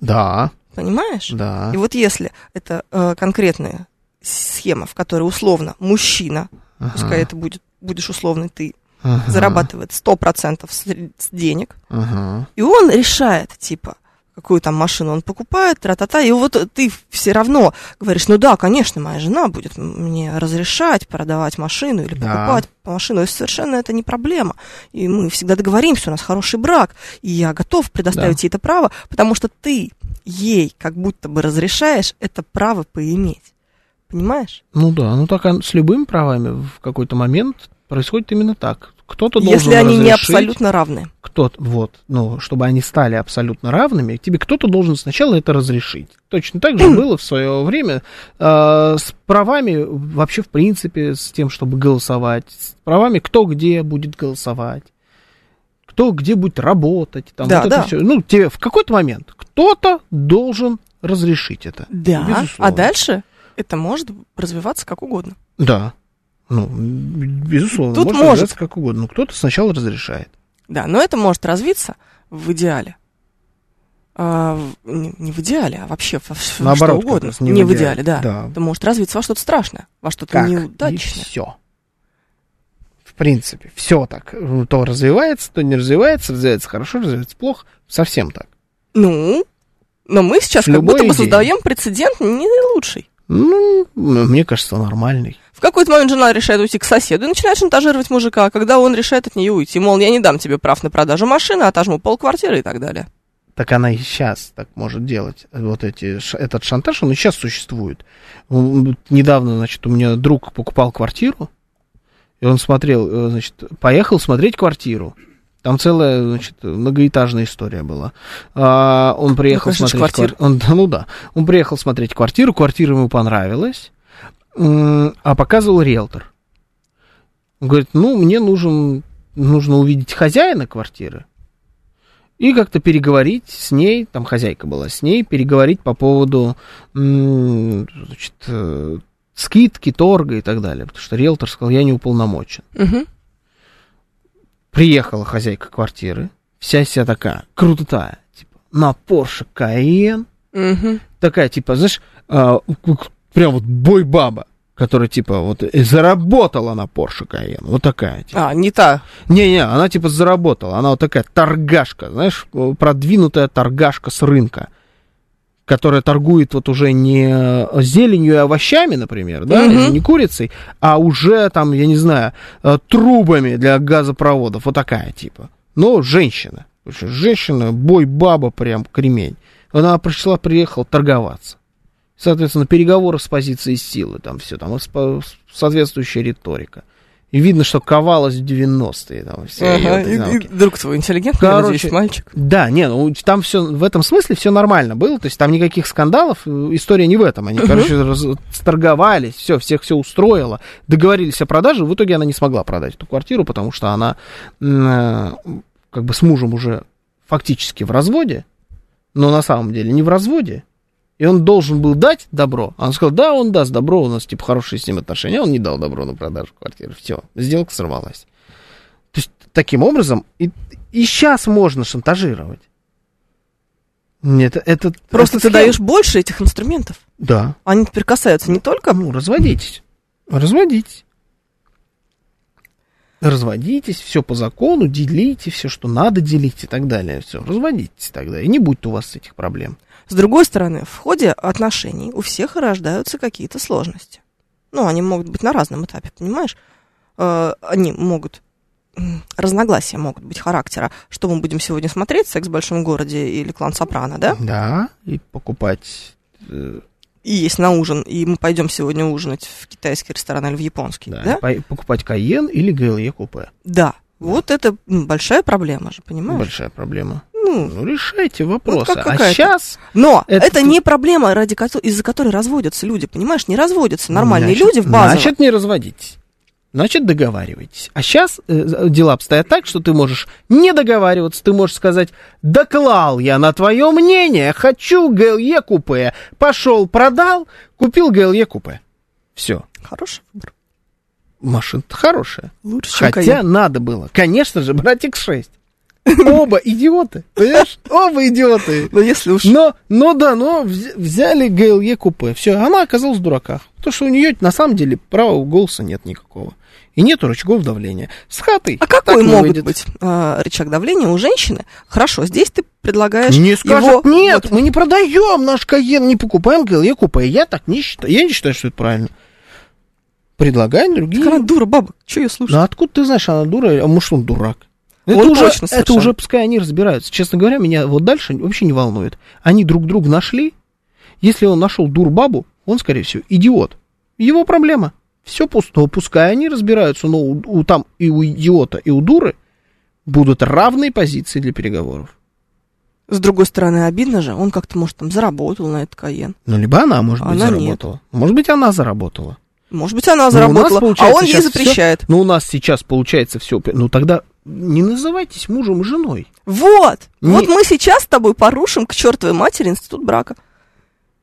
[SPEAKER 2] да,
[SPEAKER 3] Понимаешь?
[SPEAKER 2] да.
[SPEAKER 3] И вот если это э, конкретная схема, в которой условно мужчина,
[SPEAKER 2] Ага,
[SPEAKER 3] пускай это будет, будешь условный ты,
[SPEAKER 2] ага,
[SPEAKER 3] зарабатывает 100% с- с денег,
[SPEAKER 2] ага.
[SPEAKER 3] и он решает, типа, какую там машину он покупает, тра-та-та, и вот ты все равно говоришь, ну да, конечно, моя жена будет мне разрешать продавать машину или
[SPEAKER 2] Да.
[SPEAKER 3] покупать машину, и совершенно это не проблема. И мы всегда договоримся, у нас хороший брак, и я готов предоставить
[SPEAKER 2] Да.
[SPEAKER 3] ей это право, потому что ты ей как будто бы разрешаешь это право поиметь. Понимаешь?
[SPEAKER 2] Ну да, ну так а с любыми правами в какой-то момент происходит именно так. Кто-то должен
[SPEAKER 3] Если они не
[SPEAKER 2] разрешить,
[SPEAKER 3] абсолютно равны.
[SPEAKER 2] кто-то, вот, ну, чтобы они стали абсолютно равными, тебе кто-то должен сначала это разрешить. Точно так же было в свое время э, с правами вообще в принципе, с тем, чтобы голосовать, с правами, кто где будет голосовать, кто где будет работать, там,
[SPEAKER 3] Да,
[SPEAKER 2] вот это
[SPEAKER 3] да.
[SPEAKER 2] все. Ну, тебе в какой-то момент кто-то должен разрешить это.
[SPEAKER 3] Да. А
[SPEAKER 2] Безусловно.
[SPEAKER 3] дальше это может развиваться как угодно.
[SPEAKER 2] Да. Ну, безусловно,
[SPEAKER 3] Тут
[SPEAKER 2] можно
[SPEAKER 3] может.
[SPEAKER 2] называться как угодно. Но кто-то сначала разрешает.
[SPEAKER 3] Да, но это может развиться в идеале. А, в- не, не в идеале, а вообще во вс- во
[SPEAKER 2] Наоборот,
[SPEAKER 3] что угодно.
[SPEAKER 2] как раз,
[SPEAKER 3] не, в идеале, да.
[SPEAKER 2] Да.
[SPEAKER 3] Это может развиться во что-то страшное, во что-то
[SPEAKER 2] Как?
[SPEAKER 3] неудачное.
[SPEAKER 2] все. В принципе, все так. Ну, То развивается, то не развивается, развивается хорошо, развивается плохо. Совсем так.
[SPEAKER 3] Ну, но мы сейчас
[SPEAKER 2] С
[SPEAKER 3] как
[SPEAKER 2] любой
[SPEAKER 3] будто бы
[SPEAKER 2] идеей.
[SPEAKER 3] создаем прецедент не лучший.
[SPEAKER 2] Ну, мне кажется, нормальный.
[SPEAKER 3] В какой-то момент жена решает уйти к соседу и начинает шантажировать мужика, а когда он решает от нее уйти, мол, я не дам тебе прав на продажу машины, отожму полквартиры и так далее.
[SPEAKER 2] Так она и сейчас так может делать. Вот эти, ш- этот шантаж, он и сейчас существует. М, Недавно, значит, у меня друг покупал квартиру, и он смотрел, э, значит, поехал смотреть квартиру. Там целая, значит, многоэтажная история была. А, он приехал
[SPEAKER 3] конечно же,
[SPEAKER 2] смотреть
[SPEAKER 3] квартира.
[SPEAKER 2] квар- он- ну да. Он приехал смотреть квартиру, квартира ему понравилась, м, а показывал риэлтор. Он говорит, ну, мне нужен, нужно увидеть хозяина квартиры и как-то переговорить с ней, там хозяйка была, с ней переговорить по поводу м, значит, э, скидки, торга и так далее. Потому что риэлтор сказал, я не уполномочен.
[SPEAKER 3] Мгм.
[SPEAKER 2] Приехала хозяйка квартиры, вся вся такая крутая, типа на Porsche Cayenne,
[SPEAKER 3] Мгм.
[SPEAKER 2] такая, типа, знаешь, а, к- к- прям вот бой-баба, которая, типа, вот э, заработала на Porsche Cayenne, вот такая, типа.
[SPEAKER 3] А, не та.
[SPEAKER 2] Не-не, она типа заработала. Она вот такая торгашка, знаешь, продвинутая торгашка с рынка, которая торгует вот уже не зеленью и овощами, например, да,
[SPEAKER 3] Мгм.
[SPEAKER 2] или не курицей, а уже там, я не знаю, э, трубами для газопроводов. Вот такая типа. Но женщина. Слушай, Женщина, бой, баба прям кремень. Она пришла, приехала торговаться. Соответственно, переговоры с позиции силы, там все, там спо- соответствующая риторика. И видно, что ковалось в 90-е. Там, все
[SPEAKER 3] Ага,
[SPEAKER 2] эти
[SPEAKER 3] и- и
[SPEAKER 2] замки.
[SPEAKER 3] друг твой интеллигентный,
[SPEAKER 2] Короче,
[SPEAKER 3] надеюсь, мальчик.
[SPEAKER 2] Да, не, ну там все в этом смысле все нормально было, то есть там никаких скандалов, э, история не в этом. Они,
[SPEAKER 3] Мгм.
[SPEAKER 2] короче, раз- торговались, все, всех все устроило, договорились о продаже, в итоге она не смогла продать эту квартиру, потому что она м, э, как бы с мужем уже фактически в разводе, но на самом деле не в разводе. И он должен был дать добро. А он сказал, да, он даст добро, у нас типа хорошие с ним отношения. Он не дал добро на продажу квартиры. Все, сделка сорвалась. То есть таким образом и, сейчас можно шантажировать. Нет, это...
[SPEAKER 3] Просто
[SPEAKER 2] это
[SPEAKER 3] ты
[SPEAKER 2] схема.
[SPEAKER 3] даешь больше этих инструментов.
[SPEAKER 2] Да.
[SPEAKER 3] Они теперь касаются не только...
[SPEAKER 2] Ну, разводитесь. Разводитесь. Разводитесь, все по закону, делите все, что надо делить и так далее. Все, разводитесь тогда, и не будет у вас этих проблем.
[SPEAKER 3] С другой стороны, в ходе отношений у всех рождаются какие-то сложности. Ну, они могут быть на разном этапе, понимаешь? Э, Они могут... м, Разногласия могут быть характера. Что мы будем сегодня смотреть? «Секс в большом городе» или «Клан Сопрано», да?
[SPEAKER 2] Да, и покупать... э,
[SPEAKER 3] И есть на ужин, и мы пойдем сегодня ужинать в китайский ресторан или в японский,
[SPEAKER 2] да,
[SPEAKER 3] да?
[SPEAKER 2] и пой- покупать Каен или ГЛЕ купе.
[SPEAKER 3] Да. Вот это м, большая проблема же, понимаешь?
[SPEAKER 2] Большая проблема.
[SPEAKER 3] Ну,
[SPEAKER 2] Ну, решайте вопросы.
[SPEAKER 3] как
[SPEAKER 2] а
[SPEAKER 3] какая-то.
[SPEAKER 2] сейчас...
[SPEAKER 3] Но
[SPEAKER 2] Это
[SPEAKER 3] это,
[SPEAKER 2] тут-
[SPEAKER 3] не проблема, ради кото- из-за которой разводятся люди, понимаешь? Не разводятся нормальные
[SPEAKER 2] Значит-
[SPEAKER 3] люди в базовом.
[SPEAKER 2] Значит, не разводитесь. значит договаривайтесь. А сейчас дела обстоят так, что ты можешь не договариваться, ты можешь сказать, доклал я на твое мнение, хочу ГЛЕ купе, пошел продал, купил ГЛЕ купе. Все.
[SPEAKER 3] Хороший выбор.
[SPEAKER 2] Машина-то хорошая.
[SPEAKER 3] Лучше, чем
[SPEAKER 2] Хотя
[SPEAKER 3] Каен.
[SPEAKER 2] надо было. Конечно же, братик 6. Оба идиоты, понимаешь? Оба идиоты.
[SPEAKER 3] Ну, если уж...
[SPEAKER 2] Но, но да, но вз- взяли ГЛЕ купе. Все, она оказалась в дураках. Потому что у нее на самом деле права голоса нет никакого. И нет рычагов давления. С хатой.
[SPEAKER 3] А
[SPEAKER 2] так
[SPEAKER 3] какой
[SPEAKER 2] не
[SPEAKER 3] могут
[SPEAKER 2] выйдет.
[SPEAKER 3] быть а, рычаг давления у женщины? Хорошо, здесь ты предлагаешь
[SPEAKER 2] Не скажут,
[SPEAKER 3] его...
[SPEAKER 2] нет,
[SPEAKER 3] вот,
[SPEAKER 2] мы не продаем наш Каен, не покупаем ГЛЕ купе. Я так не считаю. Я не считаю, что это правильно. Предлагай другие.
[SPEAKER 3] так она дура, баба, что ее слушать?
[SPEAKER 2] Ну откуда ты знаешь, она дура, а может он дурак? Это,
[SPEAKER 3] Вот
[SPEAKER 2] уже,
[SPEAKER 3] точно
[SPEAKER 2] это
[SPEAKER 3] совершенно.
[SPEAKER 2] уже пускай они разбираются. Честно говоря, меня вот дальше вообще не волнует. Они друг друга нашли. Если он нашел дурбабу, он, скорее всего, идиот. Его проблема. Все пусто. Пускай они разбираются, но у, у- там и у идиота, и у дуры будут равные позиции для переговоров.
[SPEAKER 3] С другой стороны, обидно же, он как-то, может, там заработал на этот Каен.
[SPEAKER 2] Ну, либо она, может быть,
[SPEAKER 3] Она нет.
[SPEAKER 2] заработала. Может быть, она заработала.
[SPEAKER 3] Может быть, она
[SPEAKER 2] Ну, у нас
[SPEAKER 3] заработала, а
[SPEAKER 2] получается
[SPEAKER 3] он ей
[SPEAKER 2] щас всё-
[SPEAKER 3] запрещает.
[SPEAKER 2] Ну, у нас сейчас получается все. Ну, тогда не называйтесь мужем и женой.
[SPEAKER 3] Вот!
[SPEAKER 2] Не-
[SPEAKER 3] Вот мы сейчас с тобой порушим к чертовой матери институт брака.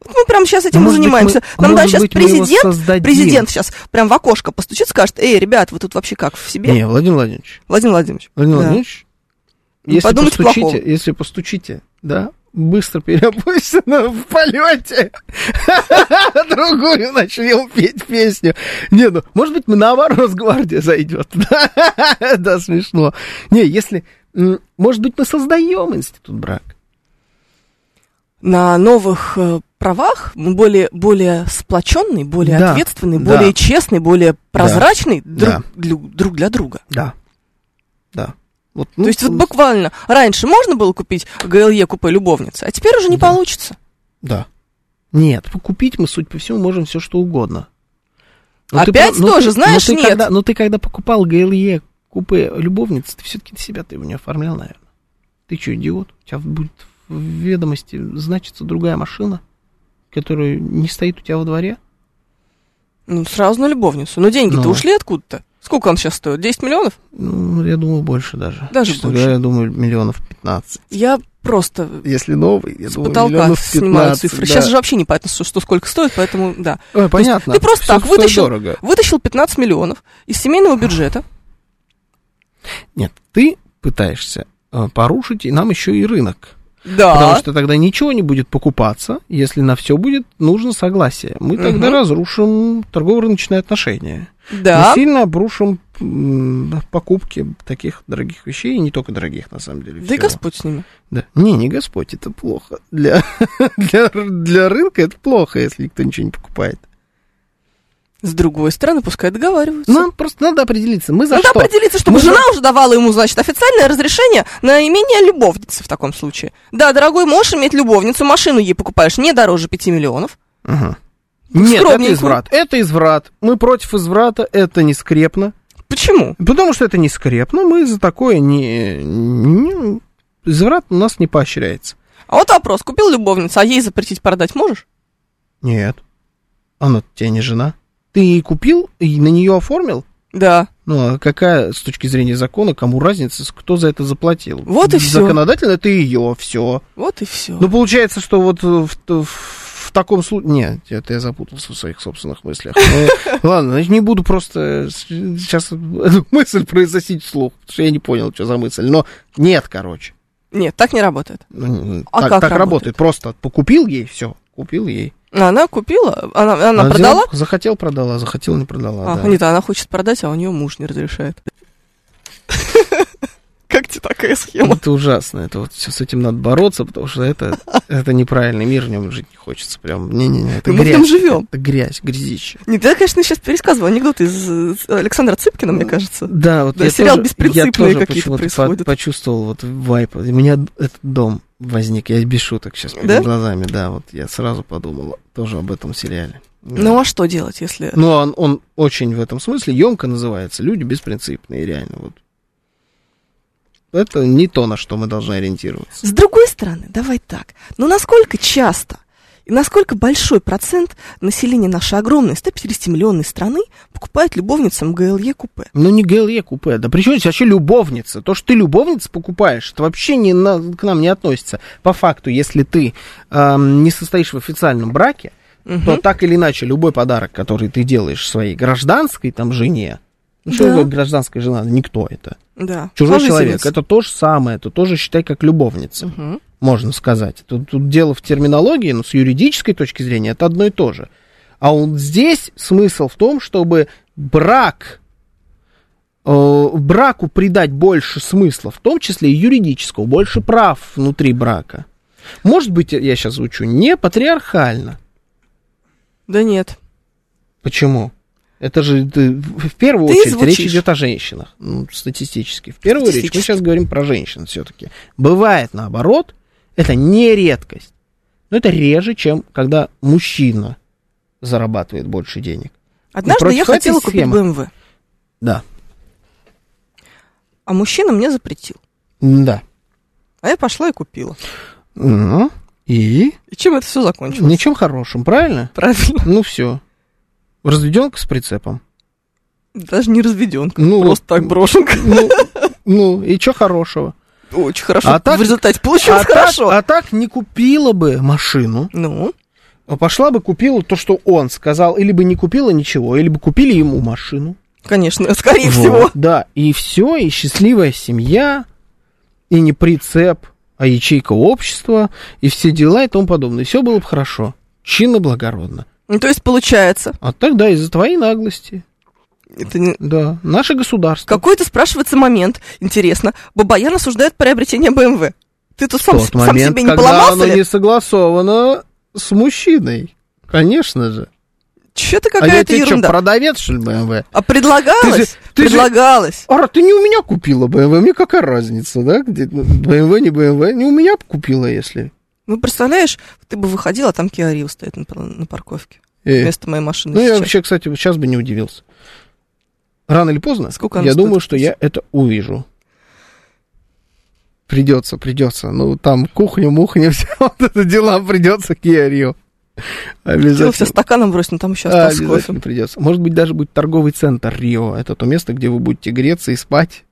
[SPEAKER 3] Вот мы прямо сейчас этим
[SPEAKER 2] Может
[SPEAKER 3] и
[SPEAKER 2] быть,
[SPEAKER 3] занимаемся.
[SPEAKER 2] мы-
[SPEAKER 3] Нам да,
[SPEAKER 2] может
[SPEAKER 3] сейчас
[SPEAKER 2] быть, мы его
[SPEAKER 3] президент,
[SPEAKER 2] создадим.
[SPEAKER 3] президент сейчас прям в окошко постучит, скажет, эй, ребят, вы тут вообще как, в себе?
[SPEAKER 2] Не, Владимир Владимирович.
[SPEAKER 3] Владимир Владимирович.
[SPEAKER 2] Владимир
[SPEAKER 3] да.
[SPEAKER 2] Владимирович,
[SPEAKER 3] Не
[SPEAKER 2] если
[SPEAKER 3] подумайте
[SPEAKER 2] постучите,
[SPEAKER 3] плохого.
[SPEAKER 2] если постучите, да, быстро переобуйся но в полете. Другую начнем петь песню. Не, ну, может быть, мы наоборот, Росгвардия зайдет. Да, Да, смешно. Не, если... м, Может быть, мы создаем институт брака.
[SPEAKER 3] На новых э, правах, ну, более, более сплоченный, более
[SPEAKER 2] Да,
[SPEAKER 3] ответственный,
[SPEAKER 2] да.
[SPEAKER 3] более честный, более прозрачный
[SPEAKER 2] да.
[SPEAKER 3] друг, длю- друг для друга.
[SPEAKER 2] Да. Да. Вот, ну,
[SPEAKER 3] То есть вот
[SPEAKER 2] ну,
[SPEAKER 3] буквально раньше можно было купить ГЛЕ купе любовницы, а теперь уже не
[SPEAKER 2] Да.
[SPEAKER 3] получится.
[SPEAKER 2] Да. Нет, купить мы, суть по всему, можем все что угодно.
[SPEAKER 3] Опять тоже, знаешь,
[SPEAKER 2] но ты
[SPEAKER 3] нет.
[SPEAKER 2] Когда, но ты когда покупал ГЛЕ купе любовницы, ты все-таки себя ты его не оформлял, наверное. Ты что, идиот? У тебя будет в ведомости значится другая машина, которая не стоит у тебя во дворе?
[SPEAKER 3] Ну, сразу на любовницу. Но деньги-то
[SPEAKER 2] Ну.
[SPEAKER 3] ушли откуда-то? Сколько он сейчас стоит? 10 миллионов?
[SPEAKER 2] Ну, я думаю, больше даже.
[SPEAKER 3] Даже
[SPEAKER 2] Честно
[SPEAKER 3] больше.
[SPEAKER 2] говоря, я думаю, миллионов 15.
[SPEAKER 3] Я просто
[SPEAKER 2] Если новый, я
[SPEAKER 3] с
[SPEAKER 2] думаю,
[SPEAKER 3] потолка
[SPEAKER 2] миллионов
[SPEAKER 3] снимаю
[SPEAKER 2] 15.
[SPEAKER 3] цифры.
[SPEAKER 2] да.
[SPEAKER 3] Сейчас же вообще непонятно, что, что сколько стоит, поэтому да.
[SPEAKER 2] Ой, понятно.
[SPEAKER 3] ты просто
[SPEAKER 2] Всё
[SPEAKER 3] так
[SPEAKER 2] стоит
[SPEAKER 3] вытащил.
[SPEAKER 2] дорого.
[SPEAKER 3] Вытащил 15 миллионов из семейного бюджета.
[SPEAKER 2] Нет, ты пытаешься э, порушить и нам еще и рынок. Потому
[SPEAKER 3] Да.
[SPEAKER 2] что тогда ничего не будет покупаться, если на все будет нужно согласие. Мы тогда
[SPEAKER 3] Мгм.
[SPEAKER 2] разрушим торгово-рыночные отношения.
[SPEAKER 3] Да.
[SPEAKER 2] Мы сильно обрушим м, покупки таких дорогих вещей, и не только дорогих, на самом деле.
[SPEAKER 3] Да и
[SPEAKER 2] всего.
[SPEAKER 3] Господь с ними.
[SPEAKER 2] Да. Не, не Господь, это плохо. Для, для, для рынка это плохо, если никто ничего не покупает.
[SPEAKER 3] С другой стороны, пускай договариваются.
[SPEAKER 2] Нам просто надо определиться, мы Ну, за
[SPEAKER 3] Надо
[SPEAKER 2] что.
[SPEAKER 3] определиться, чтобы
[SPEAKER 2] Мы за-
[SPEAKER 3] жена уже давала ему, значит, официальное разрешение на имение любовницы в таком случае. Да, дорогой, можешь иметь любовницу, машину ей покупаешь не дороже 5 миллионов.
[SPEAKER 2] Ага. Нет, это
[SPEAKER 3] Скромненькую.
[SPEAKER 2] изврат. Это изврат. Мы против изврата, это не скрепно.
[SPEAKER 3] Почему?
[SPEAKER 2] Потому что это не скрепно, мы за такое не... не- изврат у нас не поощряется.
[SPEAKER 3] А вот вопрос, купил любовницу, а ей запретить продать можешь?
[SPEAKER 2] Нет. Она тебе не жена. Ты ей купил и на нее оформил?
[SPEAKER 3] Да.
[SPEAKER 2] Ну, а какая с точки зрения закона, кому разница, с- кто за это заплатил?
[SPEAKER 3] Вот и всё.
[SPEAKER 2] Законодательно ты ее, все.
[SPEAKER 3] Вот и все.
[SPEAKER 2] Ну, получается, что вот в, в- в таком случае... Нет, это я запутался в своих собственных мыслях. Ну, Ладно, значит, не буду просто с- сейчас эту мысль произносить вслух, потому что я не понял, что за мысль. Но нет, короче.
[SPEAKER 3] Нет, так не работает.
[SPEAKER 2] Ну,
[SPEAKER 3] А
[SPEAKER 2] так,
[SPEAKER 3] как
[SPEAKER 2] так работает?
[SPEAKER 3] работает?
[SPEAKER 2] Просто покупил ей, все, купил ей.
[SPEAKER 3] Она купила, она, она
[SPEAKER 2] взяла,
[SPEAKER 3] продала.
[SPEAKER 2] захотел, продала, захотел, не продала.
[SPEAKER 3] А,
[SPEAKER 2] да.
[SPEAKER 3] Нет, она хочет продать, а у нее муж не разрешает. Как тебе такая схема?
[SPEAKER 2] Ну, Это ужасно, это вот все с этим надо бороться, потому что это, это неправильный мир, в нем жить не хочется. Прям, не-не-не, это
[SPEAKER 3] Ну, мы в
[SPEAKER 2] грязь.
[SPEAKER 3] нем живем.
[SPEAKER 2] Это грязь, грязище.
[SPEAKER 3] Нет, я, конечно, сейчас пересказываю анекдот из э, с- Александра Цыпкина, мне кажется.
[SPEAKER 2] Да, вот
[SPEAKER 3] Да,
[SPEAKER 2] я,
[SPEAKER 3] сериал
[SPEAKER 2] тоже, я
[SPEAKER 3] беспринципные
[SPEAKER 2] тоже
[SPEAKER 3] какие-то
[SPEAKER 2] почему-то по-
[SPEAKER 3] происходят.
[SPEAKER 2] почувствовал вот вайп. У меня этот дом возник, я без шуток сейчас перед
[SPEAKER 3] Да?
[SPEAKER 2] глазами, да, вот я сразу подумал тоже об этом сериале. Да.
[SPEAKER 3] Ну а что делать, если...
[SPEAKER 2] Ну, он, он очень в этом смысле емко называется. Люди беспринципные, реально. Вот. Это не то, на что мы должны ориентироваться.
[SPEAKER 3] С другой стороны, давай так. Ну насколько часто И насколько большой процент населения нашей огромной 150-миллионной страны покупает любовницам ГЛЕ купе?
[SPEAKER 2] Ну, не ГЛЕ купе. Да при чем здесь вообще любовница? То, что ты любовница покупаешь, это вообще не на- к нам не относится. По факту, если ты эм, не состоишь в официальном браке, то
[SPEAKER 5] Мгм.
[SPEAKER 2] так или иначе любой подарок, который ты делаешь своей гражданской там жене, ну, что
[SPEAKER 3] Да.
[SPEAKER 2] такое гражданская жена? Никто это.
[SPEAKER 3] Да.
[SPEAKER 2] Чужой
[SPEAKER 3] Сложительница.
[SPEAKER 2] человек. Это то же самое. Это тоже считай как любовница,
[SPEAKER 5] Мгм.
[SPEAKER 2] можно сказать. Тут, тут дело в терминологии, но с юридической точки зрения это одно и то же. А он здесь смысл в том, чтобы брак э, браку придать больше смысла, в том числе и юридического, больше прав внутри брака. Может быть, я сейчас звучу не патриархально.
[SPEAKER 3] Да нет.
[SPEAKER 2] Почему? Это же ты- в в первую
[SPEAKER 3] Ты
[SPEAKER 2] очередь
[SPEAKER 3] звучишь.
[SPEAKER 2] речь идет о женщинах. Ну, статистически. В первую очередь мы
[SPEAKER 3] Статистически.
[SPEAKER 2] сейчас говорим про женщин все-таки. Бывает наоборот, это не редкость. Но это реже, чем когда мужчина зарабатывает больше денег.
[SPEAKER 3] Однажды
[SPEAKER 2] против
[SPEAKER 3] я
[SPEAKER 2] этой
[SPEAKER 3] хотела купить эм
[SPEAKER 2] схемы.
[SPEAKER 3] БМВ,
[SPEAKER 2] Да.
[SPEAKER 3] а мужчина мне запретил.
[SPEAKER 2] Да.
[SPEAKER 3] А я пошла и купила.
[SPEAKER 2] Ну, и
[SPEAKER 3] И чем это все закончилось?
[SPEAKER 2] ничем хорошим, правильно?
[SPEAKER 3] Правильно.
[SPEAKER 2] Ну все. Разведенка с прицепом.
[SPEAKER 3] Даже не разведенка.
[SPEAKER 2] Ну,
[SPEAKER 3] Просто так брошенка.
[SPEAKER 2] Ну, ну, и что хорошего?
[SPEAKER 3] Очень хорошо.
[SPEAKER 2] А так-
[SPEAKER 3] в результате получилось
[SPEAKER 2] а,
[SPEAKER 3] хорошо.
[SPEAKER 2] Так, а так не купила бы машину,
[SPEAKER 3] Ну,
[SPEAKER 2] А Пошла бы купила то, что он сказал, или бы не купила ничего, или бы купили ему машину.
[SPEAKER 3] конечно, скорее всего.
[SPEAKER 2] Вот, Да, и все, и счастливая семья, и не прицеп, а ячейка общества, и все дела и тому подобное. Все было бы хорошо, чинно, благородно.
[SPEAKER 3] Ну, то есть получается.
[SPEAKER 2] А так, да, из-за твоей наглости,
[SPEAKER 3] Это не-
[SPEAKER 2] да, наше государство.
[SPEAKER 3] Какой-то спрашивается момент. Интересно. Бабаян осуждает приобретение БМВ. Ты тут
[SPEAKER 2] В
[SPEAKER 3] сам,
[SPEAKER 2] тот
[SPEAKER 3] сам
[SPEAKER 2] момент,
[SPEAKER 3] себе не
[SPEAKER 2] когда
[SPEAKER 3] поломался
[SPEAKER 2] оно
[SPEAKER 3] ли?
[SPEAKER 2] не согласовано с мужчиной. Конечно же.
[SPEAKER 3] Че ты
[SPEAKER 2] а я
[SPEAKER 3] какая-то
[SPEAKER 2] тебе чё,
[SPEAKER 3] ерунда?
[SPEAKER 2] продавец, что ли, БМВ?
[SPEAKER 3] А предлагалось?
[SPEAKER 2] Ты же- ты же-
[SPEAKER 3] предлагалось.
[SPEAKER 2] Ара, А ты не у меня купила БМВ, мне какая разница, да? Где, ну, BMW, не БМВ, не у меня б купила, если.
[SPEAKER 3] Ну, представляешь, ты бы выходила, а там Kia Rio стоит на, пар- на парковке.
[SPEAKER 2] Э,
[SPEAKER 3] Вместо моей машины
[SPEAKER 2] ну, я
[SPEAKER 3] сейчас.
[SPEAKER 2] вообще, кстати, сейчас бы не удивился. Рано или поздно,
[SPEAKER 3] Сколько она
[SPEAKER 2] я
[SPEAKER 3] стоит?
[SPEAKER 2] думаю, что я это увижу. Придется, придется. Ну, там кухня, мухня, все вот это дела придется к Ярию.
[SPEAKER 3] Хотела все
[SPEAKER 2] Обязательно.
[SPEAKER 3] стаканом бросить, но там еще
[SPEAKER 2] А,
[SPEAKER 3] остался кофе.
[SPEAKER 2] обязательно придется. Может быть, даже будет торговый центр Рио. Это то место, где вы будете греться и спать.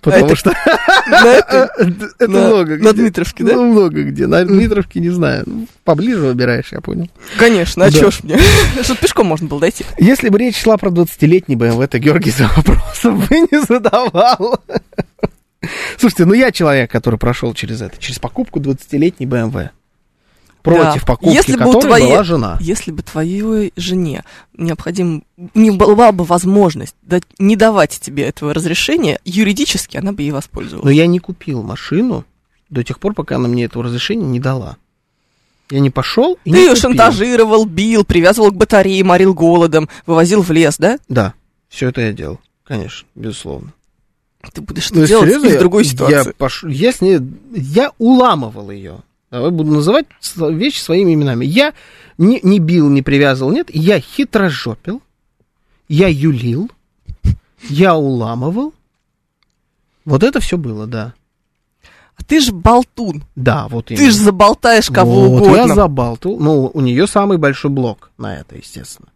[SPEAKER 2] Потому
[SPEAKER 3] А это
[SPEAKER 2] что
[SPEAKER 3] На этой-
[SPEAKER 2] это
[SPEAKER 3] на-
[SPEAKER 2] много
[SPEAKER 3] На
[SPEAKER 2] где.
[SPEAKER 3] Дмитровке, да?
[SPEAKER 2] Ну, много где. На Дмитровке не знаю. Ну, Поближе выбираешь, я понял.
[SPEAKER 3] Конечно, а
[SPEAKER 2] Да.
[SPEAKER 3] чё ж мне? Чтоб пешком можно было дойти.
[SPEAKER 2] Если бы речь шла про 20-летний BMW, то Георгий за вопросом бы не задавал. Слушайте, ну я человек, который прошел через это, через покупку 20-летней BMW. Против
[SPEAKER 3] Да.
[SPEAKER 2] покупки,
[SPEAKER 3] Если бы у
[SPEAKER 2] которой
[SPEAKER 3] твоей-
[SPEAKER 2] была жена.
[SPEAKER 3] Если бы твоей жене необходим, не была бы возможность дать- не давать тебе этого разрешения, юридически она бы ей
[SPEAKER 2] Но
[SPEAKER 3] воспользовалась.
[SPEAKER 2] я не купил машину до тех пор, пока она мне этого разрешения не дала. Я не пошел и
[SPEAKER 3] Ты
[SPEAKER 2] Ну, не
[SPEAKER 3] ее
[SPEAKER 2] купил.
[SPEAKER 3] шантажировал, бил, привязывал к батарее, морил голодом, вывозил в лес, да?
[SPEAKER 2] Да, все это я делал, конечно, безусловно.
[SPEAKER 3] Ты будешь
[SPEAKER 2] Ну,
[SPEAKER 3] это делать
[SPEAKER 2] серьезно,
[SPEAKER 3] из
[SPEAKER 2] я-
[SPEAKER 3] другой
[SPEAKER 2] Я,
[SPEAKER 3] ситуации.
[SPEAKER 2] пош- я с ней... Я уламывал ее. Давай буду называть с- вещи своими именами. Я не, не бил, не привязывал, нет. Я хитрожопил. Я юлил. Я уламывал. Вот это все было, да.
[SPEAKER 3] А Ты же болтун,
[SPEAKER 2] Да, вот
[SPEAKER 3] ты же заболтаешь кого
[SPEAKER 2] вот,
[SPEAKER 3] угодно.
[SPEAKER 2] я забалтал. Ну, у нее самый большой блок на это, естественно.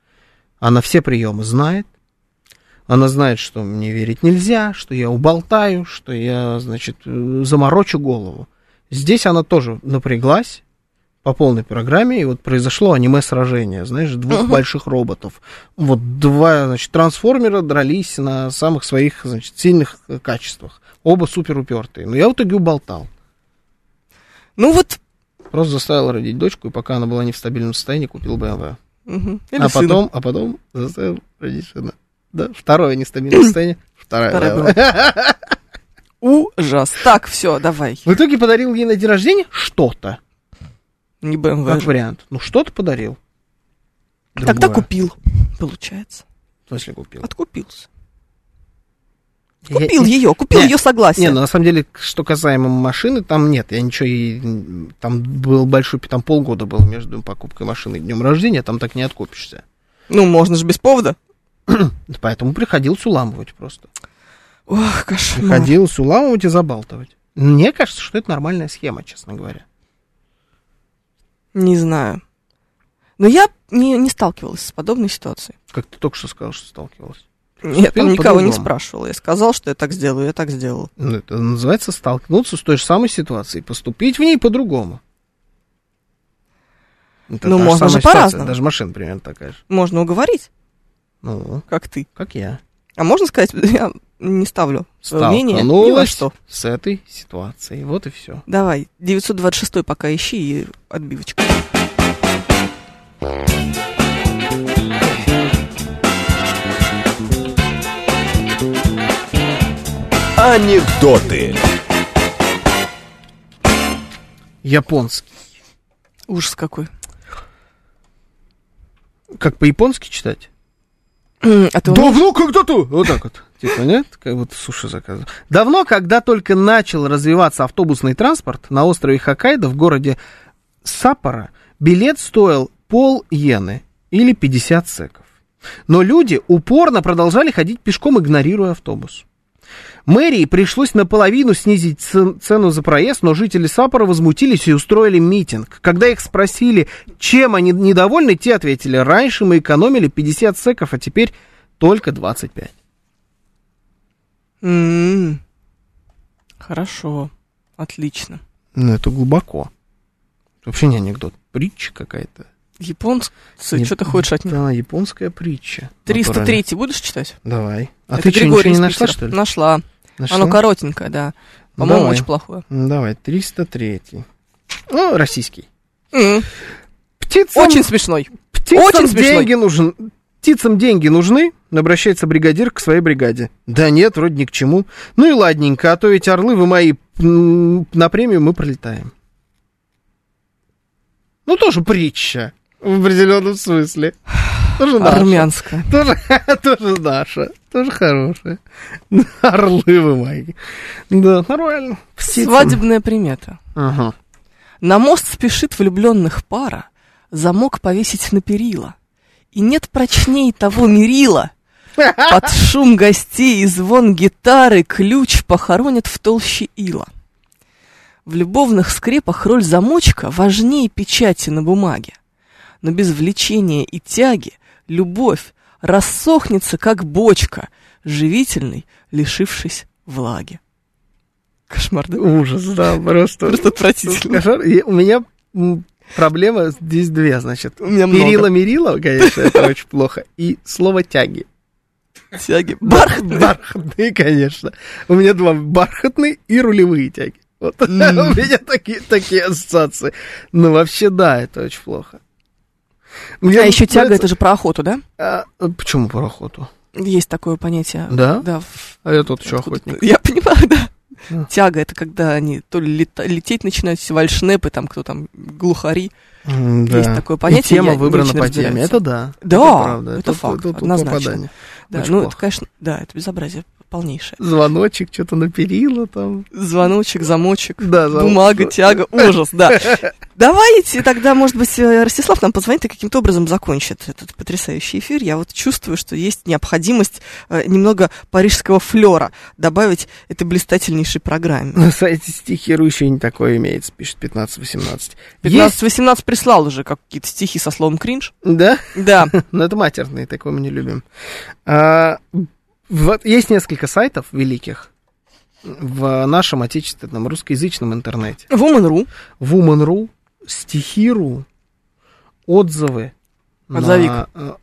[SPEAKER 2] Она все приемы знает. Она знает, что мне верить нельзя, что я уболтаю, что я, значит, э, заморочу голову. Здесь она тоже напряглась по полной программе, и вот произошло аниме-сражение, знаешь, двух
[SPEAKER 3] Мгм.
[SPEAKER 2] больших роботов. Вот два, значит, трансформера дрались на самых своих, значит, сильных э, качествах. Оба супер упертые. Но я в итоге уболтал.
[SPEAKER 3] Ну вот.
[SPEAKER 2] Просто заставил родить дочку, и пока она была не в стабильном состоянии, купил БМВ.
[SPEAKER 3] Мгм. Или
[SPEAKER 2] А
[SPEAKER 3] сына.
[SPEAKER 2] потом, а потом заставил родить сына. Да, второе нестабильное состояние, вторая
[SPEAKER 3] Вторая
[SPEAKER 2] BMW.
[SPEAKER 3] Ужас. Так, все, давай.
[SPEAKER 2] В итоге подарил ей на день рождения что-то,
[SPEAKER 3] Не БМВ.
[SPEAKER 2] как вариант. Ну, что-то подарил.
[SPEAKER 3] Тогда
[SPEAKER 2] Другое.
[SPEAKER 3] купил, получается.
[SPEAKER 2] В смысле купил?
[SPEAKER 3] Откупился.
[SPEAKER 2] Я-
[SPEAKER 3] Купил ее, купил
[SPEAKER 2] Не,
[SPEAKER 3] ее согласие.
[SPEAKER 2] Не, ну, на самом деле, что касаемо машины, там нет, я ничего ей... м, Там был большой, там полгода было между покупкой машины и днем рождения, а там так не откупишься.
[SPEAKER 3] Ну, можно же без повода.
[SPEAKER 2] Поэтому приходилось уламывать просто.
[SPEAKER 3] Ох, кошмар.
[SPEAKER 2] Приходилось уламывать и забалтывать. Мне кажется, что это нормальная схема, честно говоря.
[SPEAKER 3] Не знаю. Но я не, не сталкивалась с подобной ситуацией.
[SPEAKER 2] Как ты только что сказал, что сталкивалась.
[SPEAKER 3] Я
[SPEAKER 2] Поступила
[SPEAKER 3] там никого не
[SPEAKER 2] Ну, по-другому.
[SPEAKER 3] спрашивала. Я сказал, что я так сделаю, я так сделал.
[SPEAKER 2] Ну, Это называется столкнуться с той же самой ситуацией, поступить в ней по-другому. Это
[SPEAKER 3] Ну,
[SPEAKER 2] та
[SPEAKER 3] можно
[SPEAKER 2] самая
[SPEAKER 3] же
[SPEAKER 2] ситуация,
[SPEAKER 3] по-разному.
[SPEAKER 2] Даже машина примерно такая же.
[SPEAKER 3] Можно уговорить,
[SPEAKER 2] Ну,
[SPEAKER 3] как ты.
[SPEAKER 2] как я.
[SPEAKER 3] А можно сказать, я не ставлю свое мнение Э, ни во
[SPEAKER 2] Столкнулась
[SPEAKER 3] что.
[SPEAKER 2] с этой ситуацией. Вот и все.
[SPEAKER 3] Давай, 926 пока ищи и отбивочку.
[SPEAKER 1] Анекдоты.
[SPEAKER 2] Японский.
[SPEAKER 3] Ужас какой.
[SPEAKER 2] Как по-японски читать?
[SPEAKER 3] А ты умеешь?
[SPEAKER 2] Давно когда-то... Вот так вот. Типа, нет? Как будто суши заказывал. Давно, когда только начал развиваться автобусный транспорт на острове Хоккайдо в городе Саппоро, билет стоил пол иены или 50 секов. Но люди упорно продолжали ходить пешком, игнорируя автобус. Мэрии пришлось наполовину снизить ц- цену за проезд, но жители Сапора возмутились и устроили митинг. Когда их спросили, чем они недовольны, те ответили, раньше мы экономили 50 секов, а теперь только 25.
[SPEAKER 3] М. М-м. Хорошо. Отлично.
[SPEAKER 2] Ну, это глубоко. Вообще не анекдот, притча какая-то.
[SPEAKER 3] Японцы,
[SPEAKER 2] Не- Ну,
[SPEAKER 3] что ты хочешь от них?
[SPEAKER 2] Да, японская притча. А
[SPEAKER 3] 303 будешь читать?
[SPEAKER 2] Давай. А
[SPEAKER 3] Это
[SPEAKER 2] ты что,
[SPEAKER 3] Григорий
[SPEAKER 2] ничего не
[SPEAKER 3] из
[SPEAKER 2] нашла,
[SPEAKER 3] Питера. Ну, а
[SPEAKER 2] что ли?
[SPEAKER 3] Нашла.
[SPEAKER 2] Нашла?
[SPEAKER 3] Оно коротенькое, да.
[SPEAKER 2] Ну,
[SPEAKER 3] По-моему,
[SPEAKER 2] давай.
[SPEAKER 3] очень плохое.
[SPEAKER 2] Ну, Давай, 303. Ну, российский.
[SPEAKER 3] М.
[SPEAKER 2] Птица
[SPEAKER 3] Очень смешной.
[SPEAKER 2] Птицам
[SPEAKER 3] Очень смешной.
[SPEAKER 2] деньги нужен. Птицам деньги нужны, обращается бригадир к своей бригаде. Да нет, вроде ни к чему. Ну и ладненько, а то ведь орлы вы мои, м, на премию мы пролетаем. Ну тоже притча, в определенном смысле. Тоже наша.
[SPEAKER 3] Армянское.
[SPEAKER 2] Тоже, тоже наша. Тоже хорошая. Орлы вы мои. Да, нормально. Птицам.
[SPEAKER 3] Свадебная примета.
[SPEAKER 2] Ага.
[SPEAKER 3] На мост спешит влюбленных пара, замок повесить на перила. И нет прочней того мерила. Под шум гостей и звон гитары ключ похоронят в толще ила. В любовных скрепах роль замочка важнее печати на бумаге. Но без влечения и тяги любовь рассохнется, как бочка, живительной, лишившись влаги. Кошмар, да?
[SPEAKER 2] Ужас, да, просто.
[SPEAKER 3] Просто отвратительно.
[SPEAKER 2] Кошмар. Я- У меня м, проблема здесь две, значит.
[SPEAKER 3] У меня много.
[SPEAKER 2] Перила мерила, конечно, это очень плохо. И слово тяги.
[SPEAKER 3] Тяги. Бархатные.
[SPEAKER 2] Бархатные, конечно. У меня два бархатные и рулевые тяги. Вот у
[SPEAKER 3] М.
[SPEAKER 2] меня такие, такие ассоциации. Ну, вообще, да, это очень плохо. Мне
[SPEAKER 3] А еще тяга,
[SPEAKER 2] нравится-
[SPEAKER 3] это же про охоту, да?
[SPEAKER 2] А, э, почему про охоту?
[SPEAKER 3] Есть такое понятие.
[SPEAKER 2] Да?
[SPEAKER 3] Да. в-
[SPEAKER 2] А я тут еще
[SPEAKER 3] откуда-
[SPEAKER 2] охотник.
[SPEAKER 3] Я понимаю, да.
[SPEAKER 2] Да.
[SPEAKER 3] Тяга это когда они то ли лета- лететь начинают, все вальшнепы, там кто там, глухари.
[SPEAKER 2] М,
[SPEAKER 3] Есть
[SPEAKER 2] да.
[SPEAKER 3] такое
[SPEAKER 2] И
[SPEAKER 3] понятие, я
[SPEAKER 2] тема
[SPEAKER 3] не
[SPEAKER 2] выбрана
[SPEAKER 3] очень
[SPEAKER 2] по теме.
[SPEAKER 3] разбираюсь.
[SPEAKER 2] Это да.
[SPEAKER 3] Да,
[SPEAKER 2] правда.
[SPEAKER 3] это
[SPEAKER 2] тут-
[SPEAKER 3] факт,
[SPEAKER 2] тут- тут
[SPEAKER 3] однозначно.
[SPEAKER 2] попадание.
[SPEAKER 3] Да,
[SPEAKER 2] Очень
[SPEAKER 3] ну это,
[SPEAKER 2] плохо.
[SPEAKER 3] конечно, да, это безобразие полнейшее.
[SPEAKER 2] Звоночек, что-то на перила там.
[SPEAKER 3] Звоночек, замочек,
[SPEAKER 2] Да, за-
[SPEAKER 3] бумага, тяга, ужас, да. Давайте тогда, может быть, э, Ростислав нам позвонит и каким-то образом закончит этот потрясающий эфир. Я вот чувствую, что есть необходимость э, немного парижского флера добавить этой блистательнейшей программе.
[SPEAKER 2] На сайте стихиру еще не такое имеется, пишет 15-18. Есть,
[SPEAKER 3] 15-18 прислал уже какие-то стихи со словом кринж.
[SPEAKER 2] да?
[SPEAKER 3] Да.
[SPEAKER 2] Но это матерные, такое мы не любим. А, вот есть несколько сайтов великих в нашем отечественном русскоязычном интернете.
[SPEAKER 3] Woman.ru.
[SPEAKER 2] Woman.ru, стихиру, отзывы. на-
[SPEAKER 3] Отзовик.
[SPEAKER 2] э,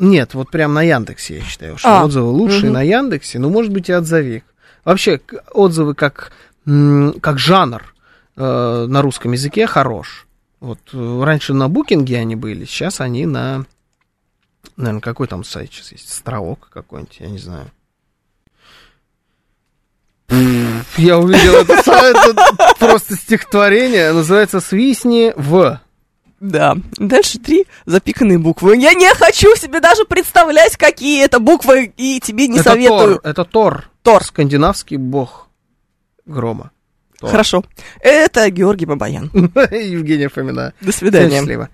[SPEAKER 2] Нет, вот прям на Яндексе, я считаю, что
[SPEAKER 3] А,
[SPEAKER 2] отзывы лучшие
[SPEAKER 3] мгм.
[SPEAKER 2] на Яндексе, ну, может быть, и отзовик. Вообще, к- отзывы как, м, как жанр э, на русском языке хорош. Вот э, раньше на букинге они были, сейчас они на... Наверное, какой там сайт сейчас есть? Островок какой-нибудь, я не знаю. Я увидел это, са- это просто стихотворение, называется «Свистни в».
[SPEAKER 3] Да. Дальше три запиканные буквы. Я не хочу себе даже представлять, какие это буквы, и тебе не
[SPEAKER 2] это
[SPEAKER 3] советую.
[SPEAKER 2] Тор, это Тор.
[SPEAKER 3] Тор.
[SPEAKER 2] Скандинавский бог грома. Тор.
[SPEAKER 3] Хорошо. Это Георгий Бабаян.
[SPEAKER 2] Евгения Фомина.
[SPEAKER 3] До
[SPEAKER 2] Всем
[SPEAKER 3] свидания.
[SPEAKER 2] счастливо.